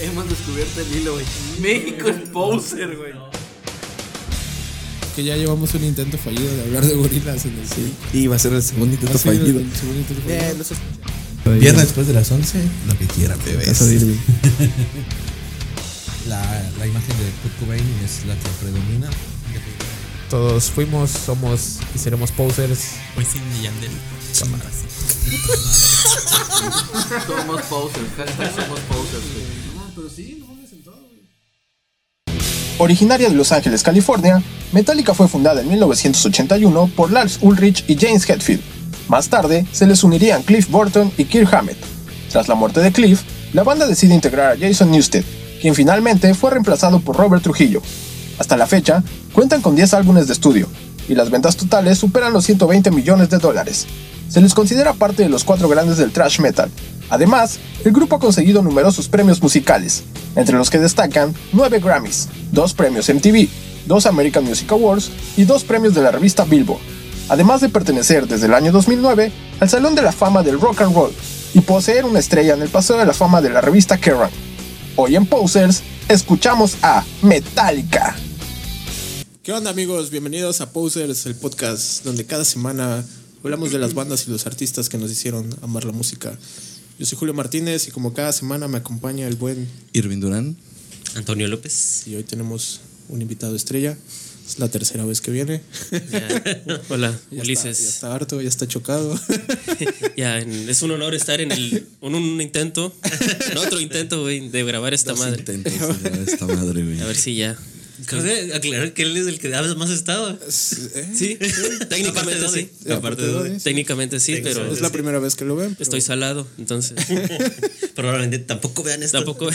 hemos descubierto el hilo, güey. México es poser, güey. Que ya llevamos un intento fallido de hablar de gorilas en el sí. Y va a ser el segundo intento Ah, Ha sido fallido. el segundo intento fallido. Eh, no seas- Viernes después de las 11, lo que quieran, Vas a bebés. ir, güey. La, la imagen de Kurt Cobain es la que predomina. Todos fuimos, somos y seremos posers. Wisin y Pues Yandel. Cámaras. Somos posers, hashtag somos posers, güey. Originaria de Los Ángeles, California, Metallica fue fundada en 1981 por Lars Ulrich y James Hetfield. Más tarde, se les unirían Cliff Burton y Kirk Hammett. Tras la muerte de Cliff, la banda decide integrar a Jason Newsted, quien finalmente fue reemplazado por Robert Trujillo. Hasta la fecha, cuentan con 10 álbumes de estudio, y las ventas totales superan los 120 millones de dólares. Se les considera parte de los cuatro grandes del thrash metal. Además, el grupo ha conseguido numerosos premios musicales, entre los que destacan 9 Grammys, 2 premios MTV, 2 American Music Awards y 2 premios de la revista Billboard, además de pertenecer desde el año 2009 al Salón de la Fama del Rock and Roll y poseer una estrella en el Paseo de la Fama de la revista Kerrang. Hoy en Posers, escuchamos a Metallica. ¿Qué onda amigos? Bienvenidos a Posers, el podcast donde cada semana hablamos de las bandas y los artistas que nos hicieron amar la música. Yo soy Julio Martínez y como cada semana me acompaña el buen Irving Durán. Antonio López. y hoy tenemos un invitado estrella. Es la tercera vez que viene. Ya Hola, Está, ya Ulises. está harto, ya está chocado. Ya, en- es un honor estar en el en un intento, en otro intento, güey, de grabar esta madre. Intentos de grabar esta madre, güey. A ver si ya. Acabas de aclarar que él es el que ha más estado. Sí, técnicamente sí. Aparte de Dodi. Técnicamente sí, pero es la primera vez que lo ven. pero estoy salado, entonces Probablemente tampoco vean esto. tampoco.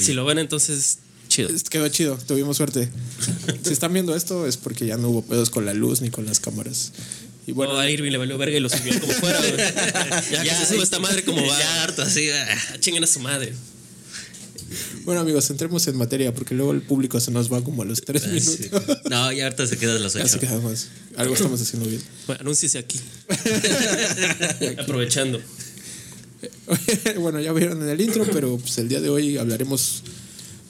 si lo ven, entonces chido. es- Quedó chido, tuvimos suerte. si están viendo esto es porque ya no hubo pedos con la luz ni con las cámaras. Y bueno, Bueno, a Irving le valió verga y lo subió como fuera, güey. Ya, que se sube esta madre como va. Ya harto así. ah. Ah, Chinguen a su madre. bueno amigos, entremos en materia porque luego el público se nos va como a los Ah, tres minutos. No, ya harto se quedan las Así ocho. que además, algo estamos haciendo bien. Bueno, anúnciese aquí. Aprovechando. bueno, ya vieron en el intro, pero pues, el día de hoy hablaremos,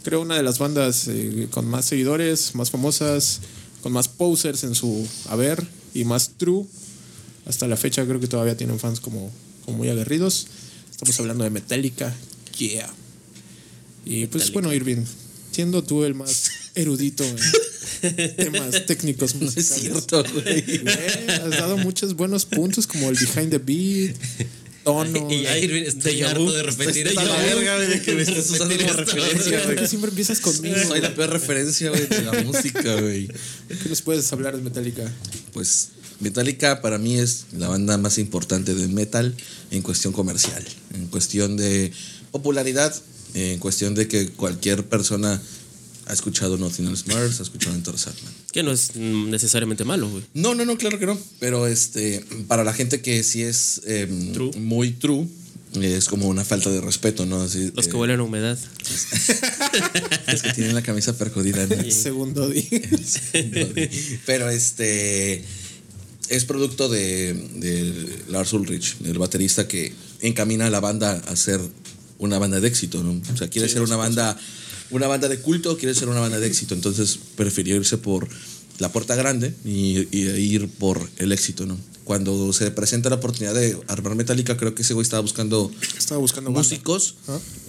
creo, una de las bandas eh, con más seguidores, más famosas, con más posers en su haber y más true. Hasta la fecha creo que todavía tienen fans como, como muy aguerridos. Estamos hablando de Metallica. Yeah. Y pues bueno, Irving, siendo tú el más erudito en temas técnicos musicales. Güey, has dado muchos buenos puntos como el behind the beat, tono. Y ya Irving está harto de repetir. Está la verga, güey, de que me estás usando como referencia, ¿Por qué siempre empiezas conmigo. Soy la peor referencia, güey, de la música, güey. ¿Qué nos puedes hablar de Metallica? Pues Metallica para mí es la banda más importante de metal en cuestión comercial, en cuestión de popularidad, en cuestión de que cualquier persona ha escuchado Nothing Else Matters, ha escuchado Enter Sandman. Que no es mm, necesariamente malo, güey. No, no, no, claro que no. Pero este, para la gente que sí es eh, muy true, es como una falta de respeto, ¿no? Así, Los que eh, huelen a humedad. los que tienen la camisa percudida. ¿no? Segundo día. Pero este es producto de, de Lars Ulrich, el baterista que encamina a la banda a ser una banda de éxito, ¿no? O sea, quiere ser una banda, una banda de culto, quiere ser una banda de éxito. Entonces prefirió irse por la puerta grande y, y e ir por el éxito, ¿no? Cuando se presenta la oportunidad de armar Metallica, creo que ese güey estaba buscando Estaba buscando banda. músicos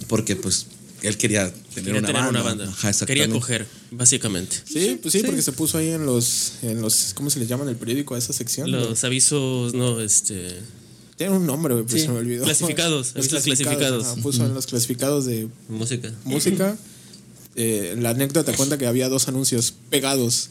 porque pues él quería tener, Quería una, tener banda. una banda. Ajá, Quería exactamente. coger, básicamente. Sí, pues sí, porque se puso ahí en los, en los, ¿cómo se le llama en el periódico a esa sección? Los avisos, no, este. Tiene un nombre, güey, pero Sí. se me olvidó. Clasificados, Los avistas clasificados. ajá, puso en los clasificados de Música. música. Eh, la anécdota cuenta que había dos anuncios pegados.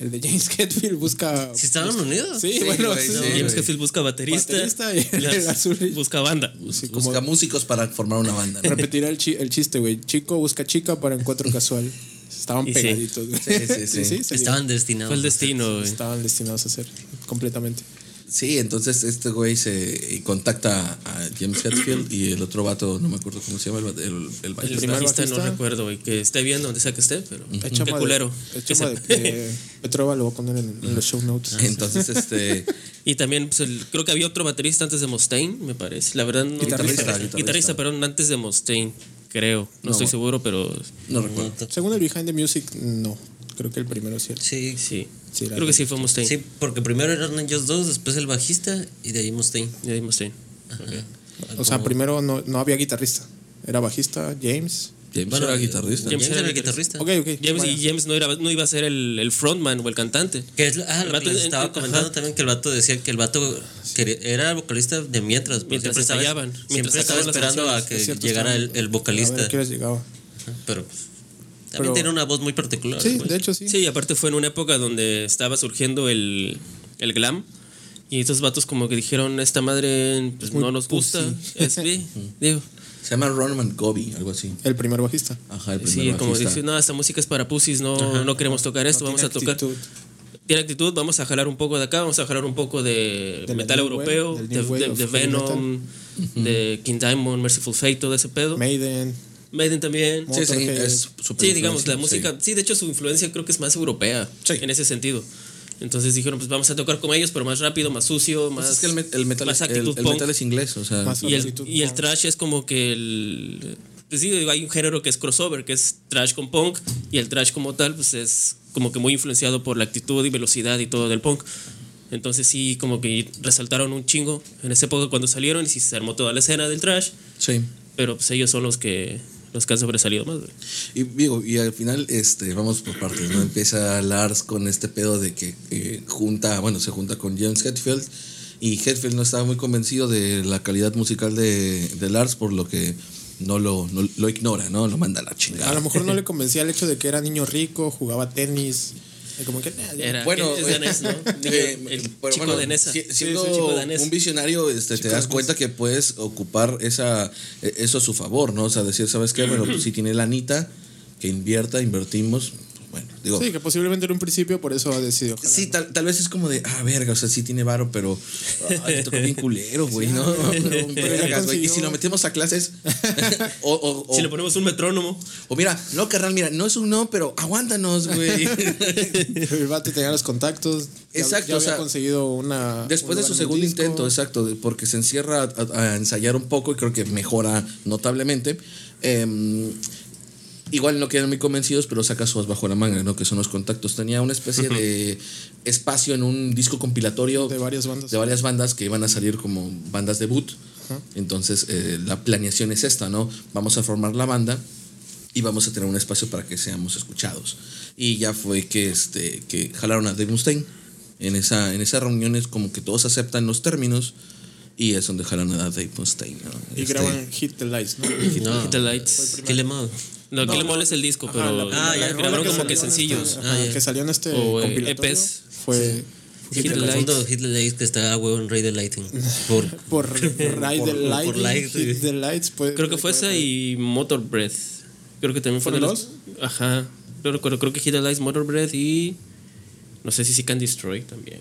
El de James Hetfield busca. Si estaban unidos. Sí, bueno, güey, sí. no, James güey. Hetfield busca baterista. Baterista y el las- azul. Busca banda. Sí, como- Busca músicos para formar una banda. ¿no? Repetirá el, chi- el chiste, güey. Chico busca chica para encuentro casual. Estaban Y sí. pegaditos, güey. Sí, sí, sí. se Estaban destinados. Fue el destino, güey. Estaban destinados a ser completamente. Sí, entonces este güey se y contacta a James Hetfield y el otro vato, no me acuerdo cómo se llama, el, el, el El baterista. primer bajista no bajista. recuerdo, güey. Que esté bien donde sea que esté, pero. Es Qué chamba de- culero. es Que chamba de se- que Petrova lo va a poner en, en los show Ah, notes. Entonces, este. Y también, pues, el- creo que había otro baterista antes de Mustaine, me parece. La verdad, no. Guitarrista, guitarrista, guitarrista. perdón, antes de Mustaine. creo. No, estoy seguro, pero No recuerdo. Según el Behind the Music, no. Creo que el primero sí. el- Sí, sí. sí. Sí, la creo que sí fue Mustaine. Sí, porque primero eran ellos dos, después el bajista y de ahí Mustaine. Ya di Mustaine. Ajá. Ah, O sea, Como- primero no, no había guitarrista. Era bajista, James. James Bueno, era guitarrista. James James era era el guitarrista. Ok, ok. James vaya. y James no, era, no iba a ser el, el frontman o el cantante. Que es lo- ah, El lo que vato les en- estaba en- comentando ajá. también que el vato decía que el vato quería- era vocalista de mientras, pero Mientras siempre estaba, ensayaban, siempre mientras estaba sacaban las esperando a canciones. que Es cierto, llegara el, estaba- el A vocalista. ver, ¿qué les llegaba? Pero pues, también Pero- tiene una voz muy particular. Sí, güey. de hecho sí. Sí, y aparte fue en una época donde estaba surgiendo el, el glam. Y estos vatos como que dijeron, esta madre pues, no nos gusta. Es, sí, digo, Se llama Ronan Gobi, algo así. El primer bajista. Ajá, el primer sí, como bajista. dice, no, esta música es para pussies, no, no queremos tocar esto, No vamos a tiene tocar. actitud. Tiene actitud, vamos a jalar un poco de acá, vamos a jalar un poco de, Del metal new europeo, wave, del de, new wave de- of de heavy Venom, de King Diamond, Merciful Fate, todo ese pedo. Maiden. Maiden también. Sí, sí, Motorhead. es súper Sí, digamos, la influencia, música, sí. de hecho su influencia creo que es más europea Sí. en ese sentido. Entonces dijeron, pues vamos a tocar como ellos, pero más rápido, más sucio, Pues más es que el, met- el metal, más es, el, actitud el punk. metal es inglés, o sea, Más- Ah, y el, actitud y el punk. trash es como que el pues sí, digo, hay un género que es crossover, que es trash con punk y el trash como tal pues es como que muy influenciado por la actitud y velocidad y todo del punk. Entonces sí, como que resaltaron un chingo en esa época cuando salieron y sí se armó toda la escena del trash, sí. pero pues ellos son los que los que han sobresalido más. güey. Y digo, y al final, este, vamos por partes, ¿no? Empieza Lars con este pedo de que eh, junta, bueno, se junta con James Hetfield. Y Hetfield no estaba muy convencido de la calidad musical de, de Lars, por lo que no lo, no lo ignora, ¿no? Lo manda a la chingada. A lo mejor no le convencía el hecho de que era niño rico, jugaba tenis. y Como que, "Nah, ya". Era, Bueno, es eh, danés, ¿no? Niño, eh, el pero chico bueno, danesa. si- Sí, es siendo el chico danés. un visionario, este, te das cuenta que puedes ocupar esa, eh, eso a su favor, ¿no? O sea, decir, ¿sabes qué? Bueno, pues, si tiene lanita, que invierta, invertimos. Bueno, digo, Sí, que posiblemente en un principio por eso ha decidido. jalar. Sí, tal, tal vez es como de, ah, verga, o sea, sí tiene varo, pero ay, me tocó bien culero, güey, ¿no? pero ya Vergas, güey, Y consiguió. si lo metemos a clases, o, o, o, Si le ponemos un metrónomo, o mira, no, carnal, mira, no es un no, pero aguántanos, güey. El vato tenía los contactos. ya- Exacto, ya o había sea, conseguido una. Después de un lugar su en un segundo disco. intento, exacto, de- porque se encierra a, a ensayar un poco y creo que mejora notablemente. Em, igual no quedan muy convencidos, pero saca sus bajo la manga, ¿no? Que son los contactos. Tenía una especie de espacio en un disco compilatorio De varias bandas. de varias bandas que iban a salir como bandas debut. Entonces, eh, la planeación es esta, ¿no? Vamos a formar la banda y vamos a tener un espacio para que seamos escuchados. Y ya fue que, este, que jalaron a Dave Mustaine. En esa, en esa reunión es como que todos aceptan los términos y es donde jalan a Dave Mustaine. ¿no? Y Este, graban Hit the Lights, ¿no? No, Hit the Lights. ¿Qué le mando? No, que le mola es el disco, pero la ah, primera- la ya, rola grabaron que como que salió en sencillos. Ajá, Ah, ya. que salió en este O, eh, compilatorio. EPs. Fue Hit Hitler the Light. Lights. Hitler Light que está, güey, en Rey de Lighting. Por, por Ride the por Lights. Light, Hit güey. the Lights. pues, Creo que fue esa y Motor Breath. Creo que también fue de ¿Fueron los. Ajá. No recuerdo, creo que Hit the Lights, Motor Breath y. No sé si sí Can Destroy también.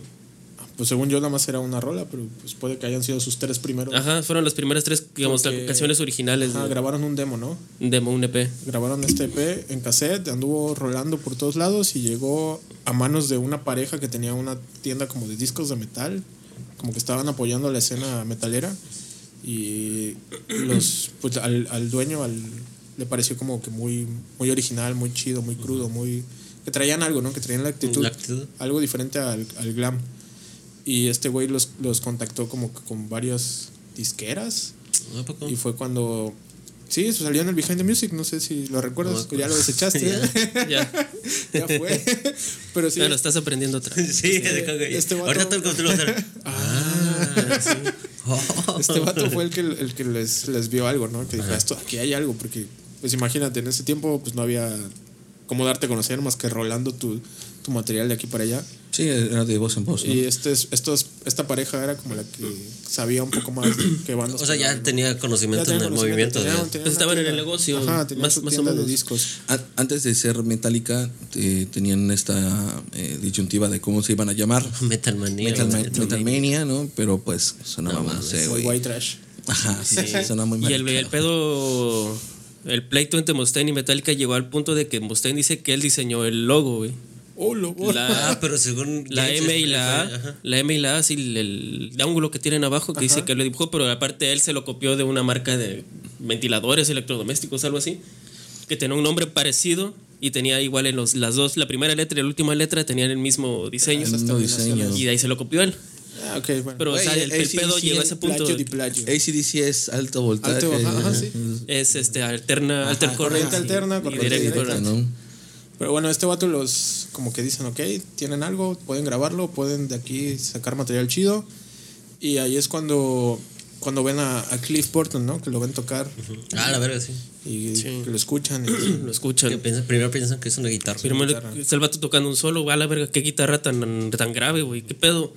Pues según yo, nada más era una rola, pero pues puede que hayan sido sus tres primeros. Ajá, fueron las primeras tres, digamos, Porque- canciones originales Ajá, de grabaron un demo, ¿no? un demo, un E EP. Grabaron este EP en cassette, anduvo rolando por todos lados y llegó a manos de una pareja que tenía una tienda como de discos de metal, como que estaban apoyando la escena metalera y los pues al, al dueño al, le pareció como que muy muy original, muy chido, muy crudo, muy que traían algo, ¿no? Que traían la actitud, La actitud. algo diferente al, al glam. Y este güey los, los contactó como que con varias disqueras ¿A poco? y fue cuando. Sí, eso salió en el Behind the Music, no sé si lo recuerdas, No me ya lo desechaste. ya. Ya, fue. Pero sí. claro, estás aprendiendo otra. vez. Sí, de cago ahí. este vato- Ahorita todo el control va a ser. Ah, sí. Oh. Este vato fue el que, el que les, les vio algo, ¿no? Que dijo, esto aquí hay algo, porque, pues imagínate, en ese tiempo, pues no había cómo darte a conocer más que rolando tu, tu material de aquí para allá. Sí, era de voz en voz. ¿no? Y este, es- estos, esta pareja era como la que sabía un poco más que bandas. O sea, ya tocaban, ¿no? tenía Ya conocimiento tenía en el conocimiento, movimiento. tenía- ya. tenía Entonces estaban una en el tienda. negocio, Ajá, tenían más- su más o tienda de menos. discos. An- Antes de ser Metallica, eh, tenían esta eh, disyuntiva de cómo se iban a llamar. Metalmanía. Metal, güey. Metalmania, ¿no? Pero pues sonaba, no, sé, O güey. White Trash. Ajá, sí, sonaba muy mal. Y el, el pedo. El pleito entre Mustaine y Metallica llegó al punto de que Mustaine dice que él diseñó el logo, güey. Oh, lo- La, Ah, pero según. la E. James M y la fue- ajá. A, la M y la A, sí, el, el ángulo que tienen abajo que dice que lo dibujó, pero aparte él se lo copió de una marca de ventiladores, electrodomésticos, algo así, que tenía un nombre parecido y tenía igual en los, las dos, la primera letra y la última letra tenían el mismo diseño. El mismo diseño. Y de ahí se lo copió él. Ah, ok, bueno. Pero o Güey, sea, el, el ACDC pedo llegó a en ese punto. plagio de plagio. ACDC es alto voltaje. Alto, ajá, ajá, sí. Es este alterna, alter corriente current y- alterna, y corriente direct directa, current. ¿no? Pero bueno, este vato los como que dicen, ok, tienen algo, pueden grabarlo, pueden de aquí sacar material chido. Y ahí es cuando, cuando ven a, a Cliff Burton, ¿no? Que lo ven tocar Ah, la verga, sí. y que lo escuchan. y- Lo Que escuchan. piensan- primero piensan que es una guitarra. Primero es el vato tocando un solo, a la verga, qué guitarra tan, tan grave, güey, qué pedo.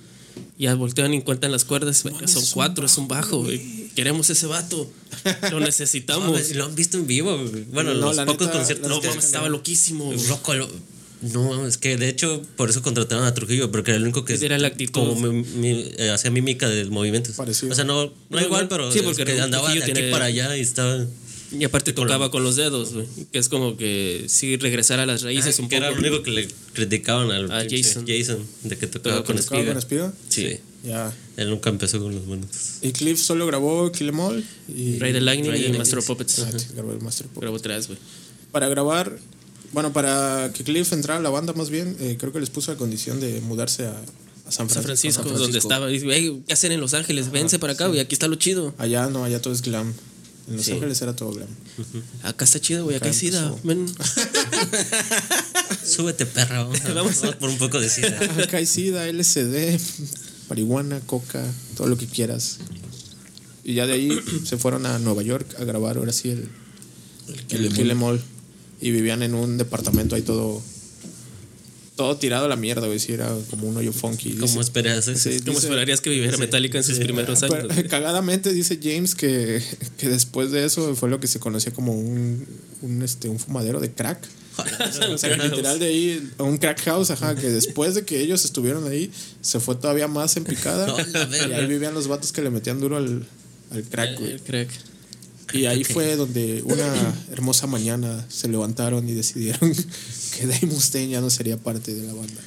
Ya voltean y cuentan las cuerdas, verga, son cuatro, es un bajo, güey. Queremos ese vato, lo No, necesitamos. lo han visto en vivo. güey. Bueno, No, los la pocos neta, conciertos. la No, neta mames, es que estaba Estaba loco. loquísimo, güey. Loco, lo- No, es que de hecho por eso contrataron a Trujillo, porque era el único que Era la actitud. como mi- mi- eh, hacía mímica de movimientos. Parecido. O sea, no, no igual, pero Sí, porque que andaba de Trujillo aquí tiene- para allá y estaba. Y aparte tocaba con los dedos, güey, que es como que si regresara a las raíces un Ah, que poco. era lo único que le criticaban al A pinche Jason. de que tocaba Tocaba con Ah, con ¿Tocaba con espiga. espiga? Sí. Ya. Él nunca empezó con los monos. Y Cliff solo grabó Kill Em All y Ray the Lightning Ray the y Lightning. Master of Puppets. Ah, sí, grabó el Master Puppet. Grabó tres, güey. Para grabar, bueno, para que Cliff entrara a la banda más bien, eh, creo que les puso la condición de mudarse a, a San, San Francisco, a San donde estaba. Dice, "Ey, ¿qué hacen en Los Ángeles? Vence para acá, güey, aquí está lo chido. Allá no, allá todo es glam. En Los Ángeles era todo glam. Acá está chido, güey, acá hay Acá sida. empezó. ven". Súbete, perro. Vamos, a- Vamos a- vamos por un poco de sida. Acá hay sida, LSD, marihuana, coca, todo lo que quieras. Y ya de ahí se fueron a Nueva York a grabar ahora sí el, el Kill Em All. Y vivían en un departamento ahí todo todo tirado a la mierda, güey. Sí, era como un hoyo funky. Como Dice- esperas. Sí, ¿Cómo dice- esperarías que viviera Metallica en sus primeros años? Pero, cagadamente dice James que, que después de eso fue lo que se conocía como un, un, este, un fumadero de crack. O sea, que literal de ahí, a un crack house, ajá, que después de que ellos estuvieron ahí, se fue todavía más en picada. No, la y verga. ahí vivían los vatos que le metían duro al, al crack, güey. Crack. Y ahí fue donde una hermosa mañana se levantaron y decidieron que Dave Mustaine ya no sería parte de la banda.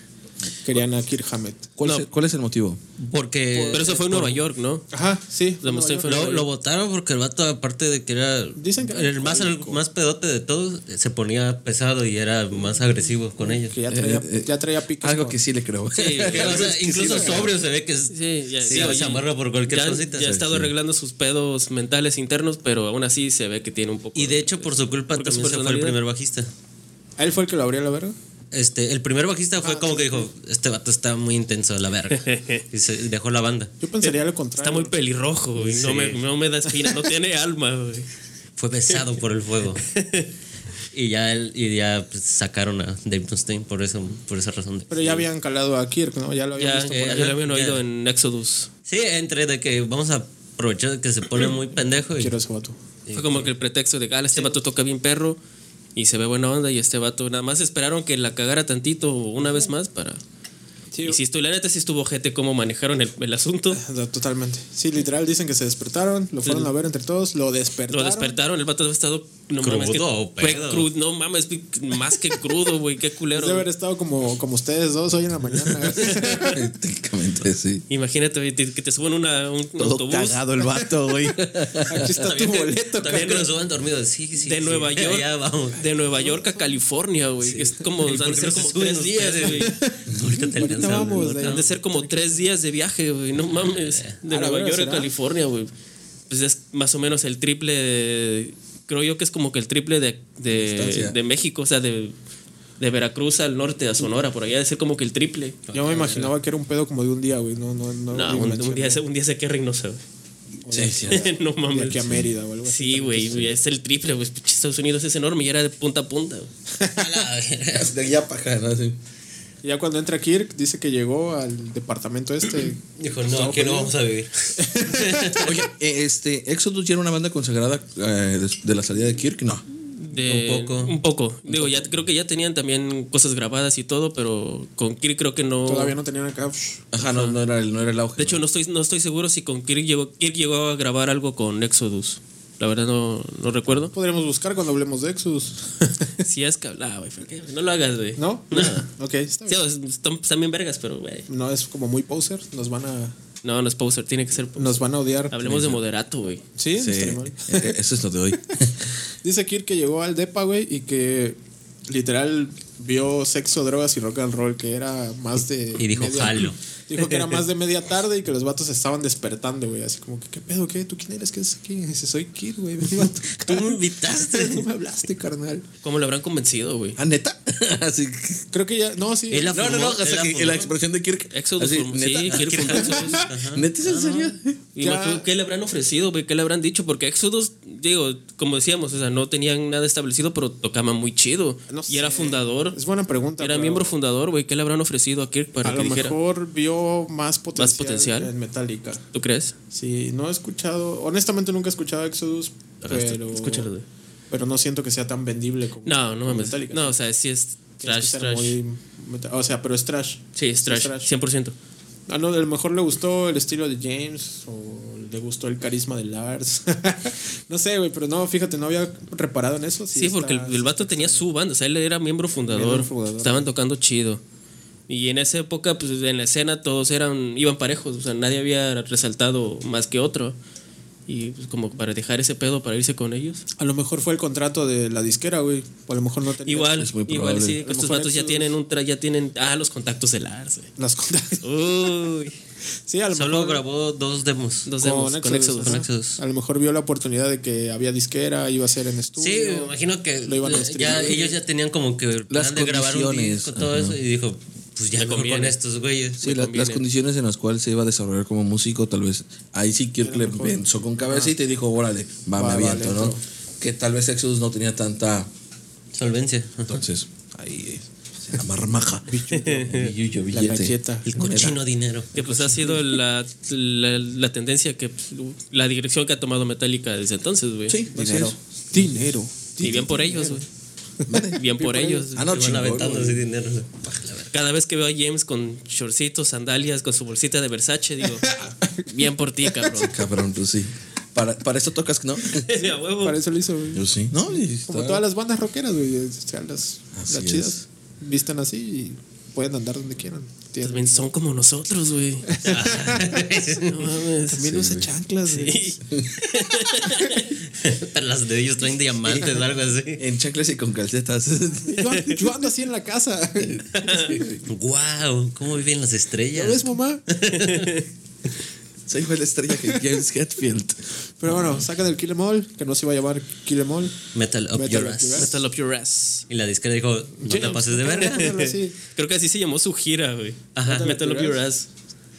Querían a Kirk Hammett. ¿Cuál, es, cuál es el motivo? Porque. Pero eso fue en Nueva York, ¿no? Ajá, sí. Dave Mustaine fue en Lo, Nueva lo York. votaron porque el vato, aparte de que era. Dicen que era el más, el alcohólico. más pedote de todos, se ponía pesado y era más agresivo con ellos. Que ya traía, Eh, ya traía piques Algo con- que sí le creo. Que, o sea, incluso sobrio se ve que es- Sí, ya, sí, ya, se y- amarra por cualquier ya, cosita. Ya ha estado Sí. arreglando sus pedos mentales internos, pero aún así se ve que tiene un poco. Y de hecho, por su culpa Porque su también se fue el personalidad. primer bajista. ¿A él fue el que lo abrió la verga? Este, el primer bajista fue como que dijo: Este vato está muy intenso, la verga. y se y dejó la banda. Yo pensaría lo contrario. Eh, Está muy pelirrojo, güey. No, me, no me da espina, no tiene alma, güey. Fue besado por el fuego. Y ya, él, y ya pues, sacaron a Dave Mustaine por, eso, por esa razón. Pero ya habían calado a Kirk, ¿no? Ya lo habían Ya, visto eh, por ahí. ya lo habían Ya. oído en Exodus. Sí, entre de que vamos a aprovechar de que se pone muy pendejo y Quiero ese vato. Fue como que el pretexto de, ah, este vato toca bien perro y se ve buena onda y este vato nada más esperaron que la cagara tantito una vez más para... y si estuvo, la neta sí estuvo gente cómo manejaron el, el asunto. Totalmente. Sí, literal, dicen que se despertaron, lo fueron a ver entre todos, lo despertaron. Lo despertaron, el vato había estado... No Crudo mames, que o fue pedo. crudo, no mames, fue más que crudo, güey, qué culero. Después de haber estado como, como ustedes dos hoy en la mañana. Técnicamente, sí. Imagínate güey, te- que te suban una, un Todo autobús cagado el vato, güey. Aquí está tu boleto, cabrón. También que nos suban dormidos. Sí, sí, de sí. Nueva York, Ya vamos. de Nueva York a California, güey. que Es como, ¿Y han por de qué ser no se como suben tres días, ustedes? güey. Ahorita te alcanzamos. vamos, de- Han de ser como tres días de viaje, güey. No mames. De Ah, la Nueva verga, York a ¿será? California, güey. Pues es más o menos el triple. de- creo yo que es como que el triple de, de, Distancia. de México, o sea, de, de Veracruz al norte, a Sonora, por allá. ha De ser como que el triple. Yo me imaginaba que era un pedo como de un día, güey. No, no, no. No, digo, un, la un día, chingada. se- un día se queda Reynosa, güey. Sí, sí. no Un día aquí a mames. Mérida o algo así. Sí, güey, güey, es el triple, güey. Pinche Estados Unidos es enorme y era de punta a punta. güey. A la verga. De allá para acá, ¿no? Sí. Y ya cuando entra Kirk, dice que llegó al departamento este. Dijo, no, aquí no vamos a vivir. Oye, eh, este, Exodus ya era una banda consagrada eh, des- de la salida de Kirk, no. De- Un poco. Un poco. Digo, ya creo que ya tenían también cosas grabadas y todo, pero con Kirk creo que no. Todavía no tenían acá. psh, Ajá, no, no, era, el, no era el auge. De hecho, no estoy, no estoy seguro si con Kirk llegó, Kirk llegó a grabar algo con Exodus. La verdad no, no recuerdo. Podríamos buscar cuando hablemos de Exus. Si es que hablaba, güey, ¿por qué? No lo hagas, güey. ¿No? Ok, está Sí, bien. o sea, están, están bien vergas, pero, güey. No es como muy poser. Nos van a, No, no es poser, tiene que ser. poser. nos van a odiar. Hablemos de moderato, güey. Sí, Sí, no estaría mal. eh, eso es lo de hoy. Dice Kirk que llegó al DEPA, güey, y que literal vio sexo, drogas y rock and roll, que era más de. Y dijo, media- "Jalo". Dijo que era más de media tarde y que los vatos estaban despertando, güey. Así como que, ¿qué pedo? ¿Qué? ¿Tú quién eres? ¿Qué es aquí? Y dice, soy Kirk, güey. vengo a tu Tú me casa". Tú invitaste. me hablaste, carnal. ¿Cómo lo habrán convencido, güey? ¿Ah, neta? Así que- Creo que ya. No, sí. Él la no, no, no. formó, o sea, él la que- formó. eh, la expresión de Kirk. Exodus así, formó- ¿neta? sí, Kirk formó Exodus. Ajá. ¿Neta es en serio? Y Ya. Macu, ¿Qué le habrán ofrecido, güey? ¿Qué le habrán dicho? Porque Exodus, digo, como decíamos, o sea, no tenían nada establecido, pero tocaban muy chido. No y era sé. fundador. Es buena pregunta. Era pero miembro fundador, güey. ¿Qué le habrán ofrecido a Kirk para A que lo dijera? mejor vio más potencial, potencial. en Metallica. ¿Tú crees? Sí, no he escuchado. Honestamente, nunca he escuchado Exodus. Pero, Escúchalo, güey. pero no siento que sea tan vendible como. No, no como mames. Metallica. No, o sea, sí es Tienes trash, que ser trash. muy meta- o sea, pero es trash. Sí, es trash, 100%. Ah, no, a lo mejor le gustó el estilo de James o le gustó el carisma de Lars. no sé, güey, pero no, fíjate, no había reparado en eso. Sí, porque el, está- el vato tenía su banda, o sea, él era miembro fundador. Miembro fundador. Estaban tocando chido. Y en esa época, pues en la escena todos eran, iban parejos, o sea, nadie había resaltado más que otro. Y pues, como para dejar ese pedo para irse con ellos. A lo mejor fue el contrato de la disquera, güey. O a lo mejor no tenía Igual, es muy igual probable. sí, A lo estos mejor vatos ya esos- tienen un tra- ya tienen, ah, los contactos del Lars. güey. las contratos. Uy, Sí, a lo Solo mejor. grabó dos demos. nos con vemos con Exodus, Exodus. ajá. con Exodus. A lo mejor vio la oportunidad de que había disquera, iba a ser en estudio. Sí, eh, me imagino que Lo iban a la- ya, distribuir. ellos ya tenían como que el plan Las de grabar un condiciones, disco, todo ajá. eso, y dijo, pues ya Me mejor con conviene. estos güeyes. Sí, la- las condiciones en las cuales se iba a desarrollar como músico, tal vez ahí sí Kirk le pensó con cabeza y te dijo, órale, va, Va, me va, aviento, le ¿no? entro. Que tal vez Exodus no tenía tanta. Solvencia. Entonces, ahí es la marmaja. Billuyo, La billete. galleta. El cochino dinero. Que pues ha sido la, la, la tendencia que pues, la dirección que ha tomado Metallica desde entonces, güey. Sí, dinero. Dinero. Dinero. Y bien por ellos, güey. Bien por ellos. Ah, no, Se van chingón, aventando güey. así dinero. Paj, la verga. Cada vez que veo a James con shortcitos, sandalias, con su bolsita de Versace, digo, bien por ti, cabrón. Cabrón, pues sí. Para, para esto tocas, ¿no? A huevo. Para eso lo hizo, güey. Yo sí. No, y está- Como todas las bandas rockeras, güey. O sea, las, Así las es. chidas. Visten así y pueden andar donde quieran. Tienen- También son como nosotros, güey. No mames. También usa chanclas, güey. Pero las de ellos traen diamantes o algo así. En chanclas y con calcetas. Yo, an- yo ando así en la casa. ¡Wow! ¿Cómo viven las ¿Ya estrellas? ves, mamá? Soy igual la estrella que James Hetfield. Pero bueno, sacan el Kill Em All, que no se iba a llamar Kill Em All. Metal up Metal your up ass. your ass. Metal up your ass. Y la disquera dijo, no te pases de verga. Algo así. Creo que así se llamó su gira, güey. Ajá. Metal up your ass.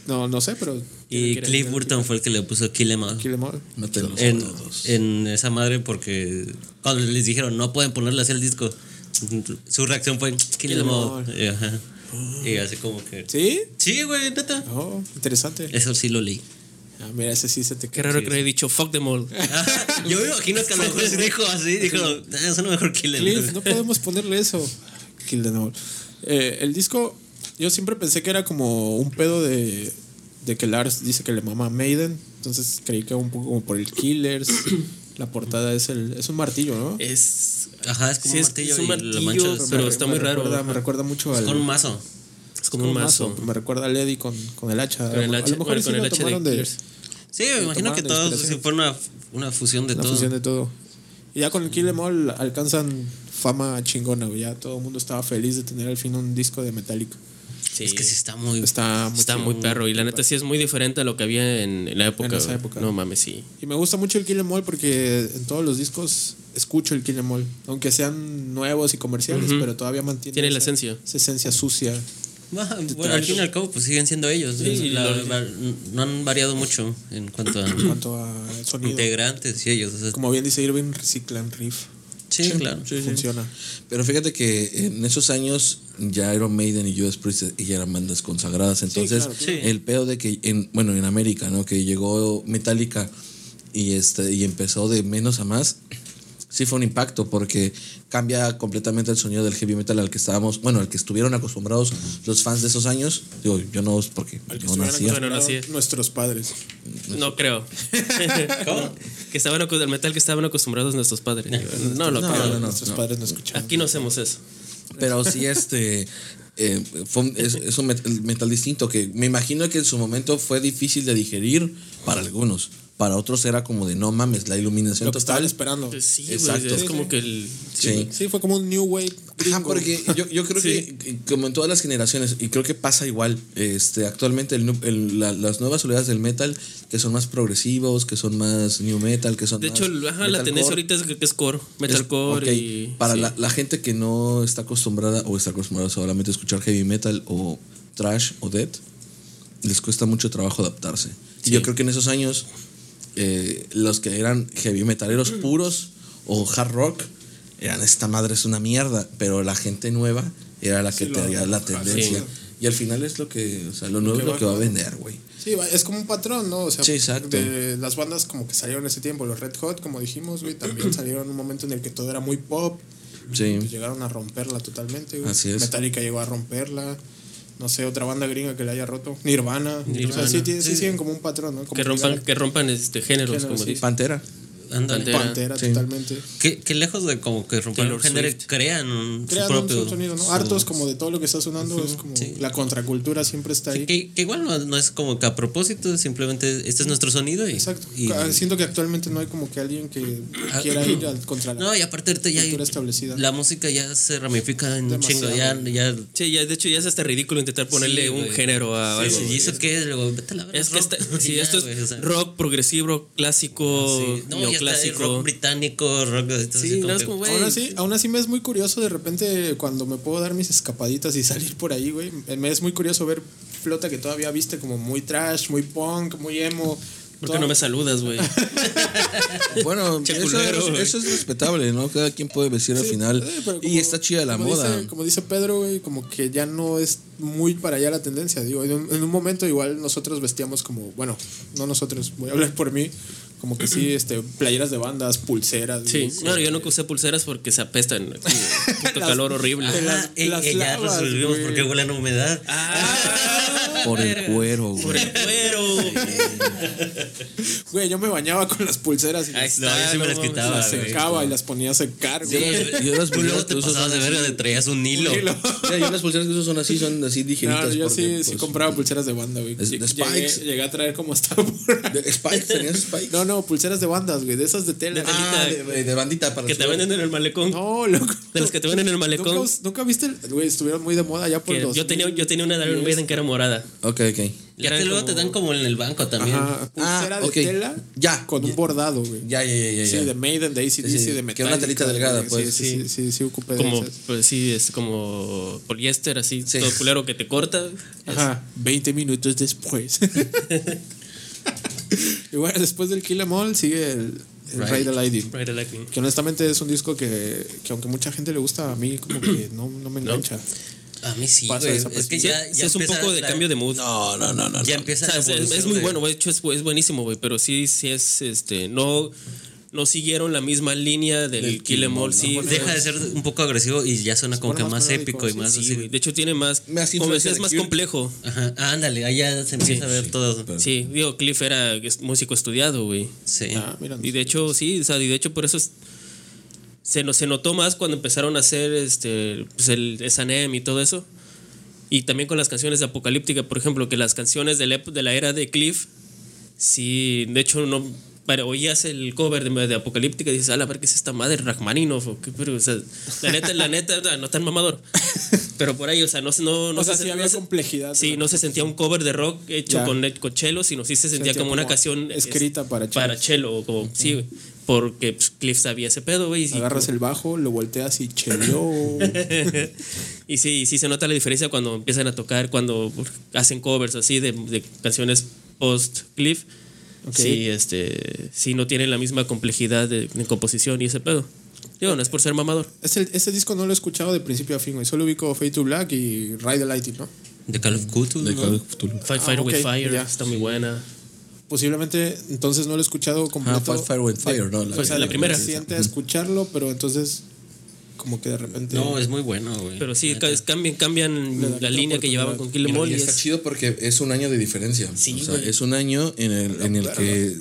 No, no sé, pero Y Cliff Burton fue el que le puso Kill Em All. Kill Em All. No te lo en, en esa madre porque cuando les dijeron no pueden ponerle así el disco, su reacción fue Kill Kill 'em Em All". Y, ajá. Y así como que... ¿Sí? Sí, güey, neta. Oh, interesante. Eso sí lo leí. Ah, mira, ese sí se te Qué queda. raro que le haya dicho fuck them all. Ajá. Yo me imagino que a lo mejor se dijo así, dijo, "Ah, suena mejor Kill Em Cliff, All". no podemos ponerle eso. Kill the Devil. Eh, el disco, yo siempre pensé que era como un pedo de, de que Lars dice que le mama a Maiden. Entonces creí que era un poco como por el Killers. La portada es el es un martillo, ¿no? Es. Ajá, es como Sí, un es- martillo es un y la martillo, mancha pero- es- pero está muy raro. recuerda- me recuerda mucho al. con un mazo. Es como un mazo. Me recuerda a Lady con, con el hacha. Con el a hacha, lo bueno, mejor sí con el lo hacha de tomaron de, Killers. Sí, me imagino tomaron que de todo inspiración. sí fue una, una fusión de la todo. fusión de todo. Y ya con el Kill Em All alcanzan fama chingona, güey. Ya todo el mundo estaba feliz de tener al fin un disco de Metallica. Sí. Es que sí está muy... Está muy Está muy perro y la neta sí es muy diferente a lo que había en, en la época. En esa güey. época. No mames, sí. Y me gusta mucho el Kill Em All porque en todos los discos escucho el Kill Em All. Aunque sean nuevos y comerciales, pero todavía mantiene. Tiene la esa- esencia. Esa esencia sucia. Ah, Bueno, al fin y al cabo, pues siguen siendo ellos. La- la- no han variado mucho en cuanto a En cuanto a sonido. integrantes y ellos. o sea, Como bien dice Irving, reciclan riff. sí, claro. Funciona. Pero fíjate que en esos años ya Iron Maiden y Judas Priest eh, ya eran bandas consagradas. Entonces, claro, el pedo de que, en, bueno, en América, ¿no? Que llegó Metallica y, este, y empezó de menos a más. sí fue un impacto porque cambia completamente el sonido del heavy metal al que estábamos, bueno, al que estuvieron acostumbrados los fans de esos años. Digo, yo no, porque Al que no estuvieran nacía. Bueno, no acostumbrados hacía. nuestros padres. No creo. ¿Cómo? Que estaban acu- al metal que estaban acostumbrados nuestros padres. No, lo No, creo. no, no. nuestros padres no escuchaban. Aquí no hacemos eso. Pero sí, este. eh, fue un- es, es un met- metal distinto que me imagino que en su momento fue difícil de digerir para algunos. Para otros era como de no mames, la iluminación Lo que total. estaban esperando. Pues sí, güey, Exacto. es como que el. Sí. Sí, fue como un New Wave. Ajá, gringo. porque yo, yo creo Sí. que, eh, como en todas las generaciones, y creo que pasa igual, este, actualmente el nu- el- la- las nuevas oleadas del metal, que son más progresivos, que son más new metal, que son De más hecho, el- ajá, metalcore. la tendencia ahorita es que que es core, metalcore Es- ok, y. Para sí. la, la gente que no está acostumbrada o está acostumbrada solamente a escuchar heavy metal o trash o death, les cuesta mucho trabajo adaptarse. Y yo creo que en esos años, eh, los que eran heavy metaleros Mm. puros o hard rock, eran esta madre es una mierda, pero la gente nueva era la que Sí, lo- tenía la tendencia. sí. Y al final es lo que, o sea, lo nuevo que es lo va- que va a vender, güey. Sí, va- es como un patrón, ¿no? O sea, Sí, exacto. de las bandas como que salieron ese tiempo, los Red Hot, como dijimos, güey, también salieron en un momento en el que todo era muy pop. Sí. Pues llegaron a romperla totalmente, güey. Así es. Metallica llegó a romperla. No sé, otra banda gringa que la haya roto. Nirvana. O sea, Nirvana. sí, tiene- sí siguen como un patrón, ¿no? Como Que rompan, que rompan este, géneros, Géneros, como sí. dicen. Pantera. Ándale. Pantera. Pantera Sí. totalmente. Que, que lejos de como que romper un Taylor género, Swift. crean un, su Crean propio un sonido, ¿no? su- Hartos como de todo lo que está sonando, es como sí. la contracultura siempre está ahí. Que, que igual no, no es como que a propósito, simplemente este es nuestro sonido y. Exacto. y- Ah, Siento que actualmente no hay como que alguien que quiera ir al, contra la no, y aparte ahorita ya hay- cultura establecida. la música ya se ramifica en un chingo, Demasiado. ya, ya Sí, ya, de hecho, ya es hasta ridículo intentar ponerle un güey. género a Sí, Ah, algo. sí, güey. ¿Y eso qué es? Luego, vete a la verga, Es que rock. está- sí, Ya, esto es güey, o sea, rock progresivo, clásico, sí. No, ya está el neoclásico. rock británico, rock. entonces, Sí, como no, es que- como, güey, Aún así, aún así me es muy curioso de repente cuando me puedo dar mis escapaditas y salir por ahí, güey. Me es muy curioso ver flota que todavía viste como muy trash, muy punk, muy emo. ¿Por Toda- qué no me saludas, güey? Bueno, Che eso, culero, es- güey. eso es respetable, ¿no? Cada quien puede decir al Sí, final. eh, pero y como- está chida la como moda. dice- como dice Pedro, güey, como que ya no es muy para allá la tendencia. Digo, en un, en un momento igual nosotros vestíamos como, bueno, no nosotros, voy a hablar por mí, como que sí, este, playeras de bandas, pulseras. Sí, güey. no, yo nunca usé pulseras porque se apestan. aquí, güey. Puto Las- calor horrible. Ah, las- eh, las eh, ya lavas, resolvimos güey. por qué huele a humedad. Ah, Por el cuero, güey. Por el cuero. Güey, yo me bañaba con las pulseras y Ahí las, Ah, está, No, yo sí me no las mames. quitaba. las güey. secaba y las ponía a secar, Sí, güey. yo las tú luego veía, te tú usas pasabas de así. verga, te traías un hilo. Mira, yo las pulseras que uso son así, son así ligeritas. No, yo porque, sí, sí pues, compraba pulseras de banda, güey. Es- de Lle- Llegué, Spikes. llegué a traer como hasta por... de- Spikes, tenías Spikes. No, no, pulseras de bandas, güey, de esas de tela. De telita. Ah, de, de- de bandita para Que te subir. venden en el malecón. No, loco. De las que te venden en el ¿Nunca, malecón. us- nunca viste? el- Güey, estuvieron muy de moda ya por que los... yo, tenía, yo tenía una de Iron Maiden que era morada. Ok, ok. Y es que luego te dan como en el banco también. Ajá, pulsera Ah, de ok. tela Ya. con un Ya. bordado, güey. Ya, ya, ya, ya. Sí, ya. de Maiden, de ACDC, Sí, de Metallica. que era una telita delgada, güey. pues. Sí, sí, sí, sí, sí, ocupé de Como, esas. pues sí, es como poliéster, así, Sí. todo culero que te corta. Ajá, 20 minutos después. y bueno, después del Kill Em All sigue el, el Ride the Lightning. Ride the Lightning. Que honestamente es un disco que, que aunque mucha gente le gusta, a mí como que no, no me engancha. A mí sí, Pasa güey. Es que desapercibido. ya, Sí, ya es un empieza poco de la- cambio de mood. No, no, no, no. Ya no. empieza O sea, la es, es- es evolución, muy güey. bueno, güey, de hecho es, es buenísimo, güey, pero sí, sí es, este, no, no siguieron la misma línea del, Kill Em All, sí. fue- Deja de ser un poco agresivo y ya suena como pone que más más melódico, épico y sí, más sí, así. güey, de hecho tiene más, Más como influencia decía, es de Em. más Cure. complejo. Ajá, ándale, allá se empieza a ver todo. Sí, digo, Cliff era es- músico estudiado, güey. Sí. Ah, mira, Y de hecho, sí, o sea, y de hecho por eso es- se, no- se notó más cuando empezaron a hacer este, pues el Sanem y todo eso. Y también con las canciones de Apocalíptica, por ejemplo, que las canciones de la, ep- de la era de Cliff, sí, de hecho, no. Para, oías el cover de, de Apocalíptica y dices, a ver qué es esta madre, Rachmaninoff. o qué, pero, o sea, la neta, la neta, no tan mamador. Pero por ahí, o sea, no, se- no, no o sea, se- sí no había se- complejidad. Sí, no se sentía un cover de rock hecho Ya. con, eh, con cello, sino sí se sentía Sentía como una como canción es- escrita para cello. para cello, o como sí, güey, porque pues, Cliff sabía ese pedo, güey, y, Agarras el bajo, lo volteas y cheleó. y sí, sí se nota la diferencia cuando empiezan a tocar, cuando hacen covers así de, de canciones post Cliff. Ok. Sí, este, sí no tienen la misma complejidad de, de composición y ese pedo. Digo, no es por ser mamador. Ese, ese disco no lo he escuchado de principio a fin, güey. Solo ubico Fade to Black y Ride the Lighting, ¿no? De Call of Cthulhu. De ¿no? Call of Cthulhu. Fight Fire ok, with Fire ya. está muy buena. posiblemente entonces no lo he escuchado Ah, completo. Fight Fire with Fire, ¿no? La- Pues, O sea, la me primera. siente a escucharlo, pero entonces como que de repente No, es muy bueno, güey. Pero sí, ca- cambian, cambian la línea que llevaban con Kill Em All Y y está es- chido porque es un año de diferencia. Sí, o sea, güey. es un año en el, en el que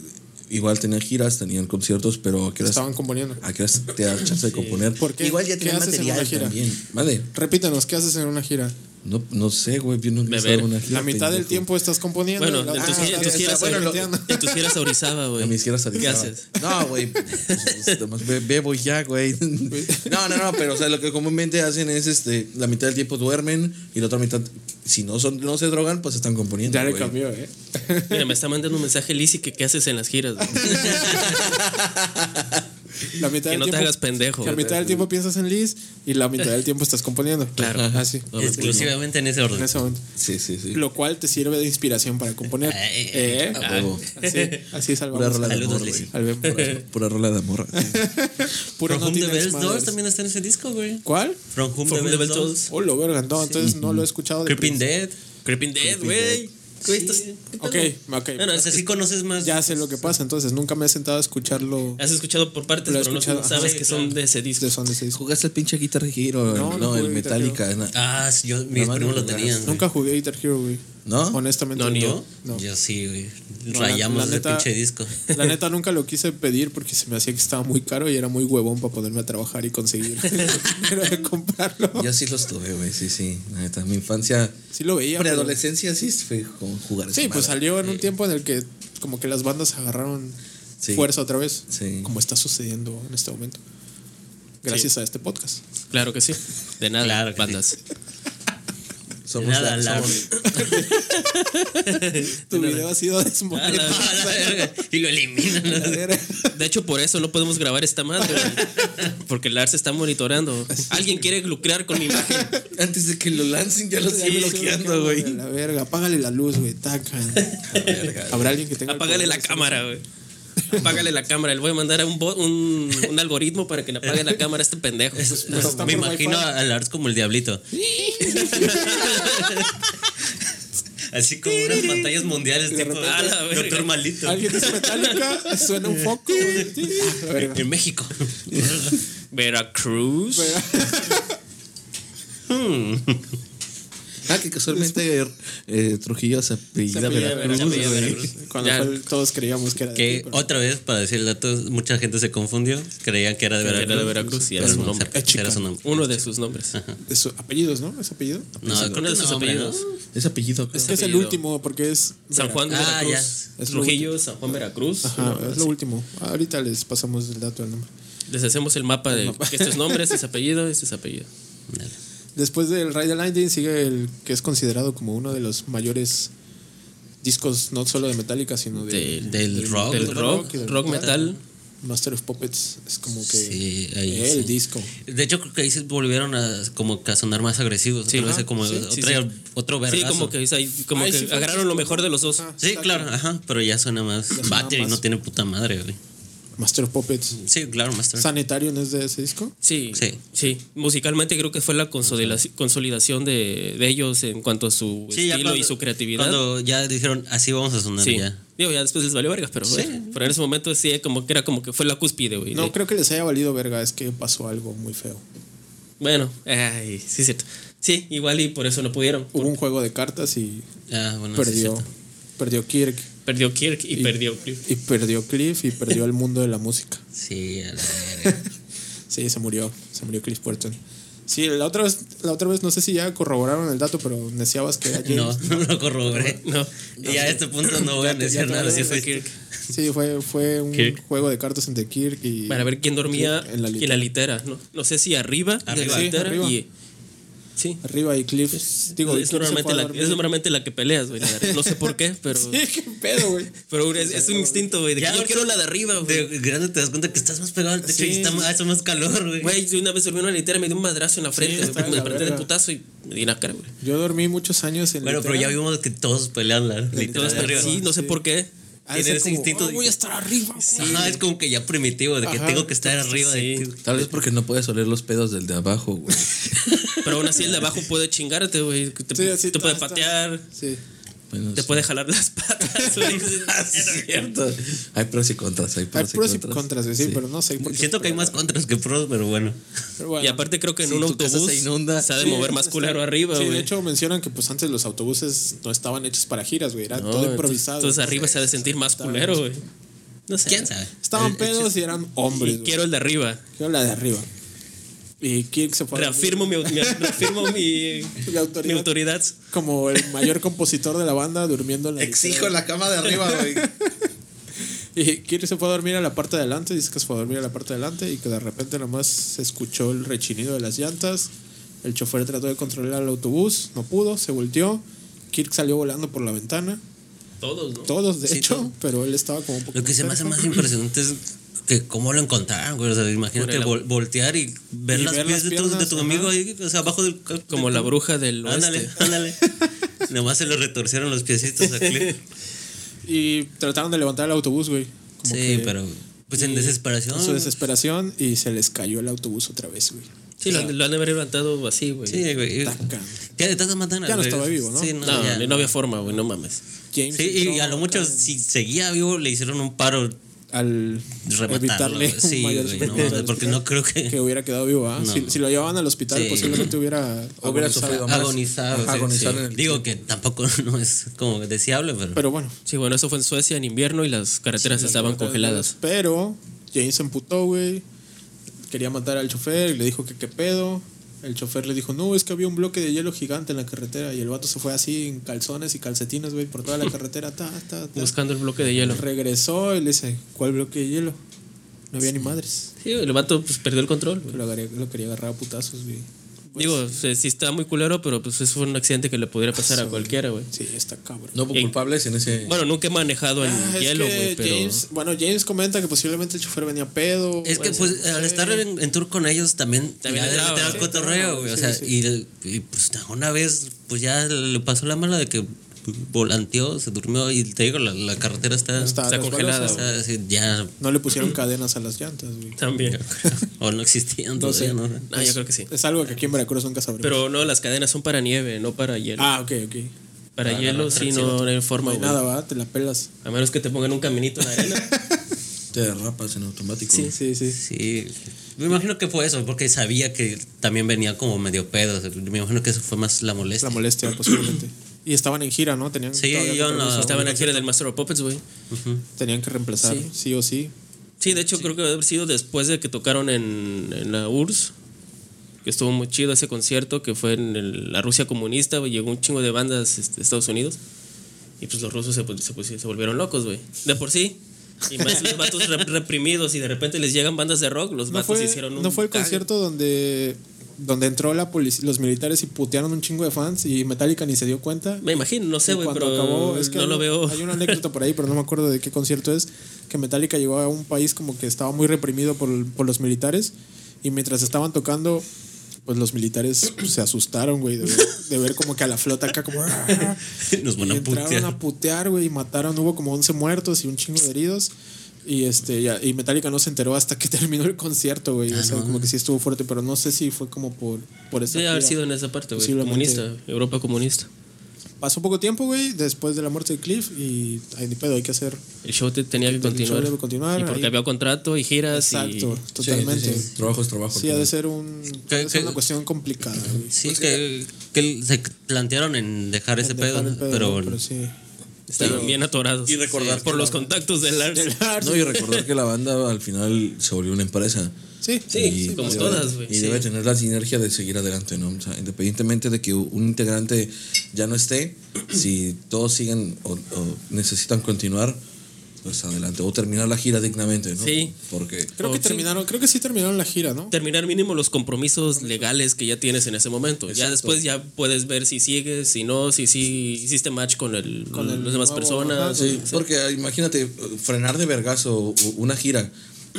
igual tenían giras, tenían conciertos, pero que estaban componiendo. ¿A qué horas te das chance de componer? ¿Por qué? Igual ya ¿Qué tienen haces en material una gira? también. Vale. Repítanos, ¿qué haces en una gira? No, no sé, güey. Yo nunca he Beber. estado en una gira, La mitad del pendejo. tiempo estás componiendo. Bueno, y la otra entonces- mitad entonces estás quieres- bueno, correteando. En tus giras a Orizaba, güey. A mis giras a ¿Qué Disney. haces? No, güey. pues, nomás be- Bebo y ya, güey. No, no, no. Pero, o sea, lo que comúnmente hacen es este: la mitad del tiempo duermen y la otra mitad, si no son no se drogan, pues están componiendo. Ya le güey. cambió, ¿eh? Mira, me está mandando un mensaje Lizzy que qué haces en las giras, güey. La mitad Que del no te tiempo- hagas pendejo. La mitad del tiempo piensas en Liz y la mitad del tiempo estás componiendo. Claro. Así. Exclusivamente en ese En orden. ese momento. Sí, sí, sí. Lo cual te sirve de inspiración para componer. Ay, ¿Eh? A huevo. Así, así Pura salvamos rola de Saludos, amor, Lizzy. güey. al Ben Burra. Pura rola de amor. Puro From no Home the tiene Bells madres. Doors también está en ese disco, güey. ¿Cuál? From Home From the Bells Doors. Oh, lo verga. No, entonces no lo he escuchado. de Creeping principio. Dead. Creeping Dead, güey. Güey, estás- ¿qué pedo? Ok, ok. Bueno, o sea, sí conoces más. ya sé lo que pasa, entonces nunca me he sentado a escucharlo Has escuchado por partes, Lo he pero no escuchado, sabes ajá. que son de ese disco. de son de ese disco. ¿Jugaste el pinche Guitar Hero? No, No, no el jugué Guitar Metallica. na- Ah, sí, yo, mis Nada más primos lo lo tenían. güey. Nunca jugué Guitar Hero, güey. ¿No? Honestamente. No, ni yo. No. Yo sí, güey. No, la- la Rayamos ese neta- pinche disco. La neta nunca lo quise pedir porque se me hacía que estaba muy caro y era muy huevón para ponerme a trabajar y conseguir dinero de comprarlo. Yo sí los tuve, güey. Sí, sí. La neta, mi infancia. Sí lo veía. pero- Preadolescencia sí fue como jugar. esa Sí, pues madre. salió en un tiempo en el que como que las bandas agarraron Sí. fuerza otra vez, Sí. como está sucediendo en este momento. Gracias a este podcast. Claro que sí. De nada, Claro que sí. bandas. Somos Nada, la- la- somos- Tu video ha sido A Ah, la- desmonetizado. A la verga. y lo eliminan. ¿no? De hecho, por eso no podemos grabar esta madre, güey. Porque Lars está monitoreando. Alguien quiere lucrar con mi imagen. Antes de que lo lancen, ya lo estoy bloqueando, güey. La verga, apágale la luz, güey, taca. Habrá alguien que tenga. el Apágale poder la de- cámara, güey. Apágale la cámara. Le voy a mandar a un, bot- un, un algoritmo para que le apague la cámara a este pendejo. Pues está Me por imagino wifi. a Lars como el diablito. Así como unas batallas mundiales, tipo repente- "Ah, la verga". Doctor Malito. Alguien dice metálica, suena un foco. Ah, la verga. En México. Veracruz. Ah, que casualmente eh, Trujillo se apellida apellida Veracruz, Veracruz, güey. Cuando Ya. fue el- todos creíamos que era de Que aquí, pero- otra vez, para decir el dato, mucha gente se confundió. Creían que era de Veracruz. Era de Veracruz y era Pero su no, nombre. era- Era su nombre. Uno de sus nombres. de su- apellidos, ¿no? Es apellido. No, creo Uno que de sus no, hombre, apellidos. Es apellido. creo. Es que es el apellido. último porque es San Juan de Ah, ya. Veracruz. Es Trujillo, San Juan Veracruz. Ajá, es lo último. Ahorita les pasamos el dato al nombre. Les hacemos el mapa de que estos nombres, sus apellidos, sus apellidos. Después del Ride the Lightning sigue el que es considerado como uno de los mayores discos no solo de Metallica, sino de, Del- Del rock. Del rock, rock y del rock metal. Master of Puppets. Es como que Sí, ahí el sí. disco. De hecho, creo que ahí se volvieron a, como que a sonar más agresivos. Sí. otra vez, Ajá, como sí, sí, otra- otro Sí, vergazo. como que, es ahí- como Ay, que sí, fue- agarraron lo mejor de los dos. Sí, claro, ajá, pero ya suena más suena Battery, más. no tiene puta madre, güey. Master of Puppets. Sí, claro, Master. Sanitario no es de ese disco. Sí, sí, Sí. Musicalmente creo que fue la consolidaci- consolidación de, de ellos en cuanto a su Sí, ya estilo y cuando- su creatividad. Cuando ya dijeron, así vamos a sonar sí. ya. Digo, ya después les valió vergas, pero, bueno, pero en ese momento sí, como que era como que fue la cúspide, güey. No de- creo que les haya valido verga, es que pasó algo muy feo. Bueno, ay, sí, es cierto. Sí, igual y por eso no pudieron. Hubo un juego de cartas y Ah, bueno, sí, perdió. cierto. Perdió Kirk Perdió Kirk y, perdió Cliff. y perdió Cliff y perdió el mundo de la música. Sí, a la verga. Sí, se murió. Se murió Cliff Burton. Sí, la otra vez, la otra vez no sé si ya corroboraron el dato, pero neciabas que era James. No, no lo corroboré. No. Y a este punto no voy a decir nada. Si fue Kirk. Sí, fue, fue un Kirk. juego de cartas entre Kirk y. Para ver quién dormía Kirk en la litera. No, no sé si arriba, de Arriba. la Sí, litera arriba. y. Sí. Arriba y Cliff. digo, es, Kirk se normalmente fue a la, dormir. es normalmente la que peleas, güey. la de arriba. No sé por qué, pero. Sí, qué pedo, güey. Pero es, es un instinto, güey. de que Ya, Yo ahorita- quiero la de arriba, güey. De grande te das cuenta que estás más pegado al techo Sí. y está más, hace más calor, güey. Güey, yo una vez dormí en una litera, me dio un madrazo en la frente, güey, está porque me de la desperté de verga. putazo y me di en la cara, güey. Yo dormí muchos años en. Bueno, pero ya litera. vimos que todos pelean la literal Todos de arriba. sí, no sé sí. por qué. Ha de tiene ser ese como, instinto "Ah, de- voy a estar arriba. güey". Ajá, es como que ya primitivo, de que Ajá. tengo que estar arriba de Sí. ti. Tal vez porque no puedes oler los pedos del de abajo, güey. Pero aún así el de abajo puede chingarte, güey. que Te, Sí, así te está, puede está. patear. Sí. Bueno, Te sí. puede jalar las patas. güey. Ah, sí, es cierto. Hay pros y contras. Hay Hay pros, pros y contras, sí, pero no sé. por qué. Siento que hay más contras que pros, pero bueno. Pero bueno. Y aparte creo que en Si un tu casa autobús se inunda. se ha de Sí, mover más culero arriba, Sí, güey. de hecho mencionan que pues antes los autobuses no estaban hechos para giras, güey, era todo improvisado. Entonces arriba se ha de sentir más culero, güey. No sé. ¿Quién sabe? Estaban pedos y eran hombres. Y güey. quiero el de arriba. Quiero la de arriba. Y Kirk se fue a dormir Reafirmo mi, mi- reafirmo mi, Mi autoridad. mi autoridad. como el mayor compositor de la banda durmiendo en la Exijo en la cama de arriba, güey. Y Kirk se fue a dormir a la parte de adelante, dice que se fue a dormir a la parte de adelante y que de repente nomás se escuchó el rechinido de las llantas. El chofer trató de controlar el autobús, no pudo, se volteó. Kirk salió volando por la ventana. Todos, ¿no? Todos, de Sí, hecho, todo. pero él estaba como un poco. Lo que se me hace cerca. más impresionante es que cómo lo encontraron, güey. O sea, imagínate Por el- vol- voltear y ver Y las ver pies las de tu, de tu piernas, amigo ajá. ahí, o sea, abajo del. Como del- la bruja del oeste. Ándale, ándale. Nomás se le retorcieron los piecitos a Cliff. Y trataron de levantar el autobús, güey. Como Sí, que pero. Pues en en desesperación. su desesperación y se les cayó el autobús otra vez, güey. Sí, lo, lo han de haber levantado así, güey. Sí, güey. Taca. Ya de tantas maneras, Ya no güey. estaba vivo, ¿no? Sí, no, No, ya. no había forma, güey, no mames. James Sí, y entró a lo mucho, acá si seguía vivo, le hicieron un paro. al Rematarlo, evitarle sí, mayor güey, no, sufrimiento al porque hospital, no creo que- hubiera quedado vivo, ¿ah? No. Si, si lo llevaban al hospital, Sí. posiblemente hubiera Hubiera sufrido más. Agonizado. sí, Agonizado sí. en el- Digo que tampoco no es como deseable, pero. Pero bueno, Sí, bueno, eso fue en Suecia en invierno y las carreteras estaban congeladas. Pero James se emputó, güey. Quería matar al chofer y le dijo que qué pedo. El chofer le dijo, no, es que había un bloque de hielo gigante en la carretera. Y el vato se fue así en calzones y calcetines, güey, por toda la carretera. Ta, ta, ta. Buscando el bloque de hielo. Regresó y le dice, ¿cuál bloque de hielo? No había ni madres. Sí, el vato pues, perdió el control. güey. Lo, agarré- lo quería agarrar a putazos, güey. Pues, Digo, o sea, sí está muy culero, pero pues eso fue un accidente que le pudiera pasar a cualquiera, güey. Sí, está cabrón. No hubo Ey. culpables en ese. Bueno, nunca he manejado en Ah, es hielo, que güey, pero... James- bueno, James comenta que posiblemente el chofer venía pedo. Es que güey, pues al estar en, en tour con ellos también, También ya entraba. debe tener Sí, cotorreo, güey. O sea, y, y, pues una vez pues ya le pasó la mala de que volanteó, se durmió y te digo, la, la carretera está, Está está resbalosa. congelada. O sea, sí, ya, No le pusieron cadenas a las llantas, güey. También. o no existían todavía, ¿no? Ah, yo creo que sí. Es algo que aquí en Veracruz nunca sabremos. Pero no, las cadenas son para nieve, no para hielo. ah, ok, ok. para hielo sí no, no hay forma, No hay güey. nada, va, te la pelas. A menos que te pongan un caminito en la arena. Te derrapas en automático. Sí, sí, sí. Sí, me imagino que fue eso, porque sabía que también venía como medio pedo. o sea, me imagino que eso fue más la Este. molestia. La molestia, posiblemente. Y estaban en gira, ¿no? Tenían, Sí, todavía yo que no- reemplazar- Estaban aquí en el Master of Puppets, güey. Tenían que reemplazar, sí. o sí. Sí, de hecho creo que debe haber sido después de que tocaron en, en la URSS, que estuvo muy chido ese concierto, que fue en el- la Rusia comunista, güey, llegó un chingo de bandas este, de Estados Unidos, y pues los rusos se, pu- se, pusi- se volvieron locos, güey, de por sí. Y más los vatos re- reprimidos y de repente les llegan bandas de rock, los ¿No vatos fue, hicieron un... ¿no fue el cague. concierto donde, donde entró la policía, los militares y putearon un chingo de fans y Metallica ni se dio cuenta? Me imagino, no sé, Y güey, cuando pero acabó, es que no hay- lo veo. Hay una anécdota por ahí, pero no me acuerdo de qué concierto es, que Metallica llegó a un país como que estaba muy reprimido por, por los militares y mientras estaban tocando, pues los militares pues, se asustaron, güey, de, ver- de ver como que a la flota acá como... "Ah". Nos Y van a entraron putear. a putear, güey, y mataron, hubo como 11 muertos y un chingo de heridos. Y, este, ya- y Metallica no se enteró hasta que terminó el concierto, güey. o sea, como que sí estuvo fuerte, pero no sé si fue como por, por esa Debe haber gira. sido en esa parte, güey, Posiblemente. comunista, Europa comunista. Pasó poco tiempo, güey, después de la muerte de Cliff y ay, ni pedo, hay que hacer El show te- tenía que show continuar. debe continuar, y porque ahí- había contrato y giras Exacto, y... Sí, sí, totalmente. Sí, sí. Trabajo es trabajo. ha de ser, un, ¿Qué- ha de ser qué- una cuestión complicada, güey. Sí, que, que se plantearon en dejar ese Dejar pedo, el pedo, pero ¿no? bueno. sí. Estaban bien atorados. Y recordar por que los la- contactos del Lars. No, y recordar que la banda al final se volvió una empresa. Sí, pues, Y sí, como debe- todas, güey, Y sí. debe tener la sinergia de seguir adelante, ¿no? O sea, independientemente de que un integrante ya no esté, si todos siguen o, o necesitan continuar, pues adelante. O terminar la gira dignamente, ¿no? Sí. Porque. Creo que Sí. terminaron, creo que sí terminaron la gira, ¿no? terminar mínimo los compromisos legales que ya tienes en ese momento. Ya después ya puedes ver si sigues, si no, si sí hiciste match con, el, Con el las demás nuevo, ajá, personas. Sí, eh, porque ah, imagínate, frenar de vergazo u- una gira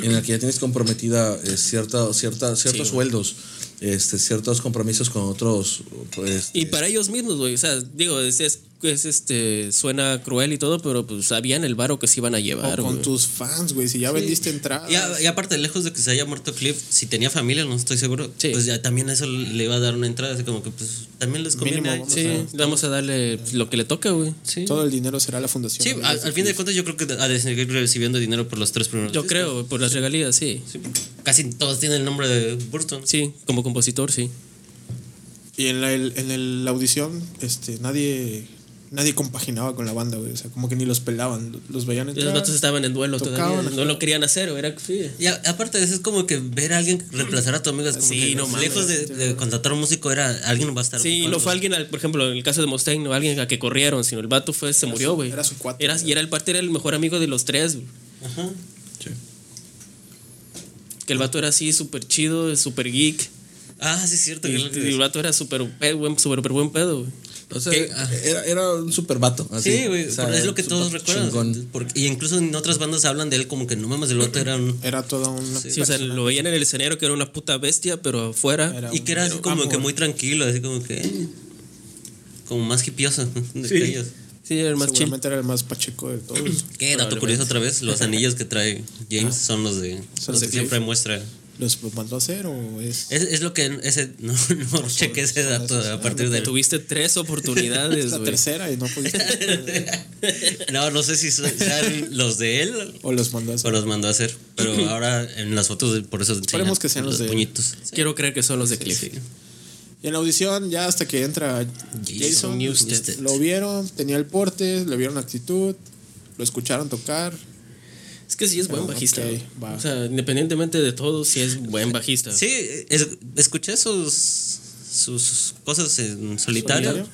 en la que ya tienes comprometida eh, cierta, cierta, ciertos sueldos, este, ciertos compromisos con otros. pues, Y este, para ellos mismos, güey. O sea, digo, es, es es este suena cruel y todo, pero pues sabían el varo que se iban a O llevar. con güey. tus fans, güey. Si ya vendiste entradas. Y, a- y aparte, lejos de que se haya muerto Cliff, si tenía familia, no estoy seguro, Sí. pues ya también eso le iba a dar una entrada, así como que pues también les conviene. Mínimo, ay, vamos sí, Sí, vamos a darle pues, lo que le toca, güey. sí. Todo el dinero será la fundación. Sí, ah. al, al fin de cuentas yo creo que ha de seguir recibiendo dinero por los tres primeros. Yo discos. creo, güey, por las regalías, sí. Sí, pues. porque casi todos tienen el nombre de Burton. Sí, como compositor, sí. Y en la, el- en el- la audición, este, nadie, nadie compaginaba con la banda, güey. O sea, como que ni los pelaban. Los veían Y Los entrar. vatos estaban en duelo Tocaban, todavía. ajá. No lo querían hacer, güey, era sí. Y a- aparte de eso es como que ver a alguien reemplazar a tu amigo es como Sí, que no mames. lejos de, de contratar un músico era alguien va a estar Sí, ocupando. no fue alguien, al- por ejemplo, en el caso de Mustaine, no alguien a que corrieron, sino el vato fue, se murió, su- güey. era su cuate, Era, y era el parte, era el mejor amigo de los tres, güey. Ajá. Que el Ah. vato era así, súper chido, súper geek. Ah, sí es cierto. Y que lo el, que y el vato era súper pe- buen, súper, buen pedo, güey. O sea, ¿Qué? Ah. era, era un super vato. así. Sí, güey, O sea, pero es lo que super todos recuerdan. chingón. Porque, y incluso en otras bandas hablan de él como que no mames, el vato era un... Era toda una. Sí, o sea, lo veían en el escenario que era una puta bestia, pero afuera. Era Y que era así un- como amor. que muy tranquilo, así como que... eh, Como más hipioso de que ellos. Sí, era el más chill. Seguramente era el más pacheco de todos. Qué dato curioso otra vez, los anillos que trae James Ah. son los de... Son los los que de siempre muestra. ¿Los los mandó a hacer o es.? Es, es lo que... Ese, no, no cheque ese dato a partir del... Tuviste tres Es oportunidades, la güey. tercera y no pudiste. No, no sé si son- sean los de él o los mandó a o hacer. los mandó a hacer. Pero ahora en las fotos, por eso... Esperemos enseñan que sean los de él. puñitos. Quiero creer que son los de Cliff. Y en la audición, ya hasta que entra Jason, Newsted. lo vieron, tenía el porte, le vieron actitud, lo escucharon tocar. Es que sí es buen Ah, bajista. ok, güey. va. O sea, independientemente de todo, sí es buen bajista. Sí, es- escuché sus, sus cosas en solitario. ¿Solitario?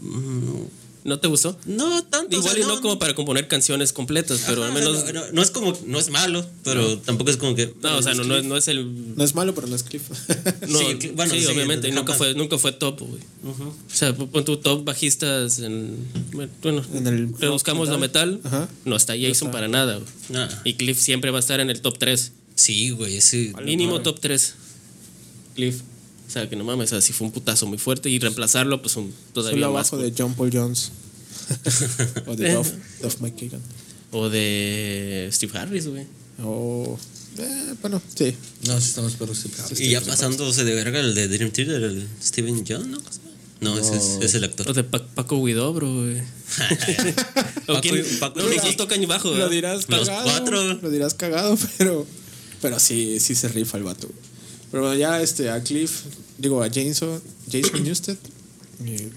Mm, ¿No te gustó? No tanto. o Igual sea, y no, como para componer canciones completas, pero Ajá, al o sea, menos. no, no- no es como. No es malo, pero tampoco es como que. No, o sea, no, no es, no es el. No es malo, pero no es Cliff. No, Sí, sí, cl- bueno, sí, obviamente. y nunca jamás. fue, nunca fue top, güey. O sea, pon tu top bajistas en. Bueno, En el rebuscamos lo rock metal. Ajá. No está Jason para nada, güey. Ah, Y Cliff siempre va a estar en el top 3. sí, güey, sí. Mínimo top 3. Cliff. O sea, que no mames, así fue un putazo muy fuerte. Y reemplazarlo, pues un, Solo todavía más. Eh. abajo de John Paul Jones. o de Duff, Duff McKagan. O de Steve Harris, güey. O. eh, bueno, sí. No, sí, estamos perros. sí. Y ya pasándose de verga el de Dream Theater, el Steven John, ¿no? No, ese es, es el actor. O de Pa- Paco Guidobro, güey. o Paco- quién, Paco- no, los dos tocan bajo, Lo ¿verdad? dirás Los cagado. cuatro. Lo dirás cagado, pero. Pero sí, sí se rifa el vato. Pero bueno, ya este, a Cliff, digo, a Jason, Jason Newsted, eh,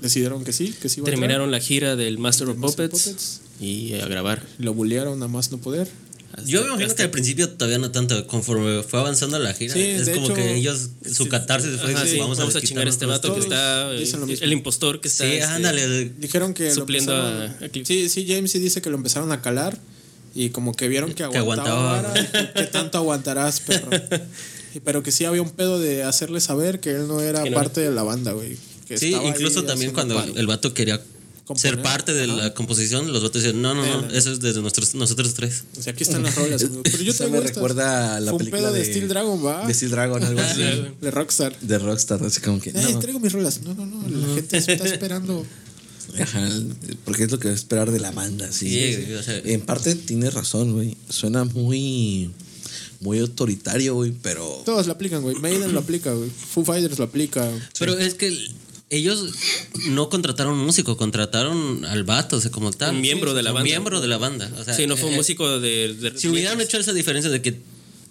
decidieron que sí, que sí iba a entrar. Terminaron la gira del Master of Master of Puppets, Puppets. y a grabar. Lo bullearon a más no poder. Yo me imagino que al principio todavía no tanto, conforme fue avanzando la gira, Sí, es de como hecho, que ellos, su sí, catarsis fue, Ajá, sí, Pues vamos, a, chingar a este desquitarnos vato que con todos. está. eh, Dicen lo mismo. El impostor que está. Sí, este, ándale, Dijeron que Supliendo lo a- empezaron- a Cliff. Sí, sí, James sí dice que lo empezaron a calar y como que vieron que Que aguantaba. aguantaba. vara, ¿Qué tanto aguantarás, perro? Y- Pero que sí había un pedo de hacerle saber que él no era Que no parte de la banda, güey. que Sí, estaba ahí incluso también haciendo cuando paro. el vato quería Componer, ser parte de la composición, los vatos decían, no, no, no, eso es de nuestros, nosotros tres. O sea, aquí están las rolas. amigo. Pero yo Eso tengo me estas. recuerda a la Fue un película pedo de, de- Steel Dragon, va. De Steel Dragon, algo así. De Rockstar. De Rockstar, así como que. Eh, no. traigo mis rolas. No, no, no. La gente está esperando. pues, Ajá, porque es lo que va a esperar de la banda, sí. Sí, güey, o sea- en parte tiene razón, güey. Suena muy muy autoritario, güey, pero Todos lo aplican, güey. Maiden lo aplica, güey. Foo Fighters lo aplica. Pero es que el- ellos no contrataron un músico, contrataron al vato, o sea, como tal. Un miembro de la Un banda. miembro de la banda. o sea, Sí, no fue un eh, músico de. de- Si hubieran hecho esa diferencia de que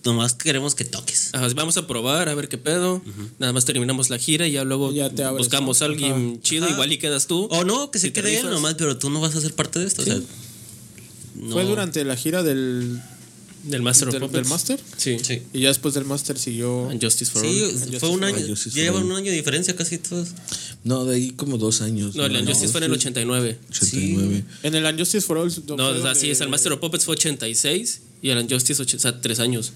nomás queremos que toques. Ajá, vamos a probar, a ver qué pedo. Nada más terminamos la gira y ya luego Ya te abres. buscamos a alguien chido, igual y quedas tú. O no, que se Si te quede él rifas. nomás, pero tú no vas a ser parte de esto. O sea, no. Fue durante la gira del, Del Master of del, Puppets. del Master. Sí. Sí. Y ya después del Master siguió. And Justice for All. Sí, fue un año. Ah, Yo sí soy- Llevan un año de diferencia casi todos. no, de ahí como dos años. No, el Injustice fue en el 89. 89. En el Unjustice for All. No, fue o sea, sí, donde- es el Master of Puppets fue 86 y el Injustice, ocho- o sea, 3 años.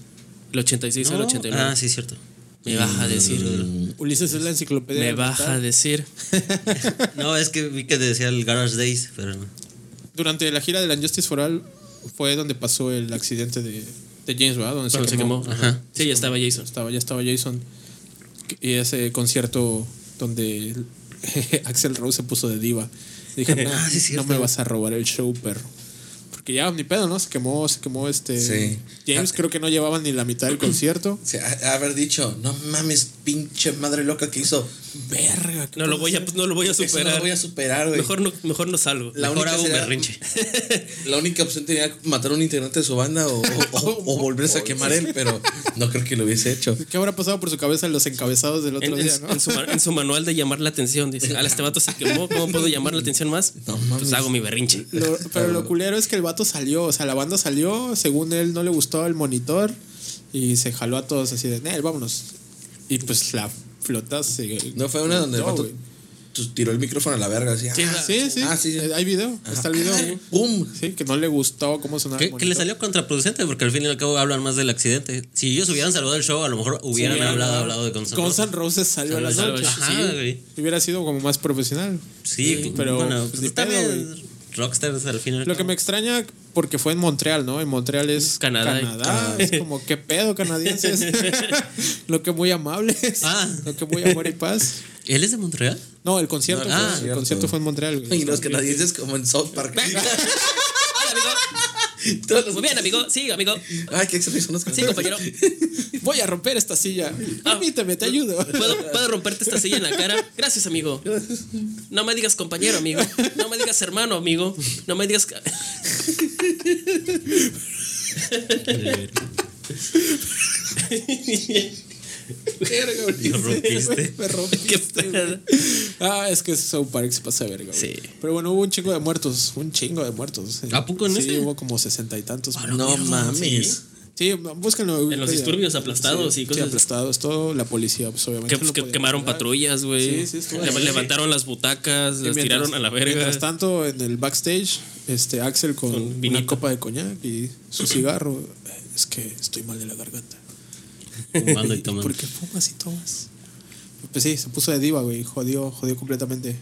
El 86 al No. 89. Ah, sí, cierto. Me baja a decir. Ulises es la enciclopedia. Me del baja a metal. decir. No, es que vi que decía el Garage Days, pero no. Durante la gira del Unjustice for All fue donde pasó el accidente de, de James, ¿verdad? Donde Cuando se quemó. Ajá. Sí, ya estaba Jason. Estaba, ya estaba Jason. Y ese concierto donde Axel Rose se puso de diva. Dije, "Nah, Ah, sí, no cierto. me vas a robar el show, perro. Porque ya ni pedo, ¿no? Se quemó, se quemó este. Sí. Ah. James, creo que no llevaba ni la mitad del concierto. O sea, ha- haber dicho, no mames, pinche madre loca que hizo. Verga, ¿qué No lo puedo voy a, pues, hacer? no lo voy a Eso no superar. lo voy a superar, güey. mejor, no, mejor no salgo. La Mejor única hago un será- berrinche. La única opción tenía matar a un integrante de su banda o, o- o- o volverse a quemar él, pero no creo que lo hubiese hecho. ¿Qué habrá pasado por su cabeza en los encabezados del En, otro en- día, no? en su, ma- en su manual de llamar la atención, dice: Al este vato se quemó, ¿cómo puedo llamar la atención más? No mames. Pues hago mi berrinche. Lo- pero Ah. lo culero es que el vato salió, o sea, la banda salió, según él no le gustó el monitor y se jaló a todos así de, Nel, vámonos. Y pues la flota se... No fue una donde el No, vato güey. tu- tiró el micrófono a la verga. Así, Sí, ah, la- Sí, sí, Ah, sí, sí. eh, hay video, está el video. güey. ¡Pum! Sí, que no le gustó cómo sonaba. el Que, que le monitor. salió contraproducente porque al fin y al cabo hablan más del accidente. Si ellos hubieran salvado el show, a lo mejor hubieran hubieran hablado, hablado. hablado de Guns N' Guns Roses. N' Roses salió a las Salió, noches. Ajá, Sí. güey. Hubiera sido como más profesional. Sí, pero, pero bueno, pues, pues, ni está pedo, bien. Rockstars al final. Lo que me extraña, porque fue en Montreal, ¿no? En Montreal es Canadá. Canadá. Es como, ¿qué pedo, canadienses? lo que muy amables. Ah. Lo que muy amor y paz. ¿Él es de Montreal? No, el concierto. No, fue- ah, el concierto fue en Montreal. güey. Y los canadienses como en South Park. Todos los- Muy bien, amigo. Sí, amigo. Ay, qué excelentes son los Sí, compañero. canadienses. Voy a romper esta silla. Permíteme, te ayudo. ¿Puedo, puedo romperte esta silla en la cara? Gracias, amigo. No me digas compañero, amigo. No me digas hermano, amigo. No me digas. ca- Lo rompiste. Me rompí. Qué pedo. Ah, es que South Park se pasa de verga. güey. Sí. Pero bueno, hubo un chingo de muertos. Un chingo de muertos. ¿A poco en Sí, ese? hubo como sesenta y tantos. No mames. Sí, búsquenlo. En los disturbios aplastados y Sí, cosas. aplastados. Todo la policía, pues obviamente. Que, no que podía quemaron entrar. patrullas, güey. Sí, sí, estuvo Le- ahí. levantaron las butacas, Y las mientras- tiraron a la verga. Mientras tanto, en el backstage, este Axel con, Con una vinito. copa de coñac y su cigarro. Es que estoy mal de la garganta. Fumando y porque tomando. ¿Por qué fumas y tomas? Pues sí, se puso de diva, güey. Jodió, jodió completamente.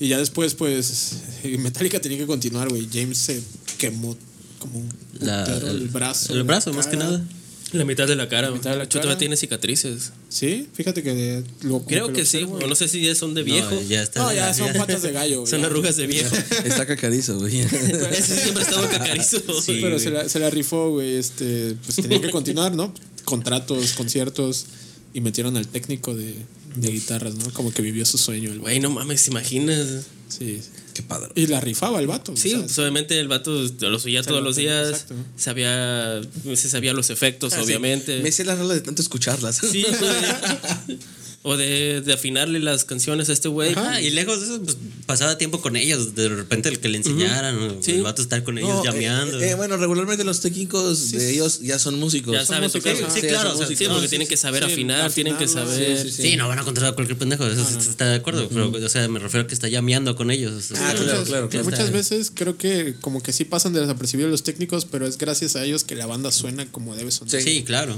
Y ya después, pues, eh, Metallica tenía que continuar, güey. James se quemó como un La- putero el, brazo. El la brazo, más que cara. nada. La mitad de la cara. La mitad de Ah. la cara. todavía tiene cicatrices. Sí, fíjate que de- lo como Creo lo que sí. observo. O no sé si ya son de viejo. No, ya está. No, ya son patas de gallo, güey. Son arrugas de viejo. Está cacarizo, güey. Ese siempre ha estado cacarizo. Sí. Pero güey. se la, se la rifó, güey. Este, pues tenía que continuar, ¿no? Contratos, conciertos. Y metieron al técnico de, de guitarras, ¿no? Como que vivió su sueño, el güey. Güey, no mames, ¿te imaginas? Sí. Qué padre. Y la rifaba el vato. Sí, o sea, pues obviamente el vato lo subía todos lo los tenía, días. exacto. Ah, Sabía, se sabía los efectos, obviamente. Me sé las rolas de tanto escucharlas. Sí, güey. O de, de afinarle las canciones a este güey. Ah, y lejos de eso, pues pasaba tiempo con ellos. De repente el que le enseñaran, o Sí. el vato estar con ellos No, llameando. eh, eh, bueno, regularmente los técnicos de ellos ya son músicos. Ya saben tocar. músicos, Sí, sí, claro. son o sea, sí, músicos. porque Sí, tienen que saber sí, afinar, tienen que afinarlo, eh, saber. Sí, no van a contratar a cualquier pendejo, eso sí está de acuerdo. Pero, o sea, me refiero a que está llameando con ellos. o sea, Ah, está- muchas, claro, claro. muchas veces creo que como que sí pasan de desapercibidos los técnicos, pero es gracias a ellos que la banda suena como debe sonar. Sí. Sí, claro.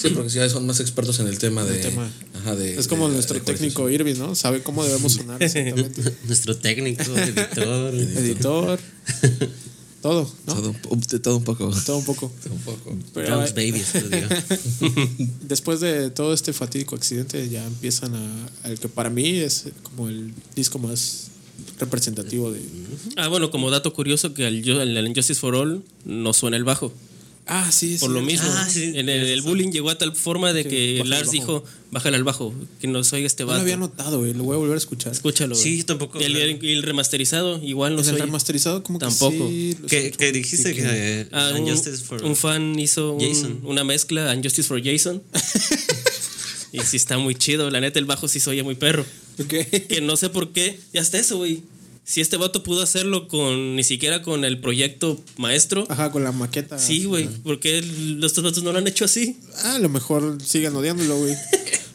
Sí, porque ya son más expertos en el tema de. tema. Ajá, de Es como de- nuestro de técnico Irving, ¿no? Sabe cómo debemos sonar exactamente. Nuestro técnico, editor. Editor, todo, ¿no? Todo, un- de todo un poco. Todo un poco. Todo un poco. Pero Drums Baby Studio. después de todo este fatídico accidente ya empiezan a, al que para mí es como el disco más representativo de... Ah, bueno, como dato curioso que al Yo- en el Justice for All no suena el bajo. Ah, sí, Por lo mismo. Ah, sí, en el, el bullying llegó a tal forma de que bájale Lars al dijo, bájale al bajo, que nos oiga este No lo vato. había notado, güey, lo voy a volver a escuchar. Escúchalo. Sí, güey. yo tampoco. Y el, y el remasterizado, igual no En el soy. remasterizado como Tampoco. que sí, lo Que, escucho. que dijiste que. Ah, un, Unjustice for- un fan hizo un- Jason. una mezcla, Unjustice for Jason. y sí está muy chido, la neta, el bajo sí se oye muy perro. Ok. Que no sé por qué, ya está eso, güey. Si este vato pudo hacerlo con ni siquiera con el proyecto maestro. Ajá, con la maqueta. Sí, güey, ¿por qué los estos vatos no lo han hecho así? Ah, a lo mejor sigan odiándolo, güey.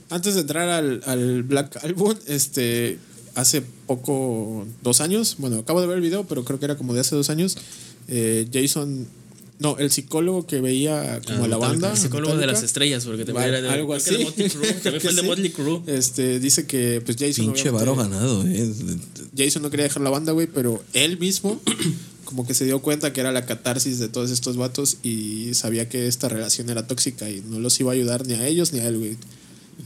Antes de entrar al, al Black Album, este, hace poco, dos años, bueno, acabo de ver el video, pero creo que era como de hace dos años, eh, Jason, no, el psicólogo que veía como a la banda. Ah, El psicólogo de Metallica, las estrellas, porque también va- era de, algo creo que así. de Motley Crue, Creo también que fue el de sí. Motley Crue. Este, dice que pues Jason... Pinche obviamente, varo ganado, eh. Jason no quería dejar la banda, güey, pero él mismo como que se dio cuenta que era la catarsis de todos estos vatos y sabía que esta relación era tóxica y no los iba a ayudar ni a ellos ni a él, güey.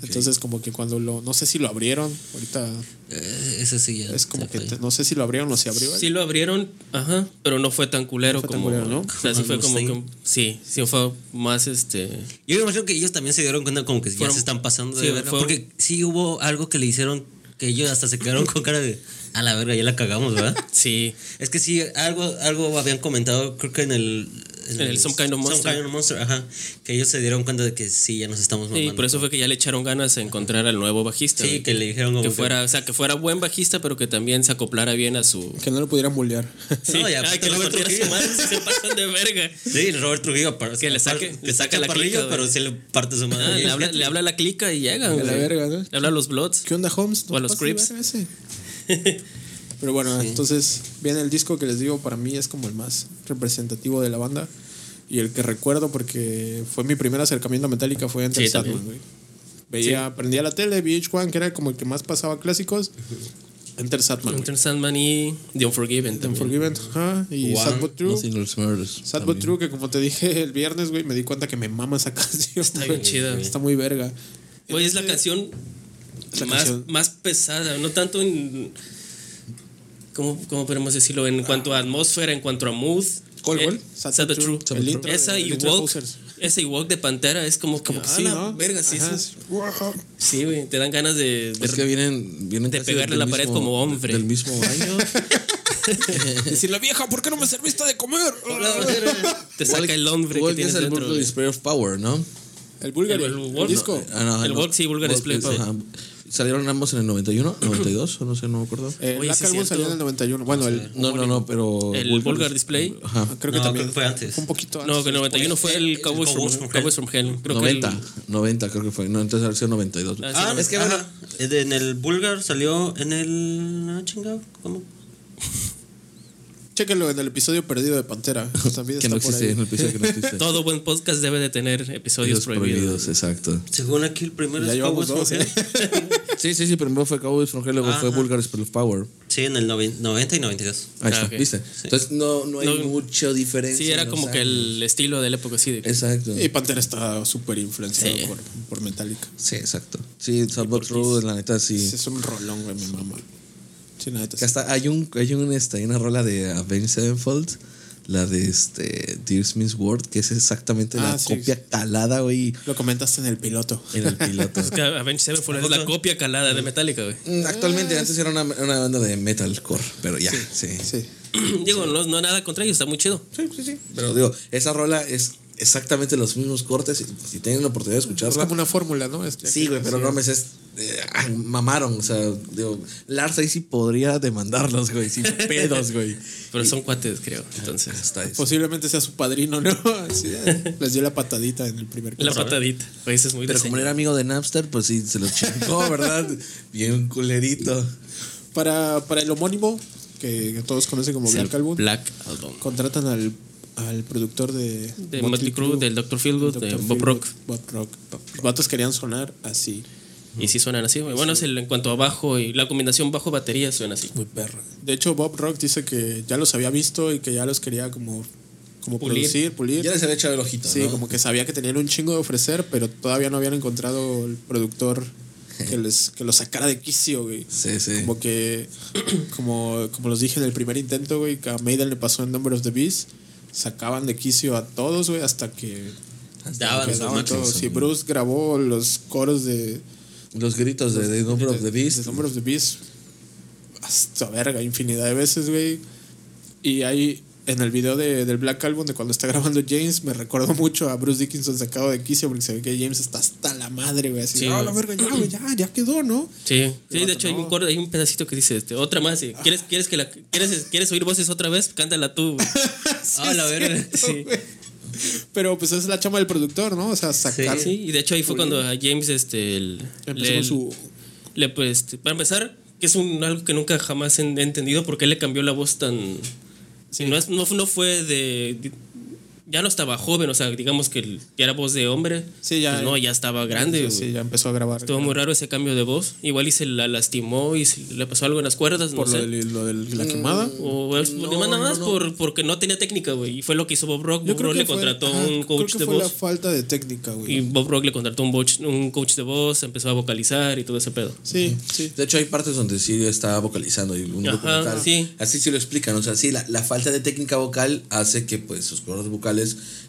Entonces, como que cuando lo. No sé si lo abrieron. Ahorita Eh, Ese sí ya. es como se que. fue. te- no sé si lo abrieron o se abrió. Sí lo abrieron, ajá, pero no fue tan culero fue tan como. culero, ¿no? O sea, sí fue como que. Sí, sí fue más este. Yo me imagino que ellos también se dieron cuenta como que ya Fueron- se están pasando de sí, verga. fue- Porque sí hubo algo que le hicieron que ellos hasta se quedaron con cara de a la verga, ya la cagamos, ¿verdad? Sí. es que sí, algo, algo habían comentado, creo que en el. En el Some Kind of Monster. Kind of Monster, ajá. Que ellos se dieron cuenta de que sí, ya nos estamos Y mamando. por eso fue que ya le echaron ganas a encontrar al nuevo bajista. Sí, güey. que le dijeron como que que- fuera, o sea, que fuera buen bajista, pero que también se acoplara bien a su. Que no lo pudieran bullear. No, ya, Ay, que los Robert partidos Trujillo. humanos se pasan de verga. Sí, Robert Trujillo. par- Que le saque- par- le saca la parrillo, clica, güey. pero sí le parte su Ah, madre. le, habla, le habla a la clica y llegan. la güey. verga, ¿no? Le habla a los Bloods. ¿Qué onda, Holmes? O a los ¿No pasaste Crips. de verga ese? Pero bueno, entonces viene el disco que les digo, para mí es como el más representativo de la banda y el que recuerdo porque fue mi primer acercamiento a Metallica fue ante Sí, el Sandman, güey. Veía, prendía la tele, VH1, que era como el que más pasaba clásicos. Enter Satman. güey. Enter Sandman y The Unforgiven. The también. Unforgiven, ajá, y One, Sad But True. Nothing Else Matters. Sad But también. True, que como te dije el viernes, güey, me di cuenta que me mama esa canción. Está bien chida. Está muy verga. Güey, es la Este- canción es la más, canción. más pesada, no tanto en. ¿Cómo, cómo podemos decirlo? En cuanto a atmósfera, en cuanto a mood. ¿Cuál, Eh, cuál? Sad But True. Sad But True. Esa El y intro de Walk. Posers. Esa y Walk de Pantera es como, como que Ah, sí, la ¿no? Verga, sí, Ajá. sí. Sí, güey. Te dan ganas de. de- Es que vienen, vienen de casi pegarle del la pared como hombre. Del mismo año. Decirle, vieja, ¿por qué no me serviste de comer? te saca el hombre que Walk tienes es el dentro. Burger güey. Display of Power, ¿no? El búlgaro, El- el, el Walk, disco. no. Ah, no, El no. Walk, sí, Vulgar Display es- Power. ajá. Salieron ambos en el 91, 92, o no sé, no me acuerdo. Eh, Oye, Black sí es Album salió cierto. en el 91. Bueno, el, No, no, no, pero. El Vulgar Display. Ajá. creo que No, también creo que fue antes. fue Un poquito antes. No, que el 91 fue el El Cowboys, Cowboys from, from Hell. Cowboys from Hell. Creo que el- 90, 90 creo que fue. No, entonces ha sido 92. Ah, Ah, es que Ajá. bueno, en el Bulgar salió en el. Ah, chingado, ¿cómo? Chéquenlo en el episodio perdido de Pantera. También que está no por existe, ahí. en el episodio que no existe. todo buen podcast debe de tener episodios Episodios prohibidos. prohibidos, exacto. Según aquí, el primero Ya es llevamos dos, Cowboys from ¿eh? Hell. Sí, sí, sí, primero fue Cowboys from Hell, luego fue Vulgar Display of Power. Sí, en el noven- 90 y 92. Ahí Ah, está, ok. ¿viste? Entonces no, no hay No. mucha diferencia. Sí, era en como los que años. el estilo de la época así de que- Exacto. Y Pantera está súper influenciado Sí. por, por Metallica. Sí, exacto. Sí, Salvador True, la neta, sí. Ese Es un rolón, güey, mi mamá. Sí, la neta, Que sí. hasta hay un, hay un este, hay una rola de Avenged Sevenfold, la de este Dear Smith's World, que es exactamente Ah, la sí. copia calada, güey, Lo comentaste en el piloto. en el piloto. Es que Avenged Sevenfold es la copia calada de Metallica, güey. Mm, Actualmente, antes era una, una banda de metalcore, pero ya, sí. Sí. Digo, no, no nada contra ellos, está muy chido. Pero digo, esa rola es exactamente los mismos cortes, y si tienen la oportunidad de Es escucharla. como una fórmula, ¿no? Es- Sí, güey, pero no me es. eh, ah, mamaron, o sea, digo, Lars ahí sí podría demandarlos, güey, sin pedos, güey. Pero son cuates, creo. Entonces, Está Pues, eso. Posiblemente sea su padrino, ¿no? Así, eh, les dio la patadita en el primer la concierto. patadita. Güey, eso es muy Pero como diseño. era amigo de Napster, pues sí, se lo chingó, ¿verdad? Bien culerito. para, para el homónimo, que todos conocen como Es el Black Album. Black Album. contratan al, al productor de, De Motley Crue, del Dr. Feelgood, de Bob Rock. Bob Rock. Los vatos querían sonar así, Y sí suenan así, güey. Bueno, es el, en cuanto a bajo y la combinación bajo-batería suena así. muy perro. De hecho, Bob Rock dice que ya los había visto y que ya los quería como, como Pulir. producir, pulir. Ya les había echado el ojito. Sí, ¿no? como que sabía que tenían un chingo de ofrecer, pero todavía no habían encontrado el productor que les que los sacara de quicio, güey. Sí, sí. Como que, como, como los dije en el primer intento, güey, que a Maiden le pasó en Number of the Beast, sacaban de quicio a todos, güey, hasta que Ah, Daban que su daban máximo. todo. Sí, Bruce grabó los coros de, Los gritos de The Number of the de Beast. Number of the Beast hasta verga, infinidad de veces, güey. Y ahí en el video de- del Black Album de cuando está grabando James, me recordó mucho a Bruce Dickinson sacado de quicio porque se ve que James está hasta la madre, güey. Así, Sí, "Ah, güey. la verga, ya, güey, ya, ya quedó, ¿no? Sí, sí, vato, de hecho hay no. un cor- hay un pedacito que dice este, otra más. y, ¿Quieres, quieres, que la, ¿quieres, ¿Quieres oír voces otra vez? Cántala tú. güey. Ah, la verga. Sí. Pero pues es la chama del productor, ¿no? O sea, sacar. Sí, y de hecho ahí fue cuando a James este, el- Empezó le- con su. le, pues, este, para empezar, que es un, algo que nunca jamás he he entendido, porque él le cambió la voz tan... No, es- no, fu- no fue de, de- ya no estaba joven, o sea, digamos que el- ya era voz de hombre. Sí, ya. Pues no, ya estaba grande. Sí, güey. ya empezó a grabar. Estuvo muy raro ese cambio de voz. Igual y se la lastimó y se le pasó algo en las cuerdas, no Por lo sé. de, lo de la quemada. O es- No, nada más no, no. Por, porque no tenía técnica, güey. Y fue lo que hizo Bob Rock. Bob Rock le fue- contrató ajá, un creo coach que de fue la voz. falta de técnica, güey. Y Bob Rock le contrató un, voch- un coach de voz, empezó a vocalizar y todo ese pedo. Sí, sí. De hecho, hay partes donde sí está vocalizando. Y un Ajá, documental. sí. Así sí lo explican. O sea, sí, la, la falta de técnica vocal hace que pues sus cuerdas vocales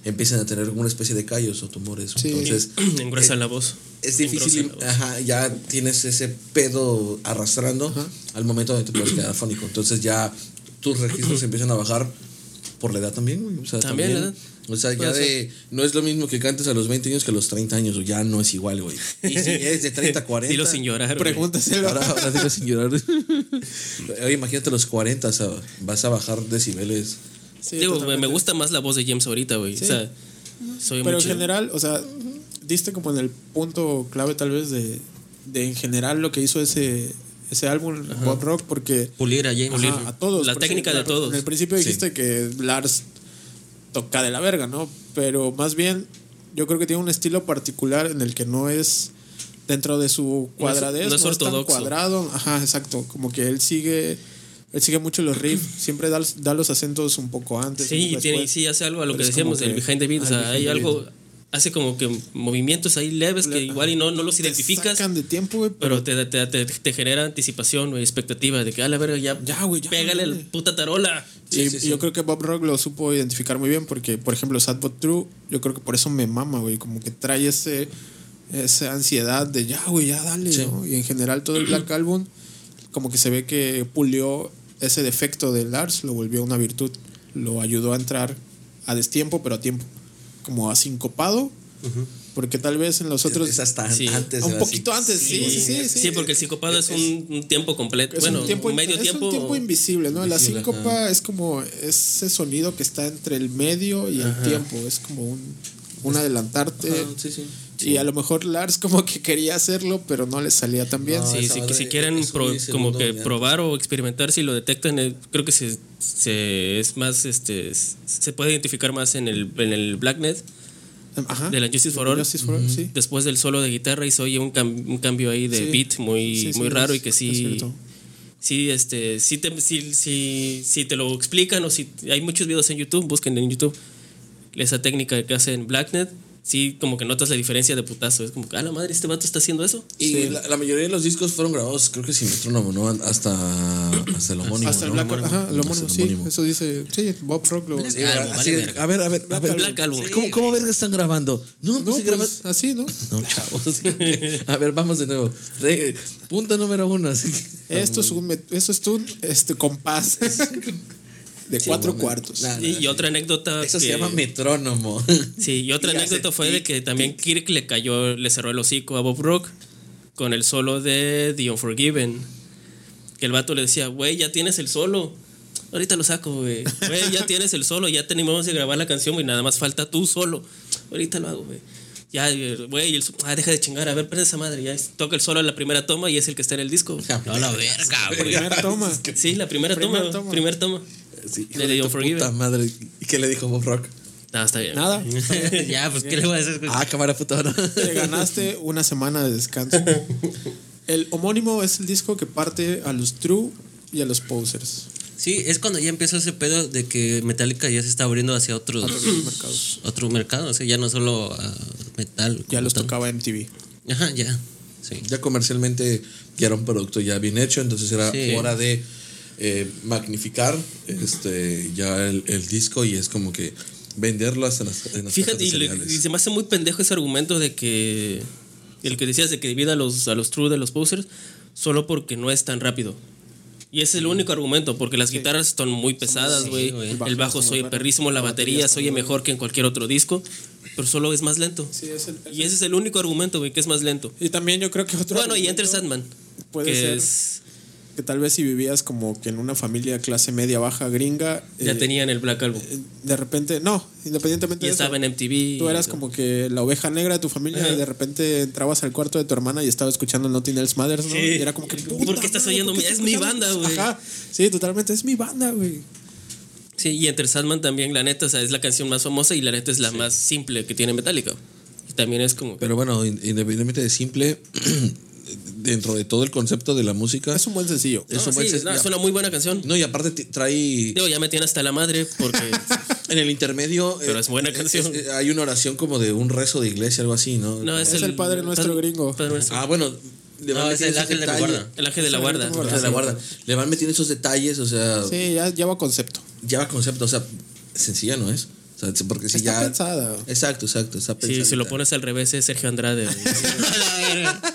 empiecen a tener una especie de callos o tumores. Sí. Entonces, Eh, Engrasa la voz. es difícil. Engrasa la voz. Ajá, ya tienes ese pedo arrastrando al momento de te puedes quedar fónico. Entonces, ya tus registros empiezan a bajar por la edad también, güey. O sea, También también. la edad. O sea, ya Puede de. No es lo mismo que cantes a los 20 años que a los 30 años, güey, ya no es igual, güey. Y si es de 30, 40. Dilo sin llorar. güey. Pregúntaselo. Ahora, ahora digo sin llorar. Oye, imagínate los 40, o sea, vas a bajar decibeles. Sí, Digo, me- totalmente. me gusta más la voz de James ahorita, güey. O sea, soy Pero en mucho- general, o sea, diste como en el punto clave tal vez de, de en general lo que hizo ese, ese álbum Bob Rock, porque Pulir a James. ajá, a todos. La por técnica de todos. En el principio dijiste que Lars toca de la verga, ¿no? Pero más bien, yo creo que tiene un estilo particular en el que no es dentro de su cuadradez, no es tan ortodoxo. cuadrado, ajá, exacto, como que él sigue él sigue mucho los riffs, siempre da, los- da los acentos un poco antes. un Sí, poco tiene, después. sí, hace algo a lo Pero que es decíamos como del que- behind the beat. O ah, sea, el hay behind the algo. Hace como que movimientos ahí leves que Le- igual y no, no los Te identificas. sacan de tiempo, güey, pero Pero te, te, te- te genera anticipación, güey, expectativa de que, a la verga, ya, Ya, güey, ya, pégale güey. la puta tarola. y yo creo que Bob Rock lo supo identificar muy bien porque, por ejemplo, Sad But True, yo creo que por eso me mama, güey, como que trae ese, esa ansiedad de ya, güey, ya dale, ¿no? Y en general todo el Black Album, como que se ve que pulió ese defecto de Lars, lo volvió una virtud, lo ayudó a entrar a destiempo, pero a tiempo, como a sincopado, porque tal vez en los otros... es hasta Sí. antes. un era poquito así. antes, sí, sí, sí. Sí, porque el psicopado es, un, un tiempo completo. Es bueno, un un, tiempo, medio es tiempo. un tiempo invisible, ¿no? Invisible, la síncopa es como ese sonido que está entre el medio y el tiempo. Es como un, un adelantarte. Ah, sí, sí. Y a lo mejor Lars como que quería hacerlo, pero no le salía tan bien. No, Sí, esa sí, que madre si quieren es un pro- milisegundo como que de probar o experimentar, si lo detectan, eh, creo que se, se- es más, este, s- se puede identificar más en el, en el Blacknet, Ajá. de la Justice for All. Justice for All, sí. Después del solo de guitarra y se oye un, cam- un cambio ahí de Sí. beat muy, Sí, sí, muy es- raro y que es sí, cierto. sí, este, sí te, sí, sí- sí te lo explican o si hay muchos videos en YouTube, busquen en YouTube esa técnica que hace en Blacknet. Sí, como que notas la diferencia de putazo. Es como, que, ah, la madre, este vato está haciendo eso. Y la, la mayoría de los discos fueron grabados, creo que sin metrónomo, ¿no? Hasta, hasta el homónimo. Hasta el ¿no? Black Ajá, lo Hasta mono, el sí. homónimo. Eso dice. Sí, Bob Rock lo. Sí, Album, así vale de- verga. a ver, a ver, a ver. Black Album. ¿Cómo, cómo verga están grabando? No, No, pues, sí pues, graban- así, ¿no? No, chavos. a ver, vamos de nuevo. Re- punto número uno. así que- Esto es un, met- esto es un este, compás de cuatro bueno. cuartos. Nah, Y, y otra anécdota. Eso que- se llama metrónomo. Sí, y otra Y hace anécdota fue de tic, que también Kirk le cayó, le cerró el hocico a Bob Rock con el solo de The Unforgiven. Que el vato le decía, güey, ya tienes el solo. Ahorita lo saco, güey. Güey, ya tienes el solo, ya terminamos de grabar la canción, güey. Nada más falta tú solo. Ahorita lo hago, güey. Ya, güey, el so- ah, deja de chingar, a ver, prende esa madre. Ya toca el solo en la primera toma y es el que está en el disco. No, la verga, güey. Primera toma. Sí, la primera Primera toma, toma. primera toma. Sí, hijo Le de dio tu Forgiven. puta madre. ¿Y qué le dijo Bob Rock? Nada, está bien. Nada. ya, pues, ¿qué le voy a hacer? güey? Ah, cámara puta. ¿no? Te ganaste una semana de descanso. El homónimo es el disco que parte a los True y a los Posers. Sí, es cuando ya empezó ese pedo de que Metallica ya se está abriendo hacia otros, mercados. otro mercado. O sea, ya no solo a metal. Ya como los tal. tocaba MTV. Ajá, ya. Sí. ya comercialmente ya era un producto ya bien hecho, entonces era Sí. hora de eh, magnificar este ya el, el disco y es como que venderlo hasta las, en las Fíjate, y, cajas de le- cereales. y se me hace muy pendejo ese argumento de que. El que decías de que divida a los, a los true de los posers solo porque no es tan rápido. Y ese es el único argumento, porque las guitarras son muy pesadas, güey. güey. el bajo soy perrísimo, la batería soy mejor que en cualquier otro disco, pero solo es más lento. Y ese es el único argumento, güey, que es más lento. Y también yo creo que otro. Bueno, y Enter argumento Sandman. Puede que ser es- que tal vez si vivías como que en una familia clase media baja gringa. ya eh, tenían el Black Album. eh, De repente, no, independientemente Y de eso, estaba en MTV. Tú eras como que la oveja negra de tu familia y de repente entrabas al cuarto de tu hermana y estaba escuchando Nothing Else Matters, ¿no? Sí. Y era como que. ¿Por "Puta qué estás madre, oyendo ¿por qué mi- estás es mi escuchando?" banda, güey. Ajá. Sí, totalmente, es mi banda, güey. Sí, y Enter Sandman también, la neta, o sea, es la canción más famosa y la neta es la más simple que tiene Metallica. Y también es como... Pero bueno, in- independientemente de simple, dentro de todo el concepto de la música, Es un buen sencillo. es No, un buen sí, ses- no, ya. es una muy buena canción. No, y aparte te- trae. Digo, ya me tiene hasta la madre porque... En el intermedio. Pero eh, es buena canción. eh, hay una oración como de un rezo de iglesia, algo así, ¿no? No, Es el Padre Nuestro gringo. Padre Nuestro. Ah, bueno. le van No, es metiendo el esos ángel de la detalles- guarda. El ángel de la guarda. El ángel de la guarda. Le van metiendo esos detalles, o sea, Sí, ya lleva concepto. lleva concepto, o sea, sencilla no es. O sea, porque si Está ya. pensada. Exacto, exacto. Está Sí, si pensadita. lo pones al revés es Sergio Andrade.